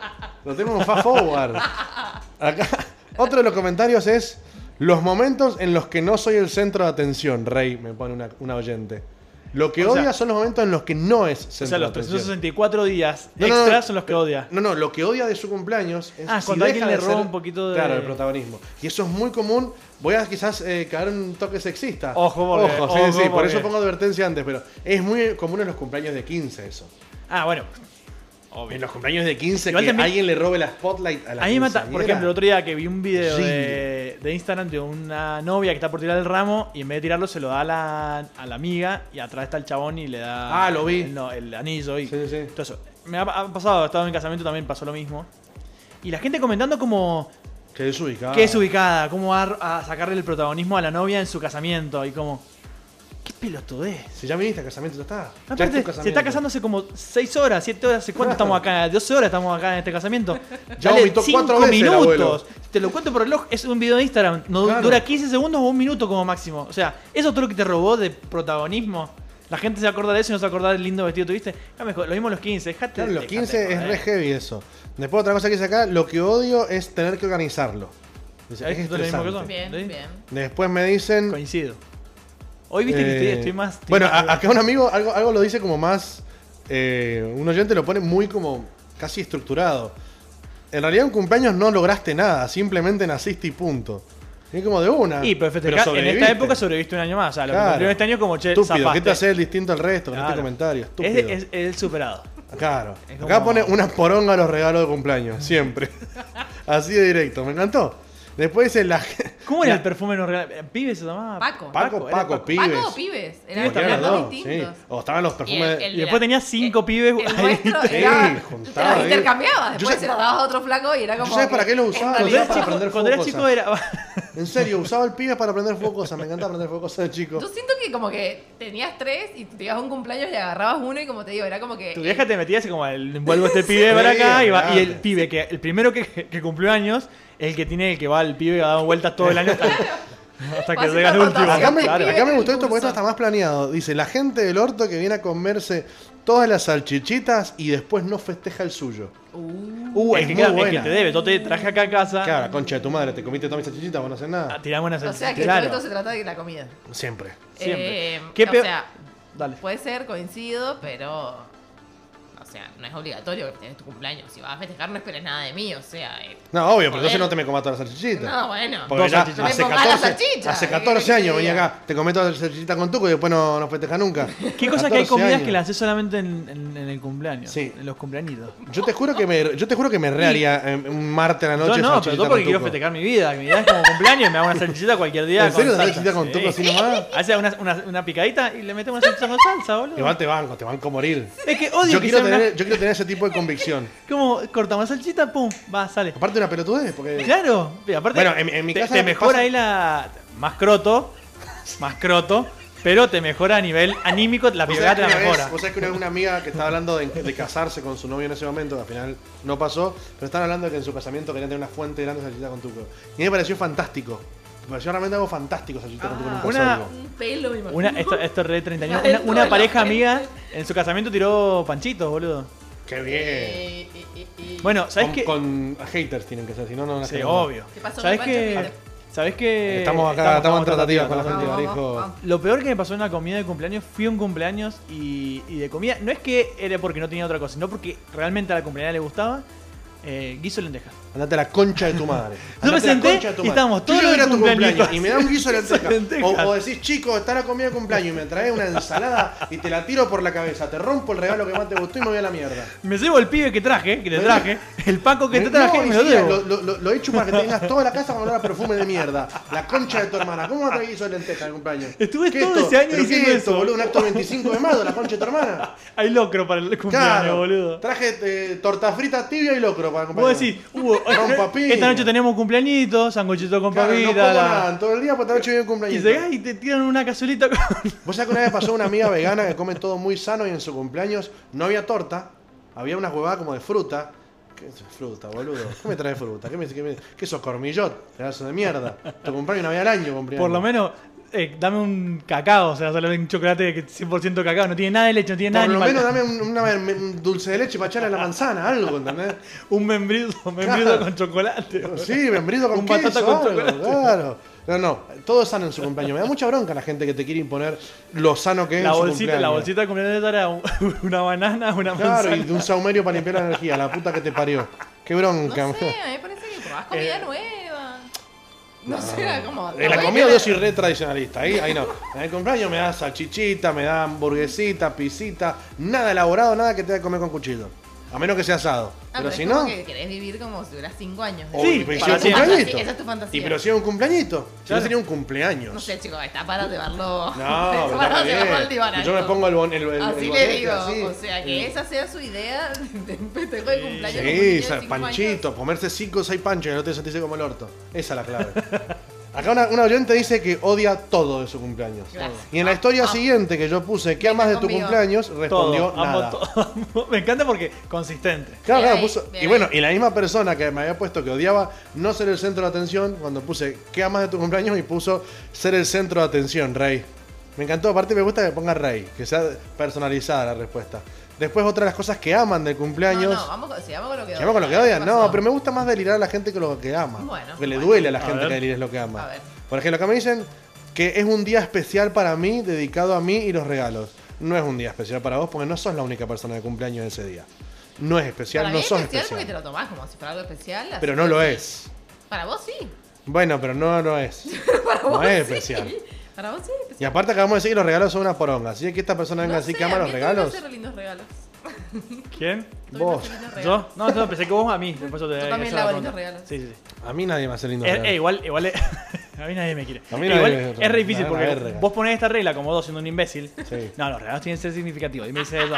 Speaker 1: Lo tengo en fast forward. Acá, otro de los comentarios es los momentos en los que no soy el centro de atención, Rey, me pone una, una oyente. Lo que
Speaker 2: O sea-
Speaker 1: odia son los momentos en los que no es centro
Speaker 2: O sea, los
Speaker 1: de atención.
Speaker 2: 364 días
Speaker 1: No, no, no.
Speaker 2: extras son los que odia.
Speaker 1: No, no, lo que odia de su cumpleaños es
Speaker 2: Ah,
Speaker 1: si
Speaker 2: cuando
Speaker 1: deja
Speaker 2: alguien le
Speaker 1: de
Speaker 2: roba
Speaker 1: ser-
Speaker 2: un poquito de-
Speaker 1: Claro, el protagonismo. Y eso es muy común. Voy a quizás eh, caer en un toque sexista.
Speaker 2: Ojo, porque-
Speaker 1: Ojo, sí,
Speaker 2: ojo,
Speaker 1: sí, por
Speaker 2: porque-
Speaker 1: eso pongo advertencia antes, pero es muy común en los cumpleaños de 15 eso.
Speaker 2: Ah, bueno.
Speaker 1: En
Speaker 2: Obvio.
Speaker 1: los cumpleaños de 15
Speaker 2: Igual
Speaker 1: que
Speaker 2: también-
Speaker 1: alguien le robe la spotlight a la
Speaker 2: A mí me mata, por
Speaker 1: quinceañera.
Speaker 2: ejemplo, el otro día que vi un video
Speaker 1: Sí.
Speaker 2: de, de Instagram de una novia que está por tirar el ramo y en vez de tirarlo se lo da a la, a la amiga y atrás está el chabón y le da
Speaker 1: Ah, lo vi.
Speaker 2: el, no, el anillo. Y,
Speaker 1: Sí, sí.
Speaker 2: Entonces, me ha, ha pasado, estaba en casamiento también pasó lo mismo. Y la gente comentando como,
Speaker 1: Que desubicado.
Speaker 2: que es ubicada, cómo va a sacarle el protagonismo a la novia en su casamiento y como qué pelotudez.
Speaker 1: Si ya viniste a casamiento, ya está. Ya es tu
Speaker 2: Aparte,
Speaker 1: casamiento.
Speaker 2: se está casando hace como 6 horas, 7 horas, ¿hace cuánto estamos acá? 12 horas estamos acá en este casamiento.
Speaker 1: [laughs] Ya
Speaker 2: Dale
Speaker 1: vomitó
Speaker 2: cinco
Speaker 1: cuatro veces el abuelo.
Speaker 2: minutos. Te lo cuento por reloj, es un video de Instagram, no
Speaker 1: Claro.
Speaker 2: dura 15 segundos o un minuto como máximo. O sea, eso es todo lo que te robó de protagonismo. La gente se acuerda de eso y no se acuerda del lindo vestido que tuviste. Ah, mejor, lo mismo los 15, dejate.
Speaker 1: Claro, los
Speaker 2: dejate
Speaker 1: 15 es
Speaker 2: joder.
Speaker 1: re heavy eso. Después otra cosa que dice acá, lo que odio es tener que organizarlo. Dice,
Speaker 2: Ahí
Speaker 1: es
Speaker 2: está lo mismo que
Speaker 1: estresante.
Speaker 3: Bien,
Speaker 2: ¿Sí?
Speaker 3: bien.
Speaker 1: Después me dicen...
Speaker 2: Coincido. Hoy viste que
Speaker 1: eh,
Speaker 2: estoy, estoy más. estoy
Speaker 1: bueno,
Speaker 2: más-
Speaker 1: a- acá un amigo algo, algo lo dice como más... eh, un oyente lo pone muy como casi estructurado. En realidad en cumpleaños no lograste nada, simplemente naciste y punto. Es como de una.
Speaker 2: Y pero festejar, en esta
Speaker 1: sobreviviste.
Speaker 2: época sobreviviste un año más. O sea, lo
Speaker 1: Claro.
Speaker 2: que cumplió este año es como che,
Speaker 1: Estúpido,
Speaker 2: zafaste.
Speaker 1: ¿qué te hace el distinto al resto? Con este
Speaker 2: Claro.
Speaker 1: comentario,
Speaker 2: Es,
Speaker 1: estúpido.
Speaker 2: es- es el superado.
Speaker 1: Claro.
Speaker 2: es como-
Speaker 1: Acá pone una poronga a los regalos de cumpleaños, siempre. [laughs] Así de directo, me encantó. Después dice la.
Speaker 2: ¿Cómo era el perfume no regal- ¿Pibe se llamaba?
Speaker 1: Paco,
Speaker 3: Paco.
Speaker 2: Paco, era
Speaker 1: Paco,
Speaker 2: Paco.
Speaker 1: pibes.
Speaker 3: Paco o pibes. Eran
Speaker 1: Cualquiera de
Speaker 3: eran
Speaker 1: los
Speaker 3: dos
Speaker 1: dos,
Speaker 3: distintos.
Speaker 1: sí. O estaban los perfumes.
Speaker 3: el-
Speaker 2: Y después tenía cinco pibes.
Speaker 3: Eh, El
Speaker 2: ahí.
Speaker 3: nuestro
Speaker 1: Sí,
Speaker 3: era.
Speaker 1: juntaba,
Speaker 3: los
Speaker 1: eh.
Speaker 3: intercambiabas,
Speaker 1: Yo
Speaker 3: después
Speaker 1: sé-
Speaker 3: se lo dabas a otro flaco y era como.
Speaker 1: sabes para
Speaker 3: que-
Speaker 1: qué lo usaba?
Speaker 3: en
Speaker 1: Lo usaba
Speaker 2: Cuando era
Speaker 3: realidad-
Speaker 1: para
Speaker 2: chico,
Speaker 1: prender
Speaker 2: cuando era
Speaker 3: [laughs]
Speaker 1: fuego,
Speaker 2: chico
Speaker 1: cosa.
Speaker 2: era.
Speaker 1: En serio, usaba el pibe para aprender fuego cosas. Me encanta aprender fuego cosas de chico.
Speaker 3: Yo siento que como que tenías tres y te ibas a un cumpleaños y agarrabas uno y como te digo, era como que...
Speaker 2: Tu vieja te metías y como el, envuelvo a este pibe para acá y, va- y el
Speaker 1: claro.
Speaker 2: pibe que el primero que, que cumplió años el que tiene el que va al pibe a dar vueltas todo el año
Speaker 3: [laughs]
Speaker 2: hasta, hasta que
Speaker 3: Haciendo
Speaker 2: llega el último.
Speaker 1: Acá me,
Speaker 2: Claro.
Speaker 1: acá me gustó esto
Speaker 3: Impulso.
Speaker 1: porque esto está más planeado. Dice, la gente del orto que viene a comerse todas las salchichitas y después no festeja el suyo.
Speaker 3: Uh,
Speaker 1: Uh,
Speaker 2: el,
Speaker 1: es
Speaker 2: que,
Speaker 1: muy
Speaker 2: claro, el que
Speaker 1: buena.
Speaker 2: te debe, yo te traje acá a casa,
Speaker 1: Claro, la concha de tu madre, te comiste todas mis salchichitas, vos no haces nada.
Speaker 2: tiramos Ah, una
Speaker 3: o sea que
Speaker 2: claro,
Speaker 3: todo esto se trata de la comida.
Speaker 1: Siempre.
Speaker 2: siempre.
Speaker 3: Eh,
Speaker 2: ¿Qué
Speaker 3: o
Speaker 2: peor?
Speaker 3: sea,
Speaker 2: Dale.
Speaker 3: puede ser, coincido, pero... O sea, no es obligatorio que tengas tu cumpleaños. Si vas a festejar, no esperes nada de mí, o sea... eh,
Speaker 1: No, obvio, pero
Speaker 3: Joder.
Speaker 1: entonces no te me comas todas las salchichitas.
Speaker 3: no, bueno.
Speaker 1: Porque
Speaker 2: Dos
Speaker 1: ya
Speaker 2: salchichas.
Speaker 1: hace
Speaker 3: No me pongas las
Speaker 1: 14,
Speaker 3: salchichas.
Speaker 1: hace
Speaker 3: ¿Qué
Speaker 1: 14 años
Speaker 3: querés que
Speaker 1: venía
Speaker 3: diga?
Speaker 1: acá, te comí todas las salchichitas con tuco y después no, no festejas nunca.
Speaker 2: ¿Qué cosas que hay
Speaker 1: 14
Speaker 2: comidas
Speaker 1: años.
Speaker 2: que las haces solamente en, en- en el cumpleaños?
Speaker 1: Sí.
Speaker 2: En los cumpleañitos.
Speaker 1: Yo te juro que me, yo te juro que me rearía eh, un martes a la
Speaker 2: Yo
Speaker 1: noche.
Speaker 2: no,
Speaker 1: salchichita
Speaker 2: pero yo
Speaker 1: con
Speaker 2: porque quiero
Speaker 1: tuco.
Speaker 2: festejar mi vida. que Mi vida es como cumpleaños y me hago una salchichita cualquier día.
Speaker 1: ¿En serio
Speaker 2: con
Speaker 1: te
Speaker 2: salsa.
Speaker 1: salchichita con tuco así
Speaker 2: Sí.
Speaker 1: nomás?
Speaker 2: Hace una, una, una picadita y le metemos una salchicha con salsa, boludo.
Speaker 1: Igual te banco, te banco a morir.
Speaker 2: Es que odio
Speaker 1: Yo
Speaker 2: que
Speaker 1: quiero,
Speaker 2: sea una-
Speaker 1: tener, yo quiero tener ese tipo de convicción.
Speaker 2: Como cortamos salchita, pum, va, sale.
Speaker 1: Aparte una pelotudez, porque...
Speaker 2: Claro, y aparte
Speaker 1: Bueno, en- en mi
Speaker 2: te,
Speaker 1: casa
Speaker 2: te
Speaker 1: me
Speaker 2: mejora
Speaker 1: pasa-
Speaker 2: ahí la... Más croto, más croto, pero te mejora a nivel anímico, la
Speaker 1: Vos sabés
Speaker 2: pibada te
Speaker 1: que
Speaker 2: la
Speaker 1: una vez-
Speaker 2: mejora.
Speaker 1: vos sabés que una, vez una amiga que estaba hablando de, de casarse con su novio en ese momento, que al final no pasó, pero estaban hablando de que en su casamiento querían tener una fuente grande de salchichita con tuco. Y a mí me pareció fantástico. Me pareció realmente algo fantástico salchichita con tuco en un
Speaker 2: Ah. Una-
Speaker 1: casorio.
Speaker 3: Un pelo, me imagino. Eh,
Speaker 2: Una, esto, esto es re 30 años.
Speaker 3: Adentro
Speaker 2: Una, una
Speaker 3: de la
Speaker 2: pareja
Speaker 3: gente.
Speaker 2: amiga en su casamiento tiró panchitos, boludo.
Speaker 1: ¡Qué bien!
Speaker 3: Eh, eh, eh, eh.
Speaker 2: Bueno, ¿sabés
Speaker 1: Con,
Speaker 2: qué?
Speaker 1: con haters tienen que ser, si no, no las
Speaker 2: Sí,
Speaker 1: hacemos.
Speaker 2: obvio.
Speaker 3: ¿Qué pasó con
Speaker 2: ¿Sabés
Speaker 3: Pancho,
Speaker 2: qué?
Speaker 3: Peter?
Speaker 2: ¿Sabés qué?
Speaker 1: Estamos acá, estamos, en tratativas con la
Speaker 3: tratativas,
Speaker 1: gente,
Speaker 3: vamos,
Speaker 1: Barijo.
Speaker 3: vamos, vamos.
Speaker 2: Lo peor que me pasó en una comida de cumpleaños, fui a un cumpleaños y, y de comida, no es que era porque no tenía otra cosa, sino porque realmente a la cumpleañera le gustaba eh, guiso de lentejas.
Speaker 1: Andate a la concha de tu madre.
Speaker 2: [laughs]
Speaker 1: Andate
Speaker 2: Yo me
Speaker 1: a la
Speaker 2: senté
Speaker 1: concha de tu
Speaker 2: y
Speaker 1: madre.
Speaker 2: estábamos
Speaker 1: Yo
Speaker 2: todos
Speaker 1: quiero
Speaker 2: los
Speaker 1: ir a tu cumpleaños
Speaker 2: cumpleaños.
Speaker 1: y me da un guiso
Speaker 2: [laughs]
Speaker 1: de
Speaker 2: Guiso de
Speaker 1: lentejas.
Speaker 2: lentejas.
Speaker 1: O, o decís, chico, está la comida de cumpleaños y me traes una ensalada y te la tiro por la cabeza. Te rompo el regalo que más te gustó y me voy a la mierda.
Speaker 2: Me llevo el pibe que traje, que le traje, el paco que te traje,
Speaker 1: No,
Speaker 2: me lo
Speaker 1: Lucía,
Speaker 2: llevo.
Speaker 1: lo, lo, lo- lo echo para que tengas toda la casa con olor a perfume de mierda. La concha de tu hermana. ¿Cómo va a traer guiso de lentejas de cumpleaños?
Speaker 2: Estuve
Speaker 1: ¿Qué
Speaker 2: todo
Speaker 1: esto?
Speaker 2: ese año
Speaker 1: ¿Pero qué
Speaker 2: diciendo
Speaker 1: es esto,
Speaker 2: eso.
Speaker 1: boludo? Un acto 25 de mayo, la concha de tu hermana.
Speaker 2: Hay locro para el [laughs] cumpleaños,
Speaker 1: Claro.
Speaker 2: boludo.
Speaker 1: Traje eh, torta frita tibia y locro para acompañar.
Speaker 2: Vos decís, uh, hoy-
Speaker 1: Con papilla.
Speaker 2: [laughs] esta noche tenemos cumpleañitos, sanguchito con
Speaker 1: Claro, no
Speaker 2: papita.
Speaker 1: como
Speaker 2: la-
Speaker 1: nada en todo el día pues, porque esta noche viene un
Speaker 2: Y
Speaker 1: cumpleaños.
Speaker 2: llegás y te tiran una cazuelita con...
Speaker 1: Vos sabés que una vez pasó una amiga vegana que come todo muy sano y en su cumpleaños no había torta, había una huevada como de fruta. ¿Qué es fruta, boludo? ¿Qué me trae fruta? ¿Qué, me, qué, me- qué sos cormillot? Pedazo de mierda. Tu cumpleaños no había al año, cumpleaños.
Speaker 2: Por lo menos, eh, dame un cacao, o sea, solo un chocolate que es 100% cacao, no tiene nada de leche, no tiene nada
Speaker 1: Por
Speaker 2: de
Speaker 1: lo
Speaker 2: animal.
Speaker 1: menos dame un, una- un dulce de leche para echarle a la manzana, algo, ¿entendés?
Speaker 2: Un membrillo, membrillo
Speaker 1: Claro.
Speaker 2: con chocolate. boludo.
Speaker 1: Sí, membrillo con
Speaker 2: Un
Speaker 1: queso,
Speaker 2: patata con
Speaker 1: algo,
Speaker 2: chocolate.
Speaker 1: Claro. No, no, todo es sano en su cumpleaños. Me da mucha bronca la gente que te quiere imponer lo sano que es
Speaker 2: La
Speaker 1: en su
Speaker 2: bolsita, la
Speaker 1: cumpleaños.
Speaker 2: bolsita de cumpleaños era un- [laughs] una banana, una
Speaker 1: Claro, y
Speaker 2: manzana.
Speaker 1: de un saumerio para limpiar la energía, la puta que te parió. Qué
Speaker 3: No
Speaker 1: bronca.
Speaker 3: sé, a mí me parece que probás comida
Speaker 2: Eh,
Speaker 3: nueva. No, sé, era como...
Speaker 1: En Eh, la
Speaker 3: Bueno,
Speaker 1: comida yo soy re tradicionalista, ahí, ahí no. En el cumpleaños me da salchichita, me da hamburguesita, pisita, nada elaborado, nada que tenga que comer con cuchillo. A menos que sea asado.
Speaker 3: Ah,
Speaker 1: pero
Speaker 3: es
Speaker 1: si
Speaker 3: como
Speaker 1: no.
Speaker 3: Que querés vivir como si duras 5 años.
Speaker 1: Obvio,
Speaker 2: Sí,
Speaker 1: pero
Speaker 2: para
Speaker 1: si es un
Speaker 2: siempre.
Speaker 1: cumpleañito.
Speaker 3: Esa es tu fantasía.
Speaker 1: Y pero si es un cumpleañito. Si no
Speaker 2: Claro.
Speaker 1: sería un cumpleaños.
Speaker 3: No sé, chicos, está para llevarlo...
Speaker 1: No,
Speaker 3: [laughs] está
Speaker 1: pero
Speaker 3: para
Speaker 1: está
Speaker 3: llevarlo al
Speaker 1: bien.
Speaker 3: diván.
Speaker 1: Yo me
Speaker 3: alto.
Speaker 1: pongo el, bon, el, el- el
Speaker 3: Así le
Speaker 1: bonete,
Speaker 3: digo,
Speaker 1: así.
Speaker 3: o sea, que esa sea su idea [laughs] de un festejo de cumpleaños. con un niño
Speaker 1: Sí,
Speaker 3: de
Speaker 1: sal-
Speaker 3: cinco
Speaker 1: panchito, comerse 5 o 6 panchos y el otro se dice como el orto. Esa es la clave. [laughs] Acá una, una oyente dice que odia todo de su cumpleaños.
Speaker 3: Gracias.
Speaker 1: Y en la historia
Speaker 3: Ah, ah.
Speaker 1: siguiente que yo puse, ¿qué amas de tu
Speaker 3: conmigo.
Speaker 1: cumpleaños?
Speaker 2: Todo,
Speaker 1: Respondió
Speaker 2: amo
Speaker 1: nada.
Speaker 2: todo. [laughs] Me encanta porque consistente.
Speaker 1: Claro,
Speaker 3: Bien
Speaker 1: claro,
Speaker 3: ahí,
Speaker 1: puso-
Speaker 3: bien
Speaker 1: y bueno,
Speaker 3: ahí.
Speaker 1: y la misma persona que me había puesto que odiaba no ser el centro de atención, cuando puse ¿qué amas de tu cumpleaños? y puso ser el centro de atención, rey. Me encantó, aparte me gusta que ponga rey, que sea personalizada la respuesta. Después otra de las cosas que aman del
Speaker 3: años.
Speaker 1: cumpleaños.
Speaker 3: No, no, vamos con, sí, vamos con lo que
Speaker 1: ¿Que amo con lo que odian?
Speaker 3: ¿Qué
Speaker 1: No,
Speaker 3: pasó?
Speaker 1: pero me gusta más delirar a la gente que lo que ama.
Speaker 3: Bueno,
Speaker 1: que le
Speaker 3: bueno.
Speaker 1: duele a la
Speaker 2: A
Speaker 1: gente
Speaker 2: ver.
Speaker 1: que delires lo que ama.
Speaker 3: A ver.
Speaker 1: Por ejemplo, acá me dicen que es un día especial para mí, dedicado a mí y los regalos. No es un día especial para vos porque no sos la única persona de cumpleaños ese día. No es especial,
Speaker 3: Para
Speaker 1: no
Speaker 3: mí es
Speaker 1: sos
Speaker 3: especial, porque te
Speaker 1: especial.
Speaker 3: lo tomás como si fuera algo especial. así
Speaker 1: Pero no
Speaker 3: que
Speaker 1: lo
Speaker 3: sí.
Speaker 1: es.
Speaker 3: Para vos
Speaker 1: [laughs]
Speaker 3: sí.
Speaker 1: Bueno, pero no, no es.
Speaker 3: Para
Speaker 1: No
Speaker 3: vos
Speaker 1: es
Speaker 3: sí.
Speaker 1: especial.
Speaker 3: Para vos sí.
Speaker 1: Y aparte acabamos de decir que los regalos son una poronga. Así que esta persona venga así que ama los regalos.
Speaker 3: hacer lindos regalos.
Speaker 2: ¿Quién?
Speaker 3: Tú
Speaker 1: Vos.
Speaker 3: me haces lindos regalos. [laughs]
Speaker 2: ¿Yo? No, yo pensé que vos a mí. Después yo te
Speaker 3: Yo también
Speaker 2: esa
Speaker 3: le hago
Speaker 2: la pregunta.
Speaker 3: lindos regalos.
Speaker 2: Sí, sí, sí.
Speaker 1: A mí nadie me hace lindos
Speaker 2: Eh,
Speaker 1: regalos.
Speaker 2: eh, igual, igual. eh, [laughs] a mí nadie me quiere.
Speaker 1: A mí nadie
Speaker 2: igual
Speaker 1: me-
Speaker 2: es re
Speaker 1: me
Speaker 2: difícil
Speaker 1: da
Speaker 2: porque
Speaker 1: la verga.
Speaker 2: vos ponés esta regla como dos siendo un imbécil.
Speaker 1: Sí.
Speaker 2: No, los regalos tienen que ser significativos. Y me dice eso.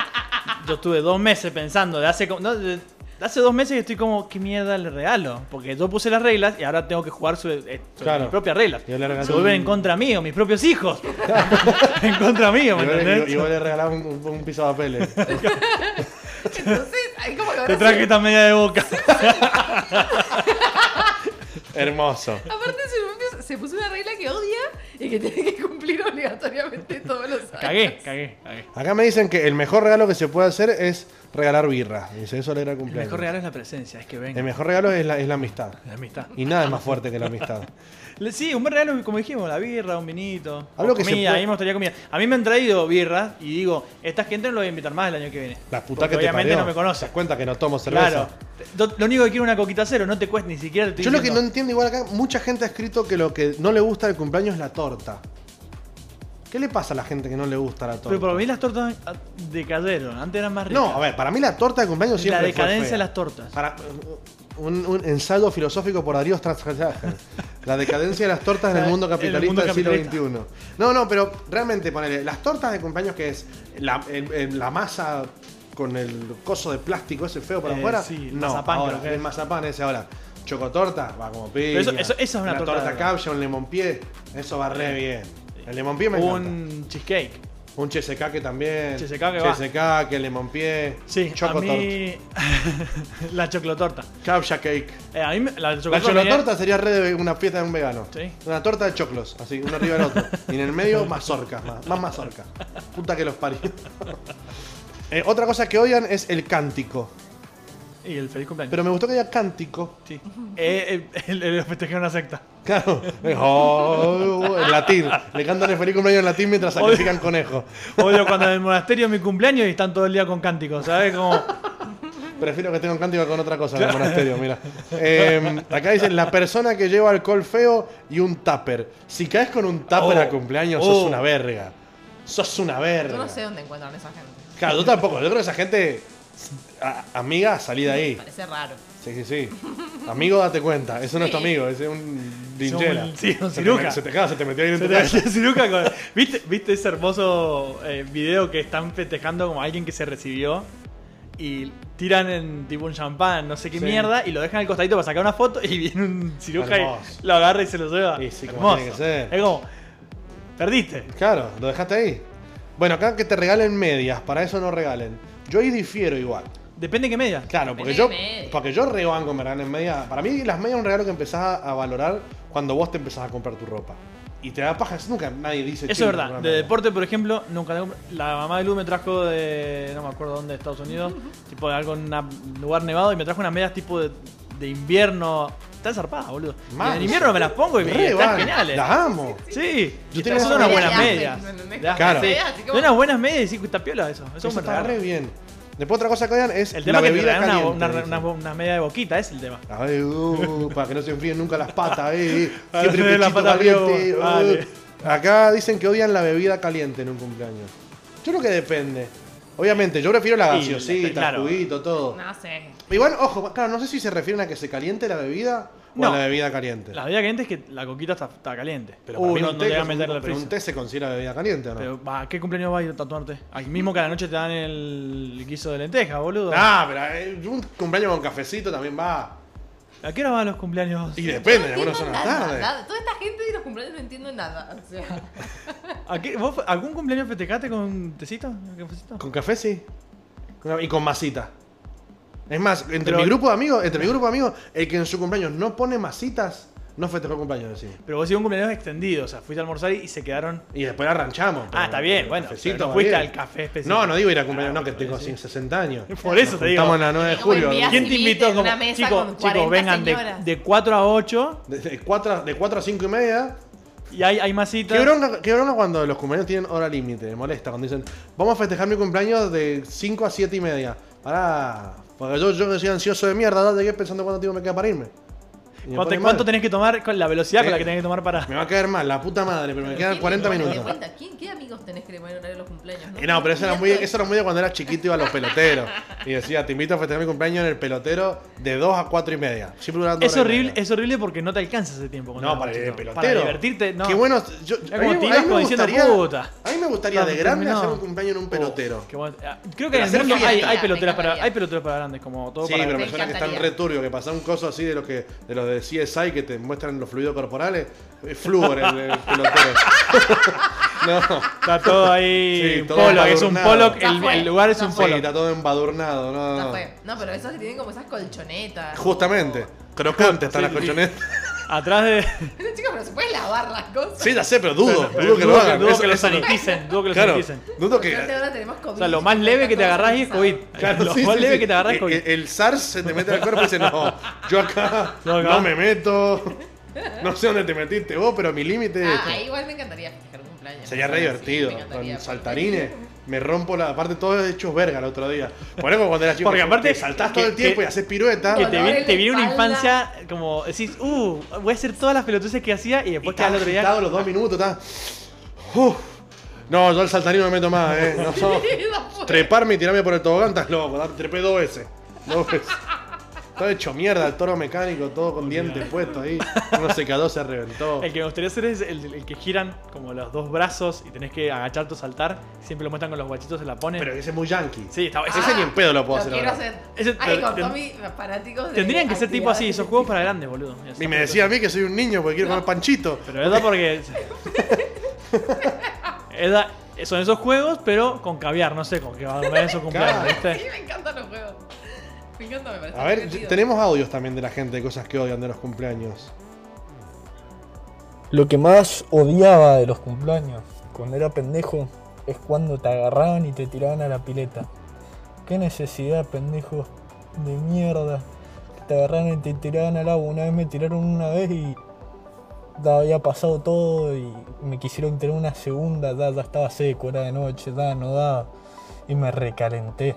Speaker 2: Yo estuve dos meses pensando de hace. como- No, de- hace dos meses que estoy como, ¿qué mierda le regalo? Porque yo puse las reglas y ahora tengo que jugar su- eh, sobre
Speaker 1: Claro.
Speaker 2: mis propias reglas.
Speaker 1: Yo le regalé
Speaker 2: Se vuelven
Speaker 1: un-
Speaker 2: en contra mío, mis
Speaker 1: [laughs]
Speaker 2: propios hijos. [laughs] en contra mío, ¿me
Speaker 1: Y vos le-
Speaker 2: entendés?
Speaker 1: Y vos le regalás un, un- un piso de papeles.
Speaker 3: Entonces, ahí como que ahora
Speaker 2: Te traje
Speaker 3: sí-
Speaker 2: esta media de boca.
Speaker 1: Hermoso.
Speaker 3: Aparte se puso- se puso una regla que odia y que tiene que cumplir obligatoriamente todos los años.
Speaker 2: Cagué, cagué, cagué.
Speaker 1: Acá me dicen que el mejor regalo que se puede hacer es regalar birra. Dice, eso le era
Speaker 2: El
Speaker 1: cumpleaños.
Speaker 2: mejor regalo es la presencia, es que
Speaker 1: El
Speaker 2: venga.
Speaker 1: mejor regalo es la, es la amistad.
Speaker 2: La amistad.
Speaker 1: Y nada es más fuerte que la amistad.
Speaker 2: Le- Sí, un buen regalo, como dijimos, la birra, un vinito.
Speaker 1: Algo
Speaker 2: o
Speaker 1: que se
Speaker 2: comida,
Speaker 1: pueda-
Speaker 2: a mí me gustaría comida. A mí me han traído birras y digo, esta gente no lo voy a invitar más el año que viene.
Speaker 1: La puta que
Speaker 2: Porque
Speaker 1: te
Speaker 2: obviamente
Speaker 1: parió.
Speaker 2: no me
Speaker 1: ¿Te
Speaker 2: conoce.
Speaker 1: das cuenta que no tomo cerveza?
Speaker 2: Claro. Lo- Lo único que quiero es una coquita cero, no te cuesta ni siquiera. te estoy
Speaker 1: Yo lo que no
Speaker 2: diciendo-
Speaker 1: entiendo igual acá, mucha gente ha escrito que lo que no le gusta del cumpleaños es la torta. ¿Qué le pasa a la gente que no le gusta la torta?
Speaker 2: Pero para mí las tortas ah, decayeron, antes eran más ricas.
Speaker 1: no, a ver, para mí la torta de cumpleaños
Speaker 2: La
Speaker 1: siempre fue
Speaker 2: decadencia
Speaker 1: fea.
Speaker 2: de las tortas.
Speaker 1: Para, un, un ensayo filosófico por Darío Strasjagen. La decadencia de las tortas en el mundo
Speaker 2: En [laughs] el
Speaker 1: capitalista
Speaker 2: mundo
Speaker 1: del siglo
Speaker 2: capitalista.
Speaker 1: XXI. No, no, pero realmente, ponele, las tortas de cumpleaños que es la, el- el- la masa con el coso de plástico ese feo para
Speaker 2: Eh,
Speaker 1: afuera.
Speaker 2: sí,
Speaker 1: no,
Speaker 2: mazapán
Speaker 1: ahora,
Speaker 2: creo que es.
Speaker 1: el mazapán ese ahora. Chocotorta, va como piña.
Speaker 2: eso- eso- eso es una torta
Speaker 1: torta
Speaker 2: de- Eh,
Speaker 1: capcha, un lemon pie, eso va re bien. El lemon pie me encanta.
Speaker 2: Un cheesecake.
Speaker 1: Un chesecaque también.
Speaker 2: Chesecaque va.
Speaker 1: Chesecaque, lemon pie,
Speaker 2: Sí, a
Speaker 1: chocotorta,
Speaker 2: mí... [laughs] la choclotorta.
Speaker 1: capcha cake.
Speaker 2: Eh, a mí me- la
Speaker 1: La
Speaker 2: choclotorta...
Speaker 1: cholotorta sería re de una fiesta de un vegano.
Speaker 2: Sí.
Speaker 1: Una torta de choclos, así, uno arriba del otro. Y en el medio, mazorcas, más, más mazorcas. Puta que los
Speaker 2: [laughs]
Speaker 1: parió. Eh, otra cosa que odian es el cántico.
Speaker 2: Y el feliz cumpleaños.
Speaker 1: Pero me gustó que haya cántico.
Speaker 2: Sí. Eh, eh, el- el- lo festejé en una secta.
Speaker 1: Claro. Eh, oh, en latín. Le cantan el feliz cumpleaños en latín mientras sacrifican conejo.
Speaker 2: Odio cuando en el monasterio es mi cumpleaños y están todo el día con cánticos, ¿sabes? Como...
Speaker 1: Prefiero que tengan cántico con otra cosa en el monasterio, mira. Eh, acá dicen, la persona que lleva alcohol feo y un tupper. Si caes con un tupper
Speaker 2: Oh,
Speaker 1: a cumpleaños,
Speaker 2: oh.
Speaker 1: sos una verga. Sos una verga.
Speaker 3: Yo no sé dónde encuentran esa gente.
Speaker 1: Claro, yo tampoco. Yo creo que esa gente, a- amiga, salí de ahí.
Speaker 3: Parece raro.
Speaker 1: Sí, sí, sí. Amigo, date cuenta. Eso no es tu
Speaker 3: Sí.
Speaker 1: amigo, ese es un linchera.
Speaker 2: un- sí, un
Speaker 1: Se te-
Speaker 2: ciruja.
Speaker 1: Se te, claro, se te metió ahí en
Speaker 2: Se
Speaker 1: tu
Speaker 2: te
Speaker 1: casa.
Speaker 2: cayó el ciruca con- ¿Viste, ¿Viste ese hermoso eh, video que están festejando como alguien que se recibió? Y tiran en tipo un champán, no sé qué
Speaker 1: Sí.
Speaker 2: mierda, y lo dejan al costadito para sacar una foto y [laughs] viene un ciruja
Speaker 1: Hermoso.
Speaker 2: y lo agarra y se lo lleva.
Speaker 1: Y sí, como
Speaker 2: hermoso.
Speaker 1: tiene que ser.
Speaker 2: Es como, perdiste.
Speaker 1: Claro, lo dejaste ahí. Bueno, acá que te regalen medias, para eso no regalen. Yo ahí difiero igual.
Speaker 2: Depende de qué media.
Speaker 1: Claro, porque yo,
Speaker 3: Depende de medias.
Speaker 1: porque yo rebanco me regalen medias. Para mí las medias es un regalo que empezás a valorar cuando vos te empezás a comprar tu ropa. Y te da paja, nunca nadie dice... "Che, me
Speaker 2: Eso es verdad.
Speaker 1: compraron
Speaker 2: De
Speaker 1: medias".
Speaker 2: deporte, por ejemplo, nunca la compro- la mamá de Lu me trajo de no me acuerdo dónde, de Estados Unidos, tipo de algo en una- un lugar nevado y me trajo unas medias tipo de, de invierno. Están zarpadas, boludo. Y
Speaker 1: Manso.
Speaker 2: en invierno me las pongo y me
Speaker 1: Re
Speaker 2: están
Speaker 1: banco,
Speaker 2: geniales.
Speaker 1: Las amo.
Speaker 2: Sí.
Speaker 1: Yo tengo
Speaker 2: Yo tengo son unas
Speaker 1: esas
Speaker 2: buenas
Speaker 3: medias de
Speaker 2: medias.
Speaker 3: Aspen, ¿entendés?
Speaker 2: De Aspen,
Speaker 1: Claro.
Speaker 2: sí.
Speaker 3: Medias así como-
Speaker 2: De unas buenas medias y decís, está piola eso. Eso, es un
Speaker 1: Eso
Speaker 2: buen
Speaker 1: está
Speaker 2: regalo.
Speaker 1: re bien. Después otra cosa que odian es
Speaker 2: El
Speaker 1: la
Speaker 2: tema es que te
Speaker 1: bebida
Speaker 2: regalan una,
Speaker 1: caliente,
Speaker 2: una,
Speaker 1: dicen.
Speaker 2: una, una media de boquita, ese es el tema.
Speaker 1: Ay, uh, para que no se enfríen nunca las patas, eh.
Speaker 2: [laughs]
Speaker 1: eh.
Speaker 2: Para
Speaker 1: Siempre
Speaker 2: tener la
Speaker 1: pechito
Speaker 2: pata
Speaker 1: caliente,
Speaker 2: arriba,
Speaker 1: uh.
Speaker 2: vale.
Speaker 1: Acá dicen que odian la bebida caliente en un cumpleaños. Yo creo que depende. Obviamente, yo prefiero la
Speaker 2: Y,
Speaker 1: gaseosita,
Speaker 2: claro.
Speaker 1: el juguito, todo.
Speaker 3: No sé.
Speaker 1: Igual, ojo, claro, no sé si se refieren a que se caliente la bebida o a
Speaker 2: No.
Speaker 1: la bebida caliente.
Speaker 2: La bebida caliente es que la coquita está, está caliente.
Speaker 1: Pero para
Speaker 2: Uy,
Speaker 1: mí
Speaker 2: no,
Speaker 1: un
Speaker 2: no
Speaker 1: té
Speaker 2: te voy
Speaker 1: es
Speaker 2: a
Speaker 1: un-
Speaker 2: meter en el
Speaker 1: pero
Speaker 2: freezer.
Speaker 1: un té se considera bebida caliente, ¿o no?
Speaker 2: Pero, va, ¿qué cumpleaños va a ir a tatuarte? Al mismo que a la noche te dan el guiso de lenteja, boludo.
Speaker 1: Ah, pero eh, un cumpleaños con cafecito también va.
Speaker 2: ¿A qué hora van los cumpleaños?
Speaker 1: Y depende,
Speaker 3: No
Speaker 1: algunos son
Speaker 3: entiendo
Speaker 1: a la
Speaker 3: nada,
Speaker 1: tarde.
Speaker 3: nada. Toda esta gente de los cumpleaños no entiendo nada. O sea,
Speaker 2: ¿A qué- vos ¿Algún cumpleaños festejaste con tecito? ¿Cafecito?
Speaker 1: Con café sí. Con- Y con masita. Es más, entre
Speaker 2: Pero-
Speaker 1: mi grupo de amigos, entre mi grupo de amigos, el que en su cumpleaños no pone masitas, no festejó el cumpleaños sí.
Speaker 2: Pero vos hiciste un cumpleaños extendido, o sea, fuiste a almorzar y, y se quedaron.
Speaker 1: Y después la ranchamos.
Speaker 2: Ah, está bien, bueno,
Speaker 1: cafecito,
Speaker 2: pero no
Speaker 1: va
Speaker 2: fuiste
Speaker 1: bien.
Speaker 2: al café específico.
Speaker 1: No, no digo ir a cumpleaños,
Speaker 2: Ah,
Speaker 1: no, que
Speaker 2: bueno,
Speaker 1: tengo
Speaker 2: sí.
Speaker 1: 60 años.
Speaker 2: [laughs] Por eso te digo.
Speaker 1: Estamos en la 9 de
Speaker 3: Como en
Speaker 1: julio.
Speaker 3: Vía
Speaker 2: ¿Quién te
Speaker 3: Civil,
Speaker 2: invitó?
Speaker 3: en
Speaker 2: Como,
Speaker 3: una mesa
Speaker 2: chicos,
Speaker 3: con
Speaker 2: chicos,
Speaker 3: 40
Speaker 2: vengan de,
Speaker 3: señoras.
Speaker 2: de 4 a 8
Speaker 1: De, de 4, a- de 4 a 5 y media.
Speaker 2: y hay, hay masitas.
Speaker 1: Qué bronca, qué bronca cuando los cumpleaños tienen hora límite, me molesta. Cuando dicen, vamos a festejar mi cumpleaños de 5 a 7 y media. Pará, porque yo, yo que soy ansioso de mierda, date que pensando cuánto tiempo me queda para irme. Y me
Speaker 2: ¿Cuánto,
Speaker 1: pone mal.
Speaker 2: cuánto tenés que tomar con la velocidad
Speaker 1: Eh.
Speaker 2: con la que tenés que tomar para.?
Speaker 1: Me va a caer mal, la puta madre, pero me quedan
Speaker 3: ¿quién
Speaker 1: 40
Speaker 3: me- me
Speaker 1: minutos.
Speaker 3: cuenta? ¿Quién queda mi amigos tenés que poner horario a los cumpleaños, ¿no?
Speaker 1: Y no, pero eso era, muy, eso era muy de cuando era chiquito iba a los peloteros. Y decía, te invito a festejar mi cumpleaños en el pelotero de 2 a 4 y media. Siempre durando
Speaker 2: Es
Speaker 1: hora y
Speaker 2: horrible,
Speaker 1: media.
Speaker 2: es horrible porque no te alcanza ese tiempo. cuando
Speaker 1: No,
Speaker 2: eras
Speaker 1: para ir de
Speaker 2: chico.
Speaker 1: pelotero.
Speaker 2: Para divertirte, no.
Speaker 1: Qué bueno. Yo, a
Speaker 2: como
Speaker 1: mí-
Speaker 2: te
Speaker 1: a mí
Speaker 2: ibas
Speaker 1: me
Speaker 2: como diciendo,
Speaker 1: gustaría-
Speaker 2: puta.
Speaker 1: A mí me gustaría de
Speaker 2: No,
Speaker 1: grande
Speaker 2: no.
Speaker 1: hacer un cumpleaños en un pelotero.
Speaker 2: Oh, qué bueno. Ah, Creo que
Speaker 1: Pero
Speaker 2: en
Speaker 1: hacer
Speaker 2: el mundo hay,
Speaker 1: fiesta.
Speaker 2: hay peloteras
Speaker 3: Me
Speaker 2: para,
Speaker 3: encantaría.
Speaker 2: hay peloteras para grandes, como todo
Speaker 1: Sí,
Speaker 2: para
Speaker 1: pero
Speaker 3: Me
Speaker 2: grandes.
Speaker 1: personas que están
Speaker 3: encantaría.
Speaker 1: re turbios, que pasan cosas así de los que de los de CSI que te muestran los fluidos corporales. Es flúor el,
Speaker 2: [laughs]
Speaker 1: el pelotero. no.
Speaker 2: Está todo ahí.
Speaker 1: Sí,
Speaker 2: un
Speaker 1: todo
Speaker 2: polo, es un
Speaker 1: embadurnado.
Speaker 2: polo.
Speaker 3: Ya
Speaker 2: El,
Speaker 3: fue,
Speaker 2: el lugar es
Speaker 3: ya
Speaker 2: un
Speaker 1: Sí,
Speaker 2: polo.
Speaker 1: está todo embadurnado, no,
Speaker 3: Ya
Speaker 1: no.
Speaker 3: fue. No, pero esos que tienen como esas colchonetas.
Speaker 1: Justamente. Crocantes están
Speaker 2: Sí,
Speaker 1: las
Speaker 2: sí.
Speaker 1: colchonetas.
Speaker 2: Atrás de.
Speaker 3: Pero [laughs] chicos, pero se pueden lavar las cosas.
Speaker 1: Sí, ya sé, pero dudo. dudo que lo
Speaker 2: dudo
Speaker 1: hagan.
Speaker 2: dudo
Speaker 1: Eso-
Speaker 2: que lo
Speaker 1: eso no-
Speaker 2: saniticen. Dudo que lo
Speaker 1: Claro,
Speaker 2: saniticen.
Speaker 1: dudo
Speaker 3: Por suerte
Speaker 1: que.
Speaker 3: ahora tenemos COVID.
Speaker 2: O sea, lo más leve que te
Speaker 3: Todo
Speaker 2: agarrás ahí es
Speaker 3: sanitizado.
Speaker 2: COVID.
Speaker 1: claro,
Speaker 2: lo
Speaker 1: sí,
Speaker 2: más
Speaker 1: sí,
Speaker 2: leve
Speaker 1: sí. Eh,
Speaker 2: que te agarrás es COVID.
Speaker 1: El, el SARS se te mete al cuerpo y dice, no, yo acá
Speaker 2: No,
Speaker 1: no,
Speaker 2: acá.
Speaker 1: me meto. No sé dónde te metiste vos, pero mi límite es
Speaker 3: Ah,
Speaker 1: esto".
Speaker 3: ahí igual me encantaría festejar un cumpleaños.
Speaker 1: Sería
Speaker 3: Sí,
Speaker 1: re divertido.
Speaker 3: me encantaría,
Speaker 1: Con
Speaker 3: porque- [laughs]
Speaker 1: saltarines. Me rompo la. Aparte, todo hechos verga el otro día. Por eso cuando era chico.
Speaker 2: Porque aparte-
Speaker 1: te saltás todo el
Speaker 2: que-
Speaker 1: tiempo
Speaker 2: que-
Speaker 1: y haces pirueta.
Speaker 2: Que
Speaker 3: Dolor
Speaker 2: te,
Speaker 3: en
Speaker 2: vi-
Speaker 3: la
Speaker 2: te viene una
Speaker 3: espalda.
Speaker 2: infancia como decís, uh, voy a hacer todas las pelotuces que hacía y
Speaker 1: Y
Speaker 2: después te
Speaker 1: estás
Speaker 2: al otro día.
Speaker 1: agitado los dos minutos, estás. Uf. No, yo al saltarín no me meto más, eh. No, so-
Speaker 3: [laughs] Ya fue.
Speaker 1: Treparme y tirarme por el tobogán, estás loco. da- Trepé dos veces. Dos veces. Todo hecho mierda, el toro mecánico, todo con dientes puestos ahí. Uno se quedó, se reventó.
Speaker 2: El que me gustaría hacer es el, el que giran como los dos brazos y tenés que agacharte o saltar. Siempre lo muestran con los guachitos, se la ponen.
Speaker 1: Pero Ah, ese es muy yankee.
Speaker 2: sí, está, ese-
Speaker 1: Ese ni en pedo lo puedo
Speaker 3: Ah, Lo
Speaker 1: hacer
Speaker 3: quiero
Speaker 1: ahora.
Speaker 3: hacer.
Speaker 2: Ese-
Speaker 3: Ay, con
Speaker 2: ten-
Speaker 3: todos mis fanáticos de
Speaker 2: tendrían que ser tipo así,
Speaker 3: actividades
Speaker 2: esos juegos
Speaker 3: [laughs]
Speaker 2: para grandes, boludo.
Speaker 1: Y me decía a mí que soy un niño porque quiero comer panchito.
Speaker 2: Pero es
Speaker 1: [laughs]
Speaker 2: verdad porque. es da- son esos juegos, pero con caviar, no sé con qué va a comer en su cumpleaños,
Speaker 1: Claro.
Speaker 2: ¿viste?
Speaker 3: Sí, me encantan los juegos. Me encanta, me parece.
Speaker 1: A ver,
Speaker 3: divertido.
Speaker 1: tenemos audios también de la gente de cosas que odian de los cumpleaños.
Speaker 5: Lo que más odiaba de los cumpleaños, cuando era pendejo, es cuando te agarraban y te tiraban a la pileta. Qué necesidad, pendejos de mierda. Que te agarraban y te tiraban al agua. Una vez me tiraron una vez y ya había pasado todo y me quisieron tirar una segunda, ya, ya estaba seco, era de noche, da, no daba. Y me recalenté.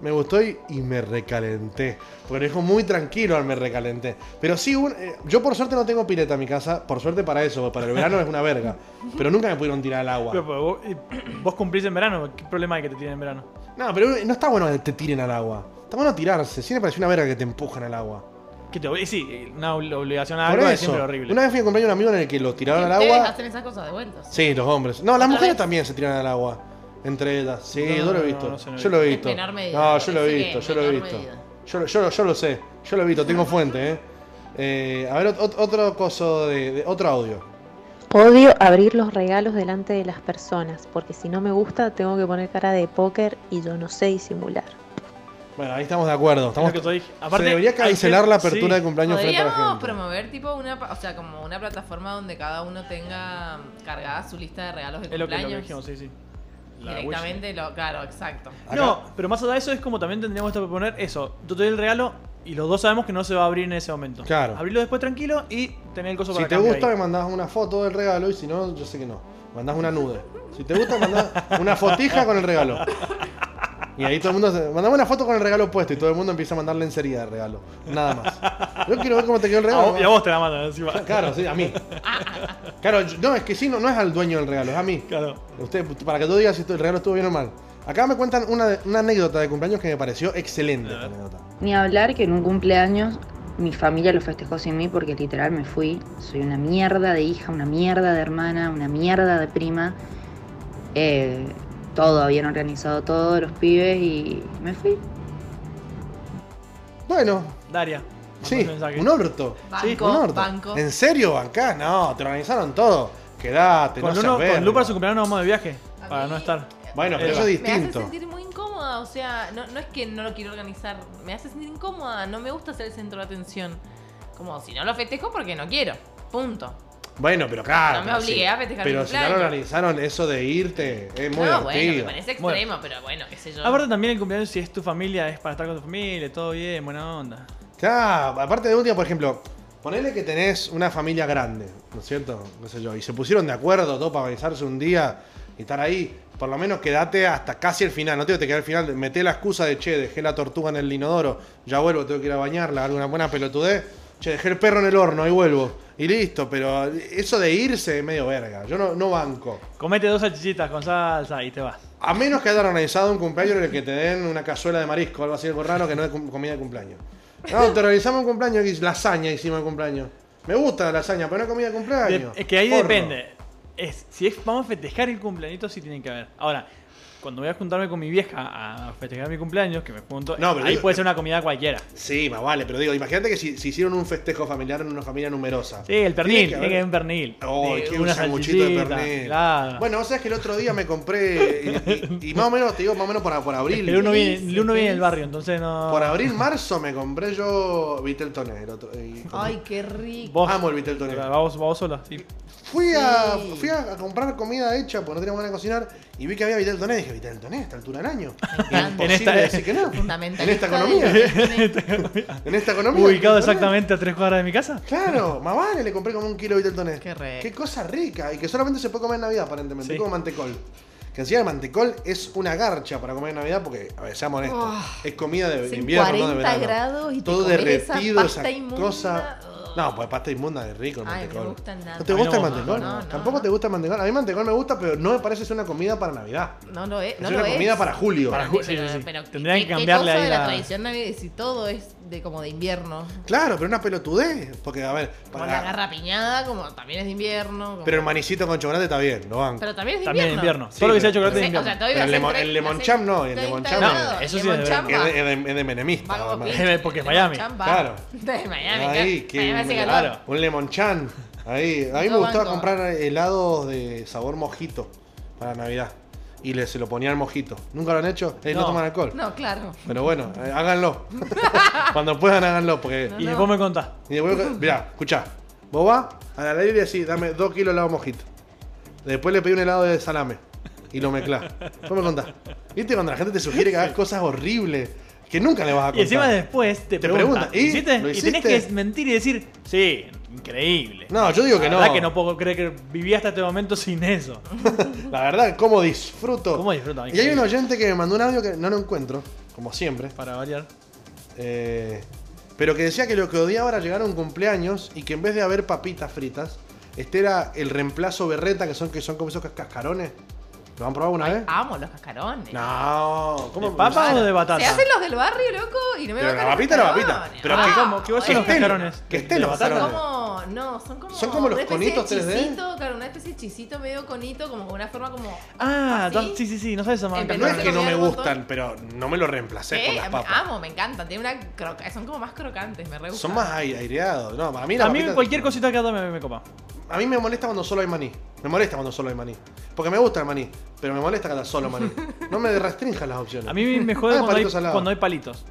Speaker 1: Me gustó y, y me recalenté. Porque me dejó muy tranquilo al me recalenté. Pero sí, un- eh, yo por suerte no tengo pileta en mi casa. Por suerte para eso, porque para el verano es una verga. Pero nunca me pudieron tirar al
Speaker 2: Pero,
Speaker 1: agua.
Speaker 2: pero vos, vos cumplís en verano, ¿qué problema hay que te tienen en verano?
Speaker 1: No, pero eh, no está bueno que te tiren al agua. Está bueno tirarse. Sí me pareció una verga que te empujan al agua.
Speaker 2: Que te obli- sí, una obli- obligación a
Speaker 1: Por
Speaker 2: algo Ah, es
Speaker 1: eso,
Speaker 2: siempre horrible.
Speaker 1: una vez fui a acompañar a un amigo en el que lo tiraron al
Speaker 3: Ustedes
Speaker 1: agua.
Speaker 3: hacen esas cosas de vuelta.
Speaker 1: Sí, los hombres. No, las mujeres
Speaker 3: vez?
Speaker 1: también se tiran al agua. Entre ellas. Sí,
Speaker 2: No,
Speaker 1: yo lo he
Speaker 2: no,
Speaker 1: visto.
Speaker 2: no se lo he
Speaker 1: yo lo he
Speaker 3: visto.
Speaker 1: visto.
Speaker 3: En menor medida,
Speaker 1: no,
Speaker 3: me
Speaker 1: yo lo he
Speaker 3: parece
Speaker 1: visto,
Speaker 3: que
Speaker 1: yo
Speaker 3: en
Speaker 1: lo he
Speaker 3: menor
Speaker 1: visto.
Speaker 3: medida.
Speaker 1: Yo, lo- yo, lo- yo lo sé, yo lo he visto, tengo fuente, ¿eh? Eh, a ver, ot- ot- otro coso de, de- otro audio.
Speaker 6: Odio abrir los regalos delante de las personas, porque si no me gusta tengo que poner cara de póker y yo no sé disimular.
Speaker 1: Bueno, ahí estamos de acuerdo.
Speaker 2: Es lo
Speaker 1: Estamos,
Speaker 2: que te dije.
Speaker 1: se debería
Speaker 2: hay que-
Speaker 1: cancelar la apertura
Speaker 2: sí.
Speaker 1: de cumpleaños frente a la
Speaker 3: Podríamos
Speaker 1: gente.
Speaker 3: promover tipo una, pa- o sea, como una plataforma donde cada uno tenga cargada su lista de regalos de
Speaker 2: Es lo que, lo que
Speaker 3: cumpleaños.
Speaker 2: dijimos, sí, sí.
Speaker 3: directamente, lo, claro, exacto.
Speaker 1: Acá.
Speaker 2: No, pero más allá de eso es como también tendríamos que proponer eso. Yo te doy el regalo y los dos sabemos que no se va a abrir en ese momento.
Speaker 1: Claro.
Speaker 2: Abrirlo después tranquilo y tener el coso
Speaker 1: Si
Speaker 2: para
Speaker 1: te
Speaker 2: cambio
Speaker 1: gusta,
Speaker 2: ahí.
Speaker 1: me mandás una foto del regalo y si no, yo sé que no. Mandás una nude. Si te gusta, mandás una fotija con el regalo. Y ahí todo el mundo se... Mandame una foto con el regalo puesto y todo el mundo empieza a mandar lencería de regalo. Nada más. Yo quiero ver cómo te quedó el
Speaker 2: A
Speaker 1: regalo.
Speaker 2: vos- y a vos te la mandan encima.
Speaker 1: Claro, sí, a mí. Claro, yo- no, es que sí, no, no es al dueño del regalo, es a mí.
Speaker 2: Claro.
Speaker 1: Usted, para que tú digas si el regalo estuvo bien o mal. Acá me cuentan una, de- una anécdota de cumpleaños que me pareció excelente. esta anécdota.
Speaker 7: Ni hablar que en un cumpleaños mi familia lo festejó sin mí porque literal me fui. Soy una mierda de hija, una mierda de hermana, una mierda de prima. Eh, todo, habían organizado todos los pibes y me fui.
Speaker 1: Bueno,
Speaker 2: Daria.
Speaker 1: sí,
Speaker 2: mandó un mensaje.
Speaker 1: un orto.
Speaker 3: Banco,
Speaker 1: un orto.
Speaker 3: banco.
Speaker 1: ¿En serio, bancás? No, te organizaron todo. Quedate, no
Speaker 2: Con,
Speaker 1: seas
Speaker 2: Luno-
Speaker 1: verga.
Speaker 2: con Lu para su cumpleaños nos vamos de viaje.
Speaker 3: A
Speaker 2: Para
Speaker 3: mí-
Speaker 2: no estar.
Speaker 1: Bueno, pero
Speaker 2: Eh,
Speaker 1: eso es
Speaker 3: Me hace
Speaker 1: distinto.
Speaker 3: sentir muy incómoda, o sea, no, no es que no lo quiero organizar, me hace sentir incómoda, no me gusta ser el centro de atención. Como si no lo festejo porque no quiero. Punto.
Speaker 1: Bueno, pero claro.
Speaker 3: No me
Speaker 1: pero
Speaker 3: obligué
Speaker 1: sí.
Speaker 3: a festejar mi
Speaker 1: Pero si no lo
Speaker 3: cumpleaños.
Speaker 1: organizaron, eso de irte es muy
Speaker 3: no, bueno, me
Speaker 1: divertido.
Speaker 3: parece
Speaker 2: Bueno.
Speaker 3: extremo, pero bueno, qué sé yo.
Speaker 2: Aparte también el cumpleaños, si es tu familia, es para estar con tu familia, todo bien, buena onda.
Speaker 1: Claro, aparte de un día, por ejemplo, ponele que tenés una familia grande, ¿no es cierto? No sé yo, y se pusieron de acuerdo todo para organizarse un día y estar ahí. Por lo menos quedate hasta casi el final, no te que quedar al final, meté la excusa de che, dejé la tortuga en el inodoro, ya vuelvo, tengo que ir a bañarla, alguna buena pelotudez, che, dejé el perro en el horno, ahí vuelvo. y listo, pero eso de irse es medio verga. Yo no, no banco.
Speaker 2: Comete dos salchichitas con salsa y te vas.
Speaker 1: A menos que hayan organizado un cumpleaños en el que te den una cazuela de marisco o algo así, algo raro que no es cum- comida de cumpleaños. No, te organizamos un cumpleaños y lasaña hicimos de cumpleaños. Me gusta la lasaña, pero no es comida de cumpleaños.
Speaker 2: De- es que ahí
Speaker 1: Forro.
Speaker 2: depende. Es, si es- vamos a festejar el cumpleaños, sí tienen que haber. Ahora, cuando voy a juntarme con mi vieja a festejar mi cumpleaños, que me junto,
Speaker 1: No, pero
Speaker 2: ahí
Speaker 1: digo-
Speaker 2: puede ser una comida cualquiera.
Speaker 1: Sí, más vale, pero digo, imagínate que si, si hicieron un festejo familiar en una familia numerosa.
Speaker 2: Sí, el pernil,
Speaker 1: Tiene que
Speaker 2: tiene que
Speaker 1: haber-
Speaker 2: haber un pernil.
Speaker 1: Oh,
Speaker 2: Eh,
Speaker 1: qué un sanguchito de
Speaker 2: salchichita,
Speaker 1: pernil.
Speaker 2: claro.
Speaker 1: Bueno, vos sabés que el otro día me compré, y, y- y más o menos, te digo, más o menos por, por abril.
Speaker 2: el uno viene,
Speaker 3: sí,
Speaker 2: el uno
Speaker 3: sí.
Speaker 2: viene del barrio, entonces no.
Speaker 1: Por abril, marzo me compré yo Viteltoné. El otro, y-
Speaker 3: Ay, qué rico.
Speaker 2: Vos,
Speaker 1: amo el Viteltoné.
Speaker 2: vos, vos sola, sí.
Speaker 1: Fui, a,
Speaker 3: Sí.
Speaker 1: fui a, a comprar comida hecha porque no tenía ganas de cocinar y vi que había Vitel Toné. Dije, Vitel Toné, a esta altura del año.
Speaker 3: encanta.
Speaker 1: Imposible
Speaker 2: En esta-
Speaker 1: decir que no.
Speaker 3: Fundamentalista
Speaker 1: En esta
Speaker 3: de
Speaker 1: economía.
Speaker 3: los Disney.
Speaker 1: En esta economía.
Speaker 2: Ubicado
Speaker 1: Vitel Toné.
Speaker 2: exactamente a tres cuadras de mi casa.
Speaker 1: Claro, más vale, le compré como un kilo de Vitel Toné.
Speaker 3: Qué re-
Speaker 1: Qué cosa rica y que solamente se puede comer en Navidad, aparentemente.
Speaker 2: Sí.
Speaker 1: Es como mantecol. Que encima el mantecol es una garcha para comer en Navidad porque, a ver, seamos honestos, es comida de
Speaker 3: Oh. Hacen
Speaker 1: invierno, no de
Speaker 3: 40
Speaker 1: verano.
Speaker 3: grados y te
Speaker 1: Todo
Speaker 3: comes
Speaker 1: derretido,
Speaker 3: esa pasta
Speaker 1: esa
Speaker 3: inmunda. Oh.
Speaker 1: cosa. No, pues pasta inmunda es rico el
Speaker 3: Ay,
Speaker 1: mantecol.
Speaker 3: no me gusta nada.
Speaker 1: ¿No te
Speaker 2: A mí
Speaker 1: gusta
Speaker 2: no
Speaker 1: el
Speaker 2: me gusta,
Speaker 1: mantecol?
Speaker 3: no, no,
Speaker 1: Tampoco
Speaker 3: no.
Speaker 1: te gusta el mantecol. A mí el mantecol me gusta, pero no me parece ser una comida para Navidad.
Speaker 3: [laughs] No lo es. No
Speaker 1: es
Speaker 3: lo
Speaker 1: una
Speaker 3: es.
Speaker 1: comida para julio.
Speaker 2: Para ju-
Speaker 3: Pero,
Speaker 2: sí, sí, sí.
Speaker 3: pero ¿qué-
Speaker 2: Tendrían que
Speaker 3: qué
Speaker 2: cambiarle
Speaker 3: cosa
Speaker 2: ahí
Speaker 3: de la,
Speaker 2: la-
Speaker 3: tradición navideña si todo es de como de invierno?
Speaker 1: Claro, pero una pelotudez. Porque, a ver,
Speaker 3: Como la
Speaker 1: para...
Speaker 3: garrapiñada, como también es de invierno. como-
Speaker 1: pero el manicito con chocolate está bien, lo banco.
Speaker 3: Pero también es de
Speaker 2: También en
Speaker 3: invierno.
Speaker 2: invierno. Todo lo que sea
Speaker 1: pero-
Speaker 2: chocolate
Speaker 1: Sí,
Speaker 2: de
Speaker 1: o
Speaker 2: invierno.
Speaker 3: sea, todavía
Speaker 1: Pero el
Speaker 3: hacen
Speaker 1: lemon-
Speaker 3: tre-
Speaker 1: el lemon
Speaker 3: hacen
Speaker 1: cham no, el lemon
Speaker 3: 30
Speaker 1: cham-
Speaker 3: grados,
Speaker 2: No, eso
Speaker 3: el
Speaker 2: sí es
Speaker 3: lemon
Speaker 2: de
Speaker 3: cham
Speaker 1: Es
Speaker 3: va.
Speaker 1: de, es de- es de menemista,
Speaker 3: Vago
Speaker 1: además.
Speaker 3: pinche,
Speaker 2: Porque es
Speaker 3: lemon
Speaker 2: Miami.
Speaker 3: cham va.
Speaker 1: Claro.
Speaker 3: [laughs] De Miami,
Speaker 1: Ahí, que
Speaker 3: Miami hace
Speaker 1: un-
Speaker 3: calor.
Speaker 2: claro.
Speaker 1: un lemon chan. Ahí, a mí me
Speaker 3: Yo
Speaker 1: gustaba
Speaker 3: banco.
Speaker 1: comprar helados de sabor mojito para Navidad. Y le, se lo ponía al mojito. ¿Nunca lo han hecho? Eh, no,
Speaker 2: No.
Speaker 1: toman alcohol.
Speaker 3: No, claro.
Speaker 1: Pero bueno, eh, háganlo. [laughs] Cuando puedan, háganlo. Porque
Speaker 2: Y después me contás.
Speaker 1: Y después, mirá, escuchá. Vos vas a la aire y decís, dame dos kilos de helado mojito. Después le pedí un helado de salame y lo mezclás. Vos me contás. ¿Viste cuando la gente te sugiere que hagas cosas horribles que nunca le vas a contar?
Speaker 2: Y encima después te,
Speaker 1: Te preguntan,
Speaker 2: preguntan,
Speaker 1: ¿y?
Speaker 2: ¿hiciste?
Speaker 1: ¿Lo
Speaker 2: Y tenés
Speaker 1: hiciste?
Speaker 2: que mentir y decir, sí, increíble.
Speaker 1: No, yo digo que
Speaker 2: La
Speaker 1: no.
Speaker 2: verdad que no puedo creer que viví hasta este momento sin eso. [laughs]
Speaker 1: La verdad, cómo disfruto.
Speaker 2: ¿Cómo disfruto?
Speaker 1: Y hay un oyente que me mandó un audio que no lo encuentro, como siempre.
Speaker 2: Para variar.
Speaker 1: Eh, pero que decía que lo que odiaba era llegar a un cumpleaños y que en vez de haber papitas fritas, este era el reemplazo berreta, que son, que son como esos cascarones. ¿Lo han probado una vez?
Speaker 3: Amo los cascarones.
Speaker 1: No, ¿cómo?
Speaker 2: ¿De papa o de
Speaker 3: Se
Speaker 2: batata?
Speaker 3: hacen los del barrio, loco, y no me
Speaker 1: Pero
Speaker 3: van a
Speaker 1: la papita, la
Speaker 3: cascarones.
Speaker 1: papita. Pero
Speaker 2: Ah,
Speaker 1: que,
Speaker 2: ¿cómo? ¿Qué vos son los
Speaker 1: estén-
Speaker 2: cascarones?
Speaker 1: Que
Speaker 2: ¿De-
Speaker 1: estén
Speaker 2: de
Speaker 1: los
Speaker 2: batata?
Speaker 3: Son
Speaker 1: cascarones.
Speaker 3: como, no, son como,
Speaker 1: Son como los
Speaker 3: una especie de
Speaker 1: conitos 3D.
Speaker 3: chisito, claro, una especie de chisito medio conito, como con una forma como
Speaker 2: Ah,
Speaker 3: así.
Speaker 2: tan- sí, sí, sí, no sabes esa marca.
Speaker 3: En
Speaker 1: No
Speaker 3: Perú
Speaker 1: es
Speaker 3: se
Speaker 1: que no
Speaker 3: comían
Speaker 1: me
Speaker 3: un montón.
Speaker 1: gustan, pero no me lo reemplacé
Speaker 3: ¿Qué?
Speaker 1: con las
Speaker 3: Am-
Speaker 1: papas.
Speaker 3: Amo, me encantan. Tienen una croca- son como más crocantes, me re gustan.
Speaker 1: Son más aire- aireados. No, a mí, la
Speaker 2: A mí
Speaker 1: papita-
Speaker 2: cualquier cosita que haga me, me copa.
Speaker 1: A mí me molesta cuando solo hay maní. Me molesta cuando solo hay maní. Porque me gusta el maní, pero me molesta cuando solo maní.
Speaker 3: [laughs]
Speaker 1: No me restrinjan las opciones.
Speaker 2: A mí
Speaker 1: [laughs]
Speaker 2: me jode
Speaker 1: Ah,
Speaker 2: cuando, hay,
Speaker 1: palitos salados.
Speaker 2: cuando hay palitos.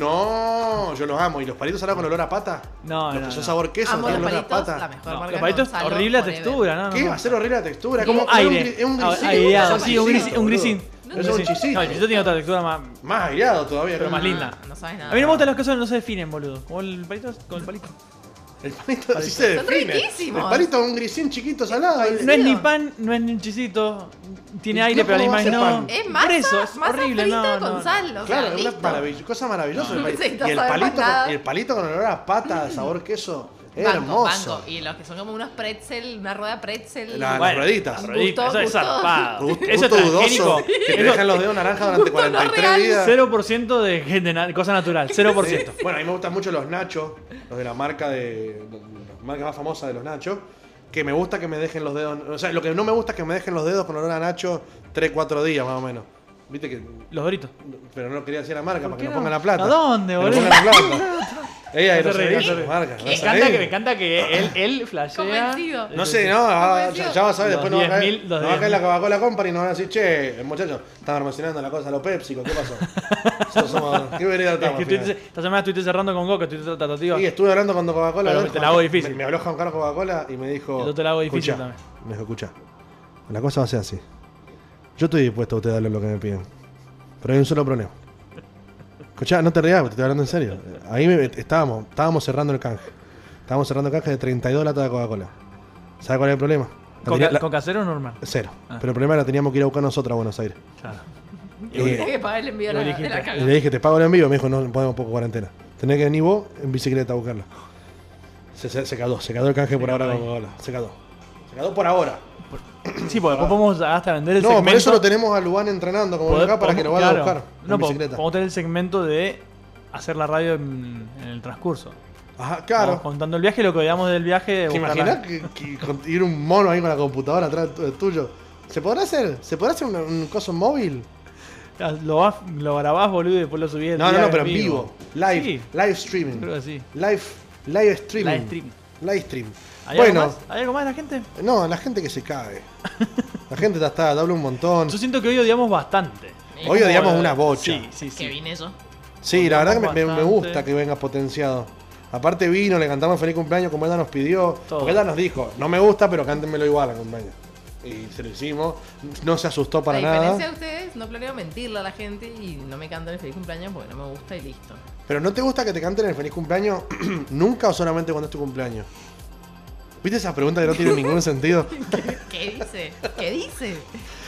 Speaker 1: No, yo los amo. ¿Y los palitos salados con olor a pata?
Speaker 2: No,
Speaker 1: Los que
Speaker 2: no,
Speaker 1: son
Speaker 2: no.
Speaker 1: sabor queso,
Speaker 3: Amo los
Speaker 1: tienen olor a
Speaker 3: palitos,
Speaker 1: pata.
Speaker 3: la mejor
Speaker 2: No,
Speaker 3: marca
Speaker 2: los palitos,
Speaker 3: Gonzalo,
Speaker 2: horrible la
Speaker 3: forever.
Speaker 2: textura, ¿no? no,
Speaker 1: ¿Qué?
Speaker 2: no.
Speaker 1: Va a ser horrible la textura. Es
Speaker 2: Como
Speaker 1: como
Speaker 2: aire.
Speaker 1: Es un, gri- es un grisito.
Speaker 2: Ah, aireado,
Speaker 1: Es
Speaker 2: sí, un, gris,
Speaker 1: grisito,
Speaker 2: un
Speaker 1: boludo.
Speaker 2: grisín.
Speaker 1: Es un chisito.
Speaker 2: No, el chisito tiene otra textura más.
Speaker 1: Más aireado todavía. creo.
Speaker 2: Pero más linda.
Speaker 3: Ah, No sabes nada.
Speaker 2: A mí no me gustan los casos que no se definen, boludo. Como el palito con el palito.
Speaker 1: El palito así se
Speaker 3: Son
Speaker 1: define.
Speaker 3: riquísimos.
Speaker 1: El palito es un grisín chiquito salado.
Speaker 2: No es ni pan, no es ni un chisito. Tiene
Speaker 1: ¿Y
Speaker 2: aire,
Speaker 1: cómo
Speaker 2: pero
Speaker 1: va a
Speaker 2: además
Speaker 1: ser
Speaker 2: no.
Speaker 1: pan? Ah,
Speaker 3: Es
Speaker 2: Por
Speaker 3: masa,
Speaker 2: eso, es
Speaker 3: masa
Speaker 2: horrible,
Speaker 3: frita
Speaker 2: no, no,
Speaker 3: con
Speaker 2: no.
Speaker 3: sal. O
Speaker 1: Claro,
Speaker 3: sea,
Speaker 1: es una
Speaker 3: listo.
Speaker 1: maravillosa, cosa maravillosa. el palito.
Speaker 3: Necesito
Speaker 1: y el
Speaker 3: saber más
Speaker 1: palito,
Speaker 3: nada.
Speaker 1: con, el palito con olor a pata, sabor queso, es
Speaker 3: Banco,
Speaker 1: hermoso.
Speaker 3: banco. Y los que son como unos pretzel, una rueda pretzel.
Speaker 1: La-
Speaker 2: Bueno,
Speaker 1: Las rueditas.
Speaker 2: las rueditas,
Speaker 3: Gusto-
Speaker 2: eso es
Speaker 3: gusto-
Speaker 2: zarpado.
Speaker 1: Gusto-
Speaker 2: Eso es
Speaker 1: gusto
Speaker 2: transgénico.
Speaker 1: dudoso, Que te dejan los dedos naranjas durante
Speaker 3: Gusto no
Speaker 1: 43
Speaker 3: real.
Speaker 1: días.
Speaker 2: 0% de, gente na- cosa natural, 0%.
Speaker 1: Sí. Bueno, a mí me gustan mucho los nachos, los de la marca de. Las marcas más famosas de los nachos. Que me gusta que me dejen los dedos. O sea, lo que no me gusta es que me dejen los dedos con olor a nacho 3-4 días más o menos. Viste que.
Speaker 2: Los doritos.
Speaker 1: Pero no lo quería decir la marca para que
Speaker 2: qué
Speaker 1: no
Speaker 2: no?
Speaker 1: pongan la plata.
Speaker 2: ¿A dónde,
Speaker 1: Que no
Speaker 2: boludo?
Speaker 1: pongan la plata.
Speaker 2: [laughs]
Speaker 1: Ella
Speaker 2: No
Speaker 1: no
Speaker 2: se
Speaker 1: se
Speaker 2: ríe,
Speaker 1: diga
Speaker 2: no se ríe.
Speaker 1: marca, no
Speaker 2: Me
Speaker 1: se
Speaker 2: encanta, que,
Speaker 1: ríe.
Speaker 2: me encanta que él, él flashea.
Speaker 3: Convencido.
Speaker 1: No sé, no, ah,
Speaker 3: Convenció.
Speaker 1: ya, ya vas a ver,
Speaker 2: Los
Speaker 1: después no va a caer,
Speaker 2: 10.000, los
Speaker 1: no va a caer la
Speaker 2: 10.000.
Speaker 1: Coca-Cola Company y nos van a decir, che, muchachos, están promocionando la cosa a los PepsiCo, ¿qué
Speaker 2: [laughs]
Speaker 1: pasó? Nosotros somos- ¿Qué vereda
Speaker 2: Es
Speaker 1: estamos?
Speaker 2: que
Speaker 1: al
Speaker 2: estoy-
Speaker 1: final?
Speaker 2: esta semana estuviste cerrando con Goku, estuviste tratativa.
Speaker 1: Y estuve hablando con Coca-Cola.
Speaker 2: Pero
Speaker 1: ¿no?
Speaker 2: te la hago
Speaker 1: Me-
Speaker 2: difícil.
Speaker 1: Me, habló Juan Carlos Coca-Cola y me dijo.
Speaker 2: Yo te la hago difícil
Speaker 1: "Escuchá".
Speaker 2: también.
Speaker 1: Me dijo, escucha. La cosa va a ser así. Yo estoy dispuesto a ustedes darle lo que me piden. Pero hay un solo problema. Escucha, no te rías, te estoy hablando en serio. Ahí me- estábamos, estábamos cerrando el canje. Estábamos cerrando el canje de 32 latas de Coca-Cola. ¿Sabes cuál es el problema? La
Speaker 2: ¿Con,
Speaker 1: tenía- la-
Speaker 2: con casero o normal?
Speaker 1: Cero.
Speaker 2: Ah.
Speaker 1: Pero el problema era que teníamos que ir a buscar nosotros a Buenos Aires. [clears throat]
Speaker 2: Claro.
Speaker 1: Eh,
Speaker 3: Tenés [laughs] que pagar el envío de
Speaker 2: Lo
Speaker 3: la, de la
Speaker 2: dijiste.
Speaker 1: y le
Speaker 3: caga.
Speaker 1: dije, te pago el envío. Me dijo, no, podemos poco cuarentena. Tenés que venir vos en bicicleta a buscarla. Se, se, se cagó, se cagó el canje por ahora con Coca-Cola. Se cagó. Se cagó por ahora.
Speaker 2: Sí, porque después podemos hasta vender el
Speaker 1: No,
Speaker 2: segmento.
Speaker 1: por eso lo tenemos a Lugán entrenando como
Speaker 2: Poder-
Speaker 1: acá para que lo
Speaker 2: podemos-
Speaker 1: vayan a
Speaker 2: claro.
Speaker 1: buscar.
Speaker 2: No,
Speaker 1: en
Speaker 2: po-
Speaker 1: bicicleta.
Speaker 2: podemos tener el segmento de hacer la radio en, en el transcurso.
Speaker 1: Ajá,
Speaker 2: Vamos
Speaker 1: claro.
Speaker 2: contando el viaje, lo que veamos del viaje.
Speaker 1: ¿Te
Speaker 2: buscar
Speaker 1: imaginas
Speaker 2: la-
Speaker 1: que, que con- ir un mono ahí con la computadora atrás tu- tuyo? ¿Se podrá hacer? ¿Se podrá hacer un, un coso móvil?
Speaker 2: Lo, vas- lo grabás, boludo, y después lo subís. el
Speaker 1: No, no,
Speaker 2: día
Speaker 1: no, pero en vivo. Live,
Speaker 2: Sí,
Speaker 1: live streaming.
Speaker 2: creo que sí.
Speaker 1: Live, live streaming.
Speaker 2: Live stream.
Speaker 1: Live stream.
Speaker 2: ¿Hay
Speaker 1: Bueno,
Speaker 2: algo más? ¿Hay algo más de la gente?
Speaker 1: no, la gente que se
Speaker 2: [laughs]
Speaker 1: cae. La gente está, está habla un montón.
Speaker 2: Yo siento que hoy odiamos bastante.
Speaker 3: Es
Speaker 1: Hoy
Speaker 3: como
Speaker 1: odiamos
Speaker 2: Como-
Speaker 1: una bocha.
Speaker 2: Sí, sí,
Speaker 3: Que
Speaker 2: sí.
Speaker 3: vine yo.
Speaker 1: Sí, la verdad que me- me,
Speaker 2: Bastante.
Speaker 1: me gusta que vengas potenciado. Aparte vino, le cantamos feliz cumpleaños como Elda nos pidió.
Speaker 2: Todo.
Speaker 1: Porque Elda nos dijo, no me gusta, pero cántenmelo igual al cumpleaños. Y se lo hicimos. No se asustó para
Speaker 3: a diferencia
Speaker 1: nada.
Speaker 3: de ustedes, no planeo mentirle a la gente y no me cantan el feliz cumpleaños porque no me gusta y listo.
Speaker 1: Pero ¿no te gusta que te canten el feliz cumpleaños [clears throat] nunca o solamente cuando es tu cumpleaños? ¿Viste esa pregunta que no tiene ningún sentido?
Speaker 3: ¿Qué dice? ¿Qué dice?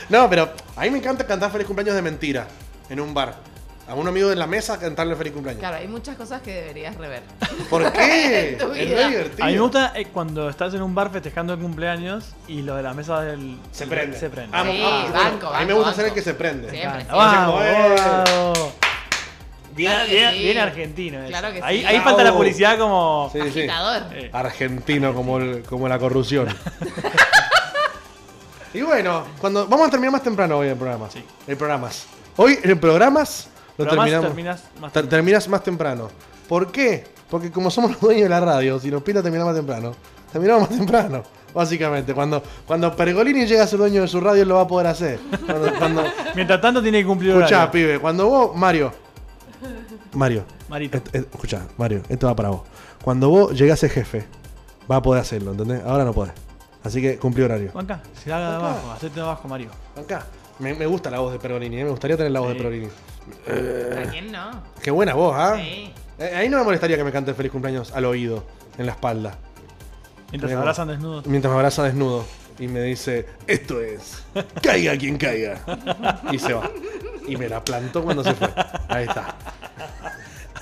Speaker 1: No, pero a mí me encanta cantar feliz cumpleaños de mentira en un bar. A un amigo de la mesa cantarle feliz cumpleaños.
Speaker 3: Claro, hay muchas cosas que deberías rever.
Speaker 1: ¿Por qué?
Speaker 3: [laughs] En tu
Speaker 1: es
Speaker 3: vida.
Speaker 1: muy divertido.
Speaker 2: A mí me gusta eh, cuando estás en un bar festejando el cumpleaños y los de la mesa del.
Speaker 1: Se prende.
Speaker 2: Se prende.
Speaker 1: Ah,
Speaker 3: Sí,
Speaker 1: ah, bueno,
Speaker 3: banco,
Speaker 1: a mí me
Speaker 3: banco,
Speaker 1: gusta ser el
Speaker 3: banco.
Speaker 1: que se prende.
Speaker 3: Sí.
Speaker 2: Gana.
Speaker 3: siempre.
Speaker 2: ¡Vamos!
Speaker 1: Siempre.
Speaker 2: ¡Vamos! Bien,
Speaker 3: Claro que
Speaker 2: bien-
Speaker 3: sí.
Speaker 2: bien argentino. eso.
Speaker 3: Claro que sí.
Speaker 2: ahí ahí falta la
Speaker 1: Bravo.
Speaker 2: publicidad como.
Speaker 1: Sí, sí.
Speaker 3: Agitador.
Speaker 2: Eh,
Speaker 1: Argentino como, el- como la corrupción. [laughs] y bueno, cuando vamos a terminar más temprano hoy el programa.
Speaker 2: Sí.
Speaker 1: El programas. Hoy el programas lo
Speaker 2: Pero además
Speaker 1: terminamos.
Speaker 2: terminas más
Speaker 1: ter- terminas más temprano. ¿Por qué? Porque como somos los dueños de la radio, si nos pinta terminar más temprano, terminamos más temprano. Básicamente, cuando, cuando Pergolini llega a ser dueño de su radio, él lo va a poder hacer. Cuando,
Speaker 2: [laughs]
Speaker 1: cuando,
Speaker 2: temprano. Mientras tanto tiene que cumplir
Speaker 1: escuchá,
Speaker 2: horario.
Speaker 1: pibe, cuando vos, Mario. Mario.
Speaker 2: Marito.
Speaker 1: Et- et- escuchá, Mario, esto va para vos. Cuando vos llegás a jefe, vas a poder hacerlo, ¿entendés? Ahora no podés. Así que cumplí horario.
Speaker 2: Banca, se haga de
Speaker 1: Banca.
Speaker 2: abajo, hacete de abajo, Mario.
Speaker 1: Acá. Me, me gusta la voz de Pergolini, ¿eh? me gustaría tener la voz
Speaker 2: Sí.
Speaker 1: de Pergolini.
Speaker 3: ¿A quién no?
Speaker 1: Qué buena voz, ¿ah?
Speaker 3: Sí.
Speaker 1: Eh, ahí no me molestaría que me cante feliz cumpleaños al oído, en la espalda.
Speaker 2: Mientras se
Speaker 1: Mira.
Speaker 2: abrazan desnudos.
Speaker 1: Mientras me abraza desnudo y me dice, esto es, caiga quien caiga. Y se va. Y me la plantó cuando se fue. Ahí está.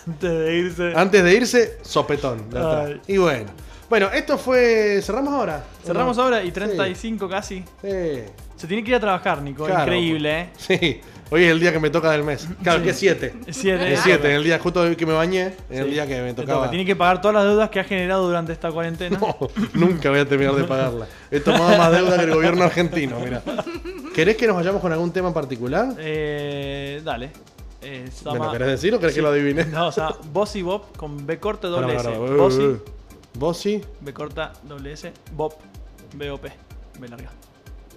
Speaker 2: Antes de irse.
Speaker 1: Antes de irse, sopetón. de atrás.
Speaker 2: Ay.
Speaker 1: Y bueno. Bueno, esto fue. ¿Cerramos ahora?
Speaker 2: Cerramos
Speaker 1: ¿O no?
Speaker 2: ahora y 35 casi.
Speaker 1: Sí.
Speaker 2: Se tiene que ir a trabajar, Nico.
Speaker 1: Claro.
Speaker 2: Increíble, ¿eh?
Speaker 1: Sí. Hoy es el día que me toca del mes. Claro, que es 7.
Speaker 2: Siete.
Speaker 1: Es 7, el día justo hoy que me bañé,
Speaker 2: Sí.
Speaker 1: el día que me
Speaker 2: Te toca.
Speaker 1: tocaba.
Speaker 2: Tiene que pagar todas las deudas que ha generado durante esta cuarentena.
Speaker 1: No, [laughs] nunca voy a terminar de pagarla. He tomado más deuda que el gobierno argentino, mira. ¿Querés que nos vayamos con algún tema en particular?
Speaker 2: Eh, dale. Eh, se
Speaker 1: ¿Me
Speaker 2: llama-
Speaker 1: lo querés decir o querés que lo adivine?
Speaker 2: No, o sea, Bossy Bob con B corta
Speaker 1: No,
Speaker 2: doble
Speaker 1: no,
Speaker 2: S.
Speaker 1: no.
Speaker 2: Bossy,
Speaker 1: ¿Vos sí?
Speaker 2: B corta doble S, Bob, B-O-P, B larga.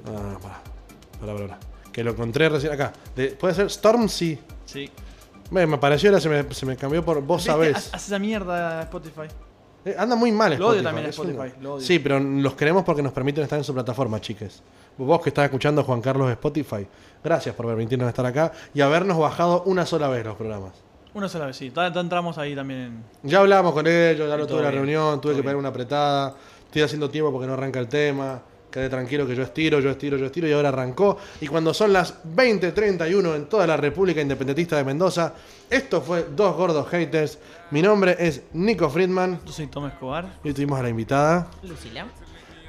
Speaker 1: Ah, pará. Pará, pará, pará. Que lo encontré recién acá. De- puede ser Stormzy.
Speaker 2: Sí.
Speaker 1: Me, me apareció ahora, se me, se me cambió por vos
Speaker 2: ¿Viste? Haz-
Speaker 1: sabés.
Speaker 2: Haz esa mierda Spotify.
Speaker 1: Eh, anda muy mal Spotify.
Speaker 2: Lo odio también a
Speaker 1: es un-
Speaker 2: Spotify, lo odio.
Speaker 1: Sí, pero los queremos porque nos permiten estar en su plataforma, chiques. Vos que estás escuchando Juan Carlos de Spotify, gracias por permitirnos estar acá y habernos bajado una sola vez los programas.
Speaker 2: Una sola vez, sí. Ta- ta- Entramos ahí también en-
Speaker 1: Ya hablamos con ellos, ya lo
Speaker 2: todo
Speaker 1: tuve la
Speaker 2: bien,
Speaker 1: reunión, tuve
Speaker 2: todo
Speaker 1: que pegar
Speaker 2: bien.
Speaker 1: una apretada. Estoy haciendo tiempo porque no arranca el tema. Quedé tranquilo que yo estiro, yo estiro, yo estiro y ahora arrancó. Y cuando son las 20.31 en toda la República Independentista de Mendoza, esto fue Dos Gordos Haters. Mi nombre es Nico Friedman
Speaker 2: Yo soy Tom Escobar.
Speaker 1: y tuvimos a la invitada.
Speaker 3: Lucila.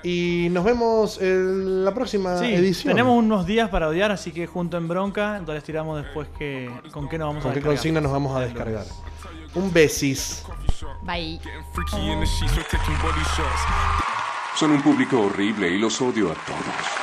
Speaker 1: Y nos vemos en la próxima
Speaker 2: Sí,
Speaker 1: Ah, edición.
Speaker 2: tenemos unos días para odiar, así que junto en bronca, entonces tiramos después que, con qué nos vamos
Speaker 1: ¿Con
Speaker 2: a
Speaker 1: qué
Speaker 2: descargar.
Speaker 1: consigna nos vamos a descargar? Un besis.
Speaker 3: Bye.
Speaker 8: Son un público horrible y los odio a todos.